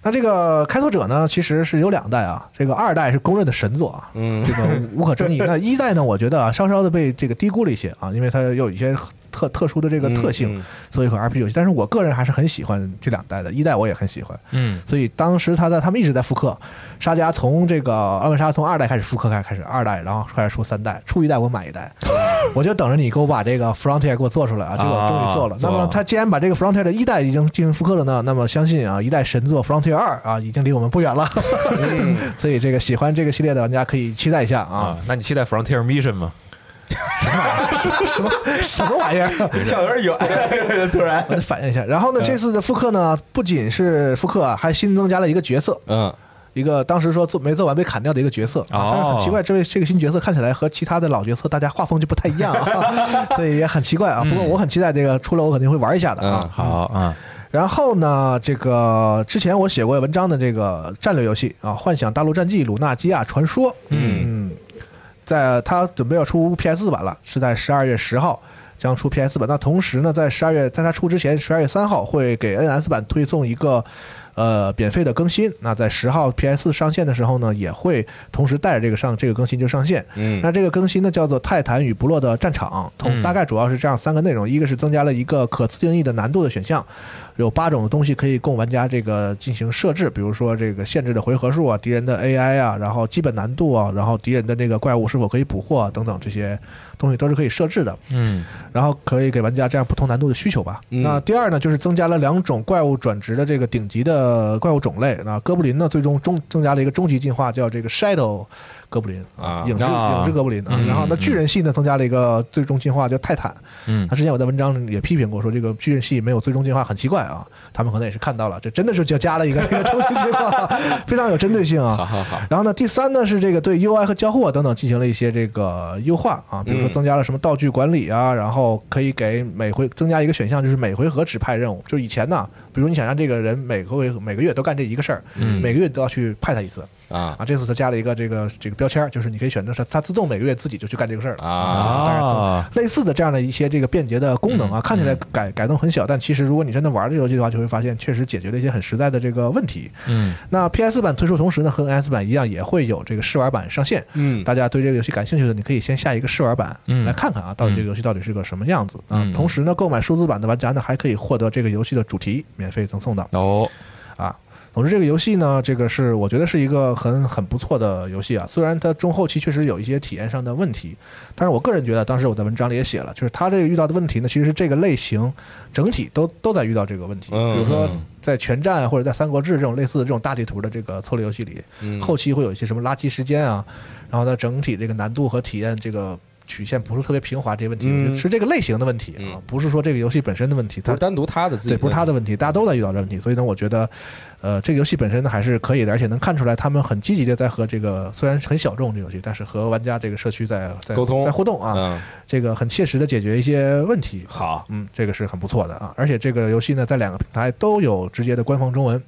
Speaker 7: 那这个开拓者呢，其实是有两代啊，这个二代是公认的神作啊，
Speaker 4: 嗯
Speaker 7: 这个无无可 争议。那一代呢，我觉得啊，稍稍的被这个低估了一些啊，因为它有一些特特殊的这个特
Speaker 4: 嗯
Speaker 7: 性，
Speaker 4: 嗯
Speaker 7: 所以和 RPG 游戏。但是我个人还是很喜欢这两代的，一代我也很喜欢。
Speaker 5: 嗯，
Speaker 7: 所以当时他在他们一直在复刻，沙加从这个阿文沙从二代开始复刻开开始二代，然后开始出三代，出一代我买一代，
Speaker 4: 嗯
Speaker 7: 我就等着你给我把这个 Frontier 给我做出来啊，结果
Speaker 5: 啊
Speaker 7: 终于做了。那
Speaker 5: 做
Speaker 7: 么
Speaker 5: 了
Speaker 7: 他既然把这个 Frontier 的一代已经进行复刻了呢，那么相信啊一代神作 Frontier 二啊已经离我们不远了，
Speaker 4: 嗯
Speaker 7: 所以这个喜欢这个系列的玩家可以期待一下啊，
Speaker 5: 啊，那你期待 Frontier Mission 吗？
Speaker 7: 什么什么玩意儿？
Speaker 4: 跳嗯有点远， 突然，
Speaker 7: 我得反应一下。然后呢，这次的复刻呢，不仅是复刻啊，还新增加了一个角色，
Speaker 4: 嗯，
Speaker 7: 一个当时说做没做完被砍掉的一个角色啊，
Speaker 5: 哦
Speaker 7: 但是很奇怪，这位这个新角色看起来和其他的老角色大家画风就不太一样啊，所以也很奇怪啊。不过我很期待这个出来，我肯定会玩一下的啊。
Speaker 5: 好啊，
Speaker 7: 然后呢，这个之前我写过文章的这个战略游戏啊，《幻想大陆战记：鲁纳基亚传说》，嗯，在它准备要出 PS 四版了，是在十二月十号将出 PS 四版。那同时呢，在十二月在它出之前，十二月三号会给 NS 版推送一个。呃，免费的更新。那在十号 PS 上线的时候呢，也会同时带着这个上这个更新就上线。
Speaker 4: 嗯
Speaker 7: 那这个更新呢，叫做《泰坦与部落的战场》，同
Speaker 5: 嗯
Speaker 7: 大概主要是这样三个内容：一个是增加了一个可自定义的难度的选项，有八种东西可以供玩家这个进行设置，比如说这个限制的回合数啊、敌人的 AI 啊，然后基本难度啊，然后敌人的那个怪物是否可以捕获、啊、等等这些东西都是可以设置的，
Speaker 5: 嗯
Speaker 7: 然后可以给玩家这样不同难度的需求吧。
Speaker 4: 嗯
Speaker 7: 那第二呢，就是增加了两种怪物转职的这个顶级的怪物种类。那哥布林呢，最终终增加了一个终极进化，叫这个 Shadow 哥布林
Speaker 4: 啊
Speaker 7: 影之
Speaker 5: 啊
Speaker 7: 影之哥布林啊。
Speaker 5: 嗯
Speaker 7: 然后那
Speaker 5: 嗯
Speaker 7: 巨人系呢，增加了一个最终进化叫泰坦。
Speaker 5: 嗯
Speaker 7: 他之前我在文章里也批评过，说这个巨人系没有最终进化很奇怪啊，他们可能也是看到了，这真的是就加了一个这个终极进 化，非常有针对性啊。
Speaker 4: 好好，
Speaker 7: 然后呢，第三呢是这个对 UI 和交互啊等等进行了一些这个优化啊，比如说
Speaker 4: 嗯
Speaker 7: 增加了什么道具管理啊，然后可以给每回增加一个选项，就是每回合指派任务。就是以前呢，比如你想让这个人每个回每个月都干这一个事儿，每个月都要去派他一次
Speaker 4: 啊
Speaker 7: 啊，这次他加了一个这个这个标签儿，就是你可以选择他他自动每个月自己就去干这个事儿了就是大概这么
Speaker 5: 啊，
Speaker 7: 类似的这样的一些这个便捷的功能啊，看起来改改动很小，但其实如果你真的玩这个游戏的话，就会发现确实解决了一些很实在的这个问题。
Speaker 5: 嗯
Speaker 7: 那 PS 版推出同时呢，和 NS 版一样，也会有这个试玩版上线。
Speaker 4: 嗯
Speaker 7: 大家对这个游戏感兴趣的，你可以先下一个试玩版
Speaker 5: 嗯
Speaker 7: 来看看啊，到底这个游戏到底是个什么样子啊
Speaker 5: 嗯。
Speaker 7: 同时呢，购买数字版的玩家呢，还可以获得这个游戏的主题免费赠送的。
Speaker 5: 哦，
Speaker 7: 啊。总之，这个游戏呢，这个是我觉得是一个很很不错的游戏啊。虽然它中后期确实有一些体验上的问题，但是我个人觉得，当时我在文章里也写了，就是它这个遇到的问题呢，其实是这个类型整体都都在遇到这个问题。
Speaker 4: 嗯
Speaker 7: 比如说在全战啊或者在三国志这种类似的这种大地图的这个策略游戏里，
Speaker 4: 嗯
Speaker 7: 后期会有一些什么垃圾时间啊，然后呢，整体这个难度和体验这个曲线不是特别平滑这些问题，
Speaker 4: 嗯
Speaker 7: 我觉得是这个类型的问题啊，不是说这个游戏本身的问题。
Speaker 4: 不
Speaker 7: 它
Speaker 4: 是单独他的自己，
Speaker 7: 对，不是他的，问题，大家都在遇到这问题，所以呢，我觉得，呃，这个游戏本身呢还是可以的，而且能看出来他们很积极的在和这个虽然很小众这游戏，但是和玩家这个社区在在
Speaker 4: 沟通
Speaker 7: 在互动啊，
Speaker 4: 嗯，
Speaker 7: 这个很切实的解决一些问题。
Speaker 4: 好，
Speaker 7: 嗯，这个是很不错的啊，而且这个游戏呢，在两个平台都有直接的官方中文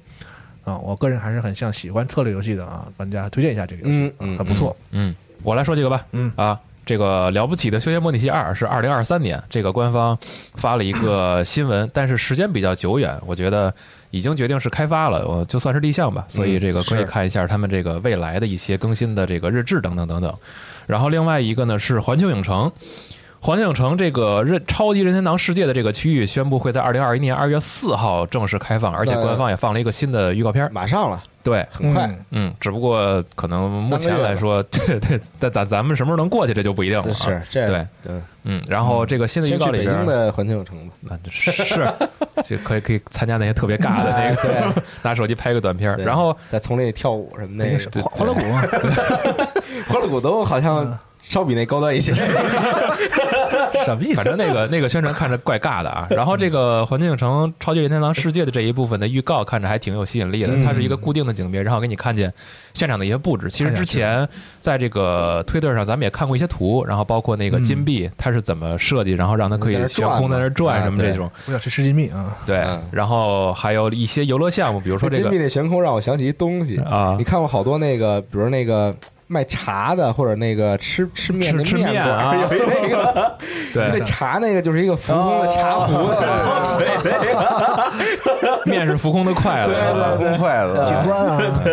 Speaker 7: 啊，我个人还是很向喜欢策略游戏的啊玩家推荐一下这个游戏，
Speaker 4: 嗯
Speaker 7: 啊
Speaker 4: 嗯
Speaker 7: 很不错。
Speaker 5: 嗯，我来说几个吧。
Speaker 7: 嗯
Speaker 5: 啊，这个了不起的《修仙模拟器二》是二零二三年，这个官方发了一 个新闻，但是时间比较久远，我觉得已经决定是开发了，我就算是立项
Speaker 4: 嗯
Speaker 5: 吧。所以这个可以
Speaker 4: 是
Speaker 5: 看一下他们这个未来的一些更新的这个日志等等等等。然后另外一个呢是环球影城。环球影城这个任超级任天堂世界的这个区域宣布会在二零二一年二月四号正式开放，而且
Speaker 4: 对
Speaker 5: 官方也放了一个新的预告片儿。
Speaker 4: 马上了，
Speaker 5: 对，
Speaker 4: 很快，
Speaker 7: 嗯
Speaker 5: 嗯，只不过可能目
Speaker 4: 三个
Speaker 5: 前
Speaker 4: 月
Speaker 5: 来说， 对对，但咱咱们什么时候能过去，这就不一定了
Speaker 4: 这
Speaker 5: 啊。
Speaker 4: 是这
Speaker 5: 对，
Speaker 4: 嗯，
Speaker 5: 嗯，然后这个新的预
Speaker 4: 先去
Speaker 5: 告里
Speaker 4: 北
Speaker 5: 边
Speaker 4: 京
Speaker 5: 儿，
Speaker 4: 的环球影城吧，
Speaker 5: 那是是 就可以可以参加那些特别尬的那个， 拿手机拍个短片儿，
Speaker 4: 哎对
Speaker 5: 然后
Speaker 4: 在丛林里跳舞什么
Speaker 7: 那
Speaker 4: 那
Speaker 7: 个
Speaker 4: 个
Speaker 7: 是
Speaker 4: 对
Speaker 7: 欢欢乐谷， 嗯
Speaker 4: 欢乐谷都好像稍比那高端一 些，
Speaker 7: 什么意思
Speaker 5: 嗯 反？正那个那个宣传看着怪尬 的啊。然后这个环球影城超级任天堂世界的这一部分的预告看着还挺有吸引力的，
Speaker 4: 嗯
Speaker 5: 它是一个固定的景别，然后给你看见现场的一些布置。其实之前在这个推特上咱们也看过一些图，然后包括那个
Speaker 4: 嗯
Speaker 5: 金币它是怎么设计，然后让它可以悬空在那儿转什么这种。
Speaker 7: 我想去吃金币啊，
Speaker 5: 对
Speaker 4: 啊嗯，
Speaker 5: 然后还有一些游乐项目，比如说这
Speaker 4: 金
Speaker 5: 个
Speaker 4: 币那悬空让我想起一东西
Speaker 5: 啊
Speaker 4: 你看过好多那个，比如那个卖茶的，或者那个吃吃面的
Speaker 5: 吃吃面
Speaker 4: 馆
Speaker 5: 啊
Speaker 4: 儿，有一那个，
Speaker 5: 对哦
Speaker 4: 就那 茶那个就是一个浮空的茶壶的，
Speaker 5: 面是浮空的快乐，
Speaker 4: 啊
Speaker 6: 啊崩坏
Speaker 5: 哎
Speaker 7: 景
Speaker 6: 了，
Speaker 7: 观啊，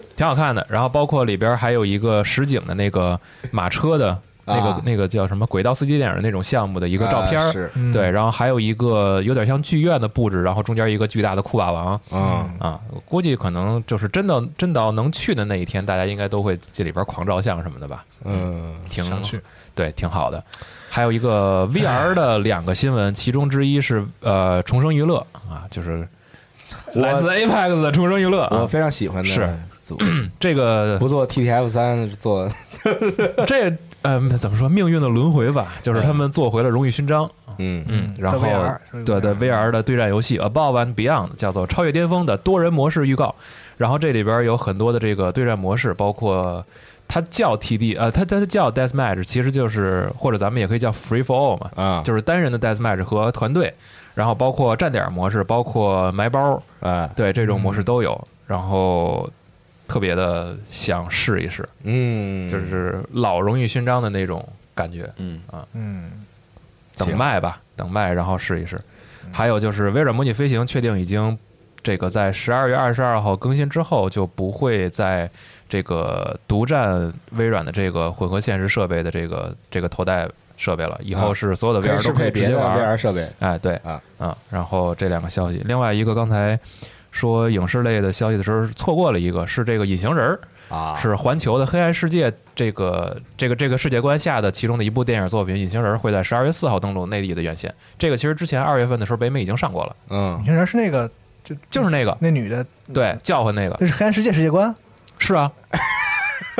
Speaker 5: 挺好看的。然后包括里边还有一个实景的那个马车的那个、
Speaker 4: 啊
Speaker 5: 那个叫什么轨道司机电影那种项目的一
Speaker 4: 一
Speaker 5: 个照片儿、
Speaker 4: 是
Speaker 7: 嗯
Speaker 5: 对，然后还有一个有点像剧院的布置，然后中间一个巨大的库霸王
Speaker 4: 啊，
Speaker 7: 嗯
Speaker 5: 啊，我估计可能就是真的真到能去的那一天，大家应该都会进里边狂照相什么的吧，
Speaker 4: 嗯，
Speaker 5: 挺
Speaker 7: 想去
Speaker 5: 对，挺好的。还有一个 VR 的两个新闻，其中之一是呃重生娱乐啊，就是来自 Apex 的重生娱乐啊，
Speaker 4: 我非常喜欢的
Speaker 5: 是
Speaker 4: 组，
Speaker 5: 这个
Speaker 4: 不做 TTF 三，做
Speaker 5: 这嗯、怎么说命运的轮回吧，就是他们做回了荣誉勋章，
Speaker 4: 嗯
Speaker 5: 嗯，然后
Speaker 7: 在 VR 是不
Speaker 5: 对
Speaker 7: 是
Speaker 5: 对 VR 的对战游戏《Above and Beyond》叫做《超越巅峰》的多人模式预告，然后这里边有很多的这个对战模式，包括。它叫 TD，呃，它它叫 Death Match，其实就是或者咱们也可以叫 Free for All 嘛，
Speaker 4: 啊，
Speaker 5: 嗯就是单人的 Death Match 和团队，然后包括站点模式，包括埋包，
Speaker 4: 哎，
Speaker 5: 对这种模式都有，然后特别的想试一试，
Speaker 4: 嗯，
Speaker 5: 就是老荣誉勋章的那种感觉。
Speaker 6: 嗯
Speaker 7: 嗯，
Speaker 5: 等卖吧，等卖，然后试一试。
Speaker 4: 嗯
Speaker 5: 还有就是微软模拟飞行确定已经这个在十二月二十二号更新之后，就不会在这个独占微软的这个混合现实设备的这个这个头戴设备了，以后
Speaker 4: 啊
Speaker 5: 是所有的
Speaker 4: 可以
Speaker 5: VR
Speaker 4: 适
Speaker 5: 都可
Speaker 4: 配
Speaker 5: 以直
Speaker 4: 别
Speaker 5: 接
Speaker 4: 的
Speaker 5: 玩儿。
Speaker 4: VR 设备，
Speaker 5: 哎，对
Speaker 4: 啊
Speaker 5: 啊，然后这两个消息，另外一个刚才说影视类的消息的时候错过了一个，是这个隐形人儿，
Speaker 4: 啊
Speaker 5: 是环球的黑暗世界这个这个这个世界观下的其中的一部电影作品《隐形人》会在十二月四号登陆内地的院线。这个其实之前二月份的时候北美已经上过了，
Speaker 4: 嗯
Speaker 7: 你，看人是那个
Speaker 5: 就是那个
Speaker 7: 那女的，
Speaker 5: 对叫唤那个
Speaker 7: 那是黑暗世界世界 观。
Speaker 5: 是啊，
Speaker 7: 哎，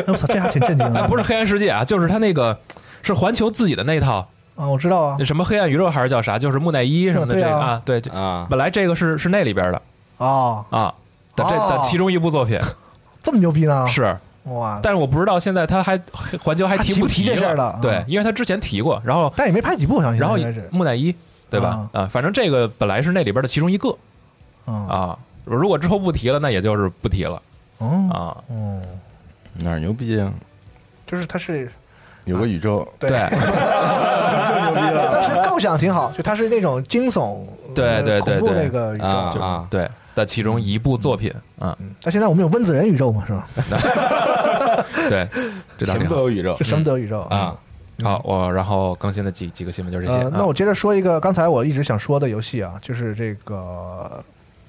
Speaker 7: 我操，这还挺震惊
Speaker 5: 哎
Speaker 7: 的。
Speaker 5: 不是黑暗世界啊，就是他那个是环球自己的那一套
Speaker 7: 啊，我知道啊
Speaker 5: 那什么黑暗宇宙还是叫啥，就是木乃伊什么的
Speaker 7: 啊
Speaker 5: 这
Speaker 7: 对啊
Speaker 5: 个啊，对，
Speaker 4: 啊，
Speaker 5: 本来这个是是那里边的
Speaker 7: 啊，
Speaker 5: 啊。的这的
Speaker 7: 哦啊
Speaker 5: 其中一部作品
Speaker 7: 这么牛逼呢？
Speaker 5: 是，
Speaker 7: 哇，
Speaker 5: 但是我不知道现在他还环球还
Speaker 7: 还
Speaker 5: 提
Speaker 7: 提
Speaker 5: 不
Speaker 7: 不提
Speaker 5: 提
Speaker 7: 这事儿
Speaker 5: 了
Speaker 7: 了
Speaker 5: 对
Speaker 7: 嗯，
Speaker 5: 因为他之前提过，然后
Speaker 7: 但也没拍几部，我相信。
Speaker 5: 然后
Speaker 7: 应该是，
Speaker 5: 木乃伊，对吧？啊，反正这个本来是那里边的其中一个
Speaker 7: 嗯，
Speaker 5: 啊。如果之后不提了，那也就是不提了
Speaker 7: 哦，
Speaker 5: 啊。
Speaker 7: 嗯，
Speaker 6: 哪儿牛逼啊？
Speaker 7: 就是他 是
Speaker 6: 有个宇宙，
Speaker 7: 对，
Speaker 5: 对
Speaker 7: 就牛逼了。 但是构想挺好，就他是那种惊悚，
Speaker 5: 啊对
Speaker 7: 呃
Speaker 5: 对对
Speaker 7: 恐怖
Speaker 5: 对
Speaker 7: 那个宇
Speaker 4: 啊
Speaker 7: 宙。
Speaker 4: 啊，
Speaker 5: 对的其中一部作品啊，
Speaker 7: 嗯但现在我们有温子仁宇宙嘛，是吧？
Speaker 5: 对，这倒
Speaker 4: 什
Speaker 5: 挺
Speaker 4: 么都
Speaker 5: 好
Speaker 4: 有宇宙
Speaker 7: 是什么德宇宙？
Speaker 4: 啊，
Speaker 5: 好。我然后更新的几几个新闻就是这些
Speaker 7: 呃
Speaker 5: 啊。，
Speaker 7: 那我接着说一个刚才我一直想说的游戏啊，就是这个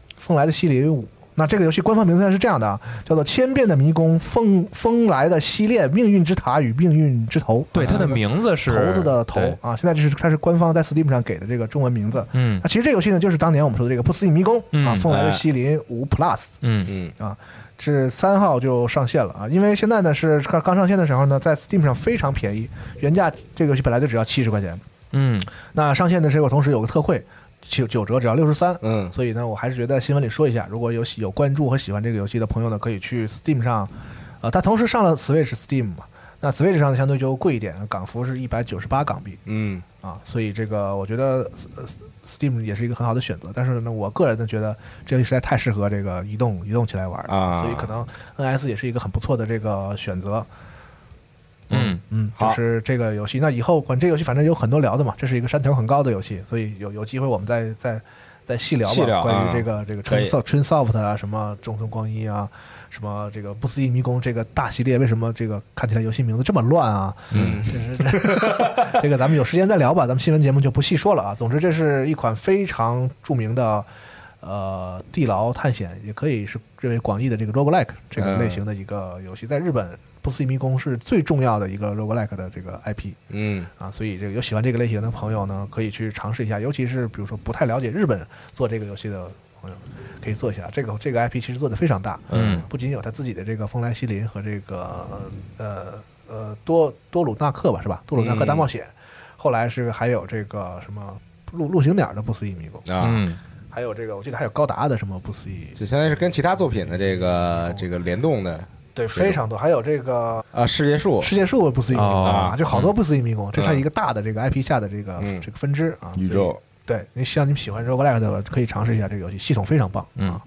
Speaker 7: 《风来的西林五》。那这个游戏官方名称是这样的啊，叫做《千变的迷宫：风风来的西恋、命运之塔与命运之头》。
Speaker 5: 对
Speaker 7: 啊
Speaker 5: 它的名字是
Speaker 7: 头子的头
Speaker 5: 对
Speaker 7: 啊，现在这是它是官方在 Steam 上给的这个中文名字。
Speaker 5: 嗯
Speaker 7: 那其实这个游戏呢，就是当年我们说的这个《不死影迷宫》啊，
Speaker 5: 嗯
Speaker 7: 《风来的
Speaker 4: 哎
Speaker 7: 西林五 Plus》。
Speaker 5: 嗯
Speaker 4: 嗯
Speaker 7: 是啊三号就上线了啊，因为现在呢是刚刚上线的时候呢，在 Steam 上非常便宜，原价这个游戏本来就只要七十块钱，
Speaker 5: 嗯
Speaker 7: 那上线的时候同时有个特惠，九九折只要六十三，
Speaker 4: 嗯
Speaker 7: 所以呢，我还是觉得新闻里说一下，如果有喜有关注和喜欢这个游戏的朋友呢，可以去 Steam 上，呃，它同时上了 Switch、Steam 嘛，那 Switch 上相对就贵一点，港服是一百九十八港币
Speaker 4: 嗯
Speaker 7: 啊，所以这个我觉得呃 Steam 也是一个很好的选择，但是呢，我个人呢觉得这游戏实在太适合这个移动移动起来玩了，
Speaker 4: 啊
Speaker 7: 所以可能 NS 也是一个很不错的这个选择，
Speaker 5: 嗯
Speaker 7: 嗯，就
Speaker 4: 好
Speaker 7: 是这个游戏。那以后管这个游戏，反正有很多聊的嘛，这是一个山头很高的游戏，所以有有机会我们再再再细聊吧，
Speaker 4: 细聊
Speaker 7: 关于
Speaker 4: 啊
Speaker 7: 这个这个
Speaker 4: 可以
Speaker 7: Trinsoft Trinsoft 啊，什么中村光一啊，什么这个不思议迷宫这个大系列为什么这个看起来游戏名字这么乱啊？嗯， 这个咱们有时间再聊吧，咱们新闻节目就不细说了啊。总之，这是一款非常著名的呃地牢探险，也可以是认为广义的这个 roguelike 这个类型的一个游戏，在日本。不思议迷宫是最重要的一个 roguelike 的这个 IP，
Speaker 4: 嗯
Speaker 7: 啊，所以这个有喜欢这个类型的朋友呢，可以去尝试一下，尤其是比如说不太了解日本做这个游戏的朋友，可以做一下。这个这个 IP 其实做的非常大，
Speaker 5: 嗯
Speaker 7: 不仅有他自己的这个风来西林和这个呃呃多多鲁纳克吧，是吧？多鲁纳克大冒险，后来是还有这个什么陆陆行鸟的不思议迷宫，
Speaker 4: 啊，
Speaker 5: 嗯，
Speaker 7: 还有这个我记得还有高达的什么不思议，
Speaker 4: 就相当于是跟其他作品的这个这个联动的
Speaker 7: 对，非常多，还有这个
Speaker 4: 啊，世界树
Speaker 7: 世界树不思议迷宫
Speaker 5: 哦
Speaker 7: 啊，就好多不思议迷宫，这是它一个大的这个 IP 下的这个
Speaker 4: 嗯
Speaker 7: 这个分支啊。
Speaker 6: 宇宙，
Speaker 7: 对，你像你们喜欢 roguelike 的，可以尝试一下这个游戏，系统非常棒。
Speaker 5: 嗯
Speaker 7: 啊，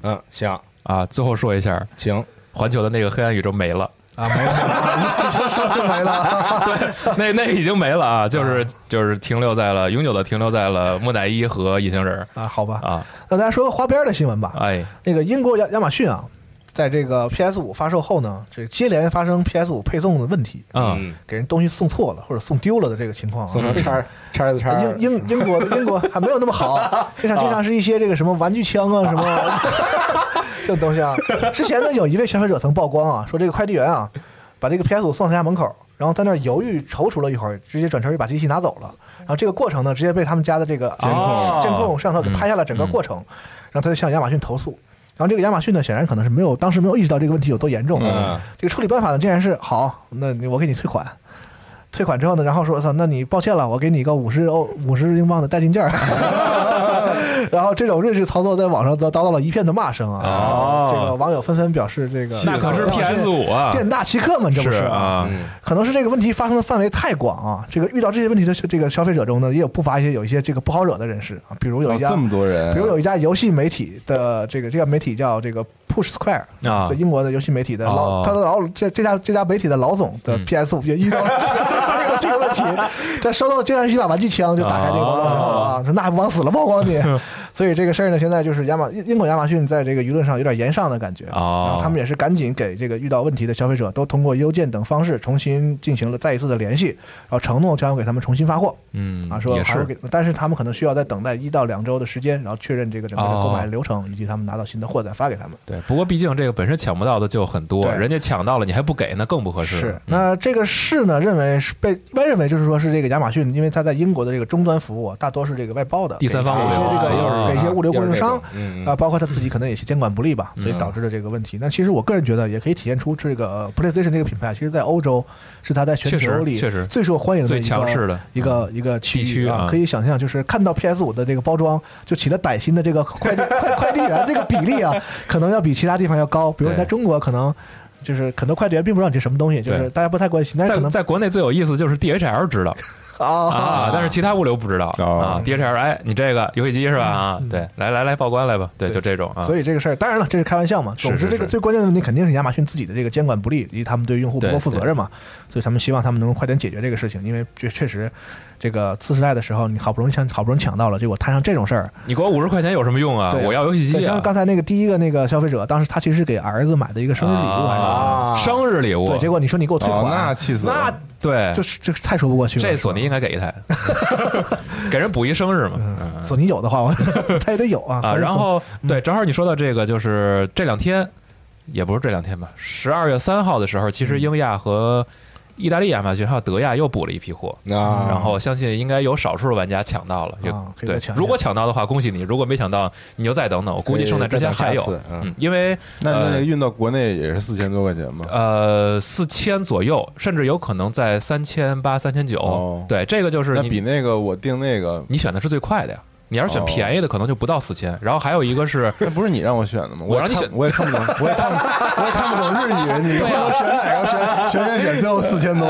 Speaker 4: 嗯，行，
Speaker 5: 啊，最后说一下，
Speaker 4: 请
Speaker 5: 环球的那个黑暗宇宙没了，
Speaker 7: 啊，没了， 就说就没 了。
Speaker 5: 那那已经没了啊，就是就是停留在了永久的停留在了木乃伊和隐形人
Speaker 7: 啊，好吧，
Speaker 5: 啊，
Speaker 7: 那大家说个花边的新闻吧。
Speaker 5: 哎，
Speaker 7: 那个英国亚亚马逊啊，在这个 PS 五发售后呢，这接连发生 PS 五配送的问题，
Speaker 5: 嗯，
Speaker 7: 给人东西送错了或者送丢了的这个情况啊。
Speaker 4: 送成叉 叉子叉，
Speaker 7: 英英英国的英国还没有那么好，经常经常是一些这个什么玩具枪啊什么这种东西啊。之前呢，有一位消费者曾曝光啊，说这个快递员啊，把这个 PS 五送到他家门口，然后在那儿犹豫踌躇了一会儿，直接转身就把机器拿走了。然后这个过程呢，直接被他们家的这个监
Speaker 5: 控
Speaker 7: 监控摄像头给拍下了整个过程，然后他就向亚马逊投诉。然后这个亚马逊呢，显然可能是没有当时没有意识到这个问题有多严重。
Speaker 4: 嗯
Speaker 7: 这个处理办法呢，竟然是好，那你我给你退款。退款之后呢，然后说：“操，那你抱歉了，我给你一个五十欧五十英镑的代金券儿。”
Speaker 5: 哦
Speaker 7: 然后这种睿智操作在网上遭遭到了一片的骂声啊！
Speaker 5: 哦
Speaker 7: 这个网友纷纷表示：“这个
Speaker 5: 那可是
Speaker 7: 亚马逊
Speaker 5: PS 五啊，
Speaker 7: 店大欺客嘛，这不
Speaker 5: 是
Speaker 7: 啊？
Speaker 5: 啊，
Speaker 7: 可能是这个问题发生的范围太广啊！这个遇到这些问题的这个消费者中呢，也有不乏一些有一些这个不好惹的人士啊，比如有
Speaker 6: 哦
Speaker 7: 一家
Speaker 6: 这么多人，
Speaker 7: 比如有一家游戏媒体的这个这家媒体叫这个 Push Square
Speaker 5: 啊
Speaker 7: 在英国的游戏媒体的
Speaker 5: 哦嗯
Speaker 7: 老，他的老这这家这家媒体的老总的 PS 五也遇到了这个这个问题，这收到了竟然是一把玩具枪，就打开这个包装之后啊，说那还不往死了曝光你，所以这个事儿呢，现在就是亚马英英国亚马逊在这个舆论上有点言上的感觉，
Speaker 5: 哦
Speaker 7: 然后他们也是赶紧给这个遇到问题的消费者都通过邮件等方式重新进行了再一次的联系，然后承诺将要给他们重新发货。
Speaker 5: 嗯
Speaker 7: 啊，说
Speaker 5: 也
Speaker 7: 还会
Speaker 5: 是
Speaker 7: 给，但是他们可能需要再等待一到两周的时间，然后确认这个整个的购买
Speaker 5: 哦
Speaker 7: 流程，以及他们拿到新的货再发给他们。
Speaker 5: 对，不过毕竟这个本身抢不到的就很多，
Speaker 7: 对
Speaker 5: 人家抢到了你还不给，那更不合适。嗯
Speaker 7: 是，那这个市呢，认为是被一般认为就是说是这个亚马逊，因为它在英国的这个终端服务啊大多是这个外包的，
Speaker 5: 第三方物流
Speaker 7: 给一些这个
Speaker 5: 啊又是
Speaker 7: 给一些物流供应商
Speaker 4: 又是这种嗯嗯
Speaker 7: 啊，包括他自己可能也是监管不力吧，所以导致了这
Speaker 5: 嗯
Speaker 7: 个问题。那其实我个人觉得也可以体现出这个呃 PlayStation 这个品牌，其实在欧洲是它在全
Speaker 5: 确实
Speaker 7: 球里
Speaker 5: 确实
Speaker 7: 最受欢迎的
Speaker 5: 最
Speaker 7: 一个
Speaker 5: 强势的
Speaker 7: 一个一个区
Speaker 5: 地区
Speaker 7: 域啊
Speaker 5: 啊，
Speaker 7: 可以想象就是看到 PS 五的这个包装就起了歹心的这个快递快快递员这个比例啊，可能要比其他地方要高，比如
Speaker 5: 对
Speaker 7: 在中国可能。就是很多快递员并不知道你是什么东西，就是
Speaker 5: 对
Speaker 7: 大家不太关心，但是可
Speaker 5: 在
Speaker 7: 能
Speaker 5: 在国内最有意思就是 DHL 知道啊，但是其他物流不知道啊
Speaker 6: 哦。
Speaker 5: DHL 哎，你这个游戏机是吧？啊，对，来来来，报关来吧。对，
Speaker 7: 嗯对
Speaker 5: 就这种啊。
Speaker 7: 所
Speaker 5: 以
Speaker 7: 以这个事儿，当然了，这是开玩笑嘛。
Speaker 5: 是
Speaker 7: 总之，
Speaker 5: 是
Speaker 7: 这个
Speaker 5: 是
Speaker 7: 最关键的问题肯定是亚马逊自己的这个监管不力，以及他们对用户不够
Speaker 5: 对
Speaker 7: 负责任嘛。所以他们希望他们能够快点解决这个事情，因为确确实，这个次时代的时候，你好不容易抢，好不容易抢到了，结果摊上这种事儿。
Speaker 5: 你给我五十块钱有什么用啊？
Speaker 7: 对啊
Speaker 5: 我要游戏
Speaker 7: 对
Speaker 5: 机啊
Speaker 7: 像。刚才那个第一个那个消费者，当时他其实是给儿子买的一个生日礼物还是什么？
Speaker 5: 啊，生日礼物。
Speaker 7: 对，结果你说你给我退款，
Speaker 6: 哦那气死
Speaker 7: 那
Speaker 6: 了
Speaker 5: 对
Speaker 7: 这，是这是太说不过去了。
Speaker 5: 这索尼应该给 一台，给人补一生日嘛。
Speaker 7: 是吧索尼有的话，我 他也得有啊。
Speaker 5: 啊，
Speaker 7: 反正
Speaker 5: 然
Speaker 7: 总
Speaker 5: 后对，正好你说到这个，就是这两天，也不是这两天吧，十二月三号的时候，其
Speaker 7: 嗯
Speaker 5: 实英亚和意大利亚马逊还有德亚又补了一批货，
Speaker 4: 啊，
Speaker 5: 然后相信应该有少数玩家抢到了，就
Speaker 7: 啊可以
Speaker 5: 对
Speaker 7: 再抢，一下
Speaker 5: 如果抢到的话，恭喜你；如果没抢到，你就再等等，我估计圣诞之前还
Speaker 4: 可以再
Speaker 5: 有
Speaker 4: 等下次，嗯
Speaker 5: 嗯，因为
Speaker 6: 那啊那
Speaker 5: 呃
Speaker 6: 那运到国内也是四千多块钱嘛，
Speaker 5: 呃四千左右，甚至有可能在三千八、三千九
Speaker 6: 哦，
Speaker 5: 对，这个就是
Speaker 6: 那
Speaker 5: 你
Speaker 6: 比那个我订那个，
Speaker 5: 你选的是最快的呀。你要是选
Speaker 6: 哦
Speaker 5: 便宜的，可能就不到四千。然后还有一 个是，
Speaker 6: 那不是你让我选的吗？
Speaker 5: 我
Speaker 6: 也
Speaker 5: 让你
Speaker 6: 看
Speaker 5: 选
Speaker 6: 我也看不懂，我也看不，我也看不懂日语，你跟我选哪个 选选选选，最后四千多，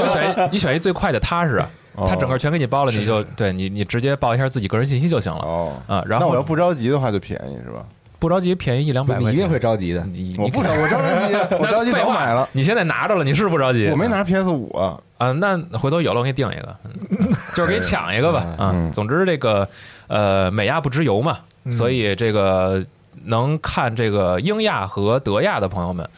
Speaker 5: 你就选一你选一最快的踏实啊，
Speaker 6: 哦
Speaker 5: 他整个全给你包了，你就对你你直接报一下自己个人信息就行了
Speaker 6: 哦
Speaker 5: 啊。然后
Speaker 6: 那我要不着急的话就便宜是吧？
Speaker 5: 不着急，便宜一两百
Speaker 4: 你
Speaker 5: 块钱，
Speaker 4: 一定会着急的，
Speaker 5: 你
Speaker 6: 我不着，我着急，我
Speaker 5: 那
Speaker 6: 着急
Speaker 5: 废
Speaker 6: 早
Speaker 5: 话
Speaker 6: 买了，
Speaker 5: 你现在拿着了，你是不着急？
Speaker 6: 我没拿 PS 五啊，
Speaker 5: 啊，那回头有了我给你订一 个，嗯就是给你嗯抢一个吧啊。总之这个呃，美亚不直邮嘛，所以这个能看这个英亚和德亚的朋友们，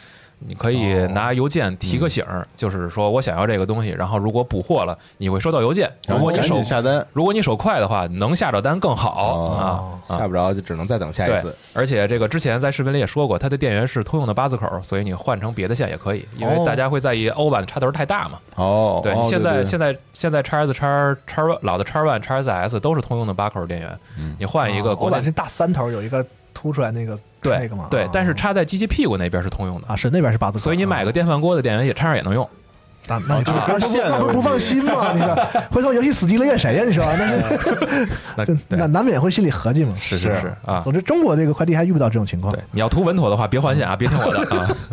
Speaker 5: 你可以拿邮件提个醒儿，就是说我想要这个东西，然后如果补货了，你会收到邮件。
Speaker 6: 然
Speaker 5: 如
Speaker 6: 后
Speaker 5: 果你
Speaker 6: 赶
Speaker 5: 手
Speaker 6: 紧下单，
Speaker 5: 如果你手快的话，能下着单更好
Speaker 6: 哦
Speaker 5: 啊。
Speaker 4: 下
Speaker 5: 啊
Speaker 4: 不着就只能再等下一
Speaker 5: 对
Speaker 4: 次。，
Speaker 5: 而且这个之前在视频里也说过，它的电源是通用的八字口，所以你换成别的线也可以，因为
Speaker 6: 哦
Speaker 5: 大家会在意欧版的插头太大嘛。
Speaker 6: 哦，
Speaker 5: 对，
Speaker 6: 哦
Speaker 5: 现在
Speaker 6: 对
Speaker 5: 现在现在叉 S 叉叉老的叉 One 叉 SS 都是通用的八口电源，
Speaker 4: 嗯
Speaker 5: 你换一个
Speaker 7: 啊哦我
Speaker 5: 国
Speaker 7: 版
Speaker 5: 内
Speaker 7: 是大三头有一个凸出来那个，是那
Speaker 5: 对
Speaker 7: 个嘛，
Speaker 5: 对
Speaker 7: 啊，
Speaker 5: 但是插在机器屁股那边是通用的，
Speaker 7: 啊是那边是八字口，
Speaker 5: 所以你买个哦电饭锅的电源也插上也能用。
Speaker 7: 啊那那你
Speaker 6: 就是
Speaker 7: 那
Speaker 5: 啊
Speaker 6: 跟
Speaker 7: 不
Speaker 6: 线的
Speaker 7: 那不
Speaker 6: 问
Speaker 7: 不
Speaker 6: 题
Speaker 7: 放心吗？你说回头游戏死机了怨谁呀？你说 那
Speaker 5: 那
Speaker 7: 是
Speaker 5: 对
Speaker 7: 难难免会心里合计嘛。
Speaker 5: 是是是啊
Speaker 7: 总之中国这个快递还遇不到这种情况，
Speaker 5: 对，你要图稳妥的话，别换线啊，别听 我的啊，
Speaker 7: 是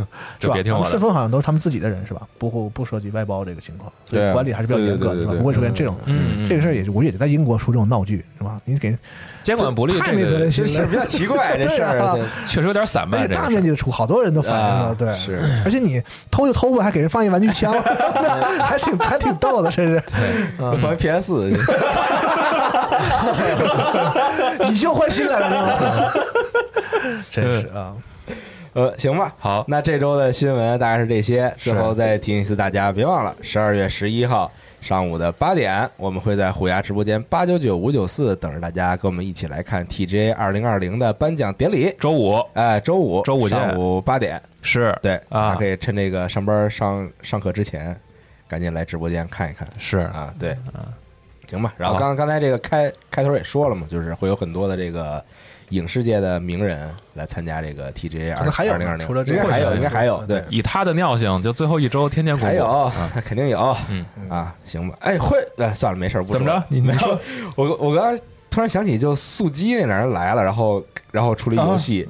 Speaker 5: 就
Speaker 7: 吧？哦
Speaker 5: 别听我
Speaker 7: 顺
Speaker 5: 的。
Speaker 7: 丰好像都是他们自己的人是吧？不不涉及外包这个情况，所
Speaker 6: 对
Speaker 7: 以
Speaker 6: 啊
Speaker 7: 管理还是比较严
Speaker 6: 对
Speaker 7: 格的，
Speaker 6: 对
Speaker 7: 是吧
Speaker 6: 对对
Speaker 7: 不会出现这种
Speaker 5: 嗯嗯
Speaker 7: 这个事儿也是，我也在英国出这种闹剧是吧？你给
Speaker 5: 监管不力
Speaker 7: 太
Speaker 5: 这
Speaker 7: 没责
Speaker 5: 个
Speaker 7: 任心
Speaker 4: 这
Speaker 7: 了，
Speaker 4: 事儿比较奇 怪，这事
Speaker 7: 对啊
Speaker 4: 儿对
Speaker 5: 确实有点散
Speaker 7: 而
Speaker 5: 漫，
Speaker 7: 且
Speaker 5: 这
Speaker 7: 大
Speaker 5: 个事
Speaker 7: 面
Speaker 5: 儿
Speaker 7: 积的出，好多人都反映
Speaker 4: 啊
Speaker 7: 了，对，
Speaker 4: 是，
Speaker 7: 而且你偷就偷吧，还给人放一玩具枪， 还挺还挺逗的，这是，
Speaker 4: 还 PS 四，
Speaker 7: 以旧换新来了，是吗？真是啊，
Speaker 4: 呃，行吧，
Speaker 5: 好
Speaker 4: 那这周的新闻大概是这些。
Speaker 5: 是
Speaker 4: 最后再提醒一次大家，别忘了十二月十一号上午的八点，我们会在虎牙直播间八九九五九四等着大家，跟我们一起来看 TGA 二零二零的颁奖典礼。
Speaker 5: 周五
Speaker 4: 哎，周五，
Speaker 5: 周五见
Speaker 4: 上午八点，
Speaker 5: 是
Speaker 4: 对，大
Speaker 5: 啊
Speaker 4: 家可以趁这个上班上上课之前，赶紧来直播间看一看。
Speaker 5: 是啊，
Speaker 4: 啊，对，行吧。然后刚刚才这个开开头也说了嘛，就是会有很多的这个影视界的名人来参加这个 TGA
Speaker 7: 可能还有
Speaker 4: 二零二零，
Speaker 7: 除了这
Speaker 4: 应
Speaker 7: 个
Speaker 4: 该还有，应该还有，
Speaker 7: 对
Speaker 4: 对，
Speaker 5: 以他的尿性，就最后一周天天鼓
Speaker 4: 还
Speaker 5: 舞。
Speaker 4: 有哦肯定有，
Speaker 5: 嗯
Speaker 4: 啊，行吧。哎，会，哎，算了，没事儿，不说
Speaker 5: 怎么着
Speaker 4: 了？
Speaker 5: 你你说
Speaker 4: 我我刚刚突然想起，就速激那俩人来了，然后然后出了一游戏，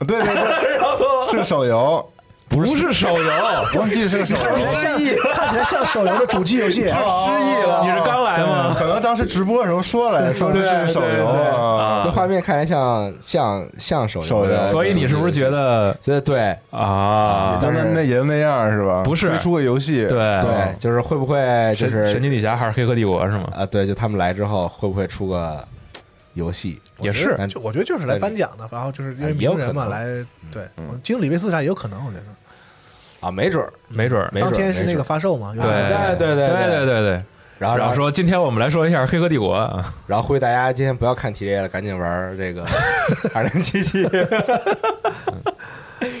Speaker 6: 对对 对，是个手游，
Speaker 5: 不是手游，
Speaker 6: 我记得是个手游，
Speaker 7: 失忆，看起来像手游的主机游戏，啊
Speaker 6: 忆了
Speaker 5: 你是刚来吗？
Speaker 6: 可能当时直播的时候说来说这是个手游啊，
Speaker 4: 那画面看起来像像像手游
Speaker 6: 手游
Speaker 4: 的
Speaker 5: 所以你是不是觉得
Speaker 4: 所以对
Speaker 5: 啊？
Speaker 6: 当然那也就那样是吧？
Speaker 5: 不是
Speaker 6: 推出个游戏，
Speaker 5: 对
Speaker 4: 对，就是会不会就
Speaker 5: 神
Speaker 4: 是
Speaker 5: 神奇女侠还是呃黑客帝国是吗？
Speaker 4: 啊，对，就他们来之后会不会出个游戏？
Speaker 5: 也是
Speaker 4: 但
Speaker 7: 就我觉得就是来哎颁奖的，然后就是因为名人嘛，来对，我经理维斯啥也有可能，我觉得
Speaker 4: 啊，没准儿，
Speaker 5: 没准儿。
Speaker 4: 没准
Speaker 7: 当
Speaker 4: 儿
Speaker 7: 天是那个
Speaker 4: 没准儿
Speaker 7: 发售嘛，
Speaker 4: 啊对对对
Speaker 5: 对
Speaker 4: 对
Speaker 5: 对对对。
Speaker 4: 然后
Speaker 5: 然后，说，今天我们来说一下《黑客帝国》啊，
Speaker 4: 然后呼吁大家今天不要看 TGA 了，赶紧玩儿这 个二零七七
Speaker 5: 哎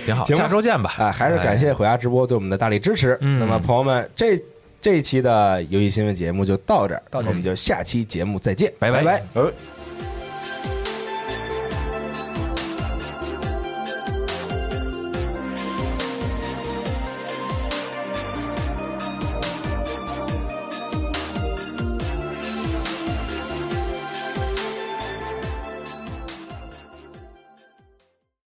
Speaker 5: 挺好，
Speaker 4: 行吧
Speaker 5: 下周见吧。
Speaker 4: 啊，还是感谢虎牙直播对我们的大力支持。
Speaker 5: 嗯
Speaker 4: 那么朋友们，这这一期的游戏新闻节目就到这儿，
Speaker 7: 到这里
Speaker 4: 我们就下期节目再见，
Speaker 5: 拜拜
Speaker 4: 拜拜。
Speaker 6: 呃，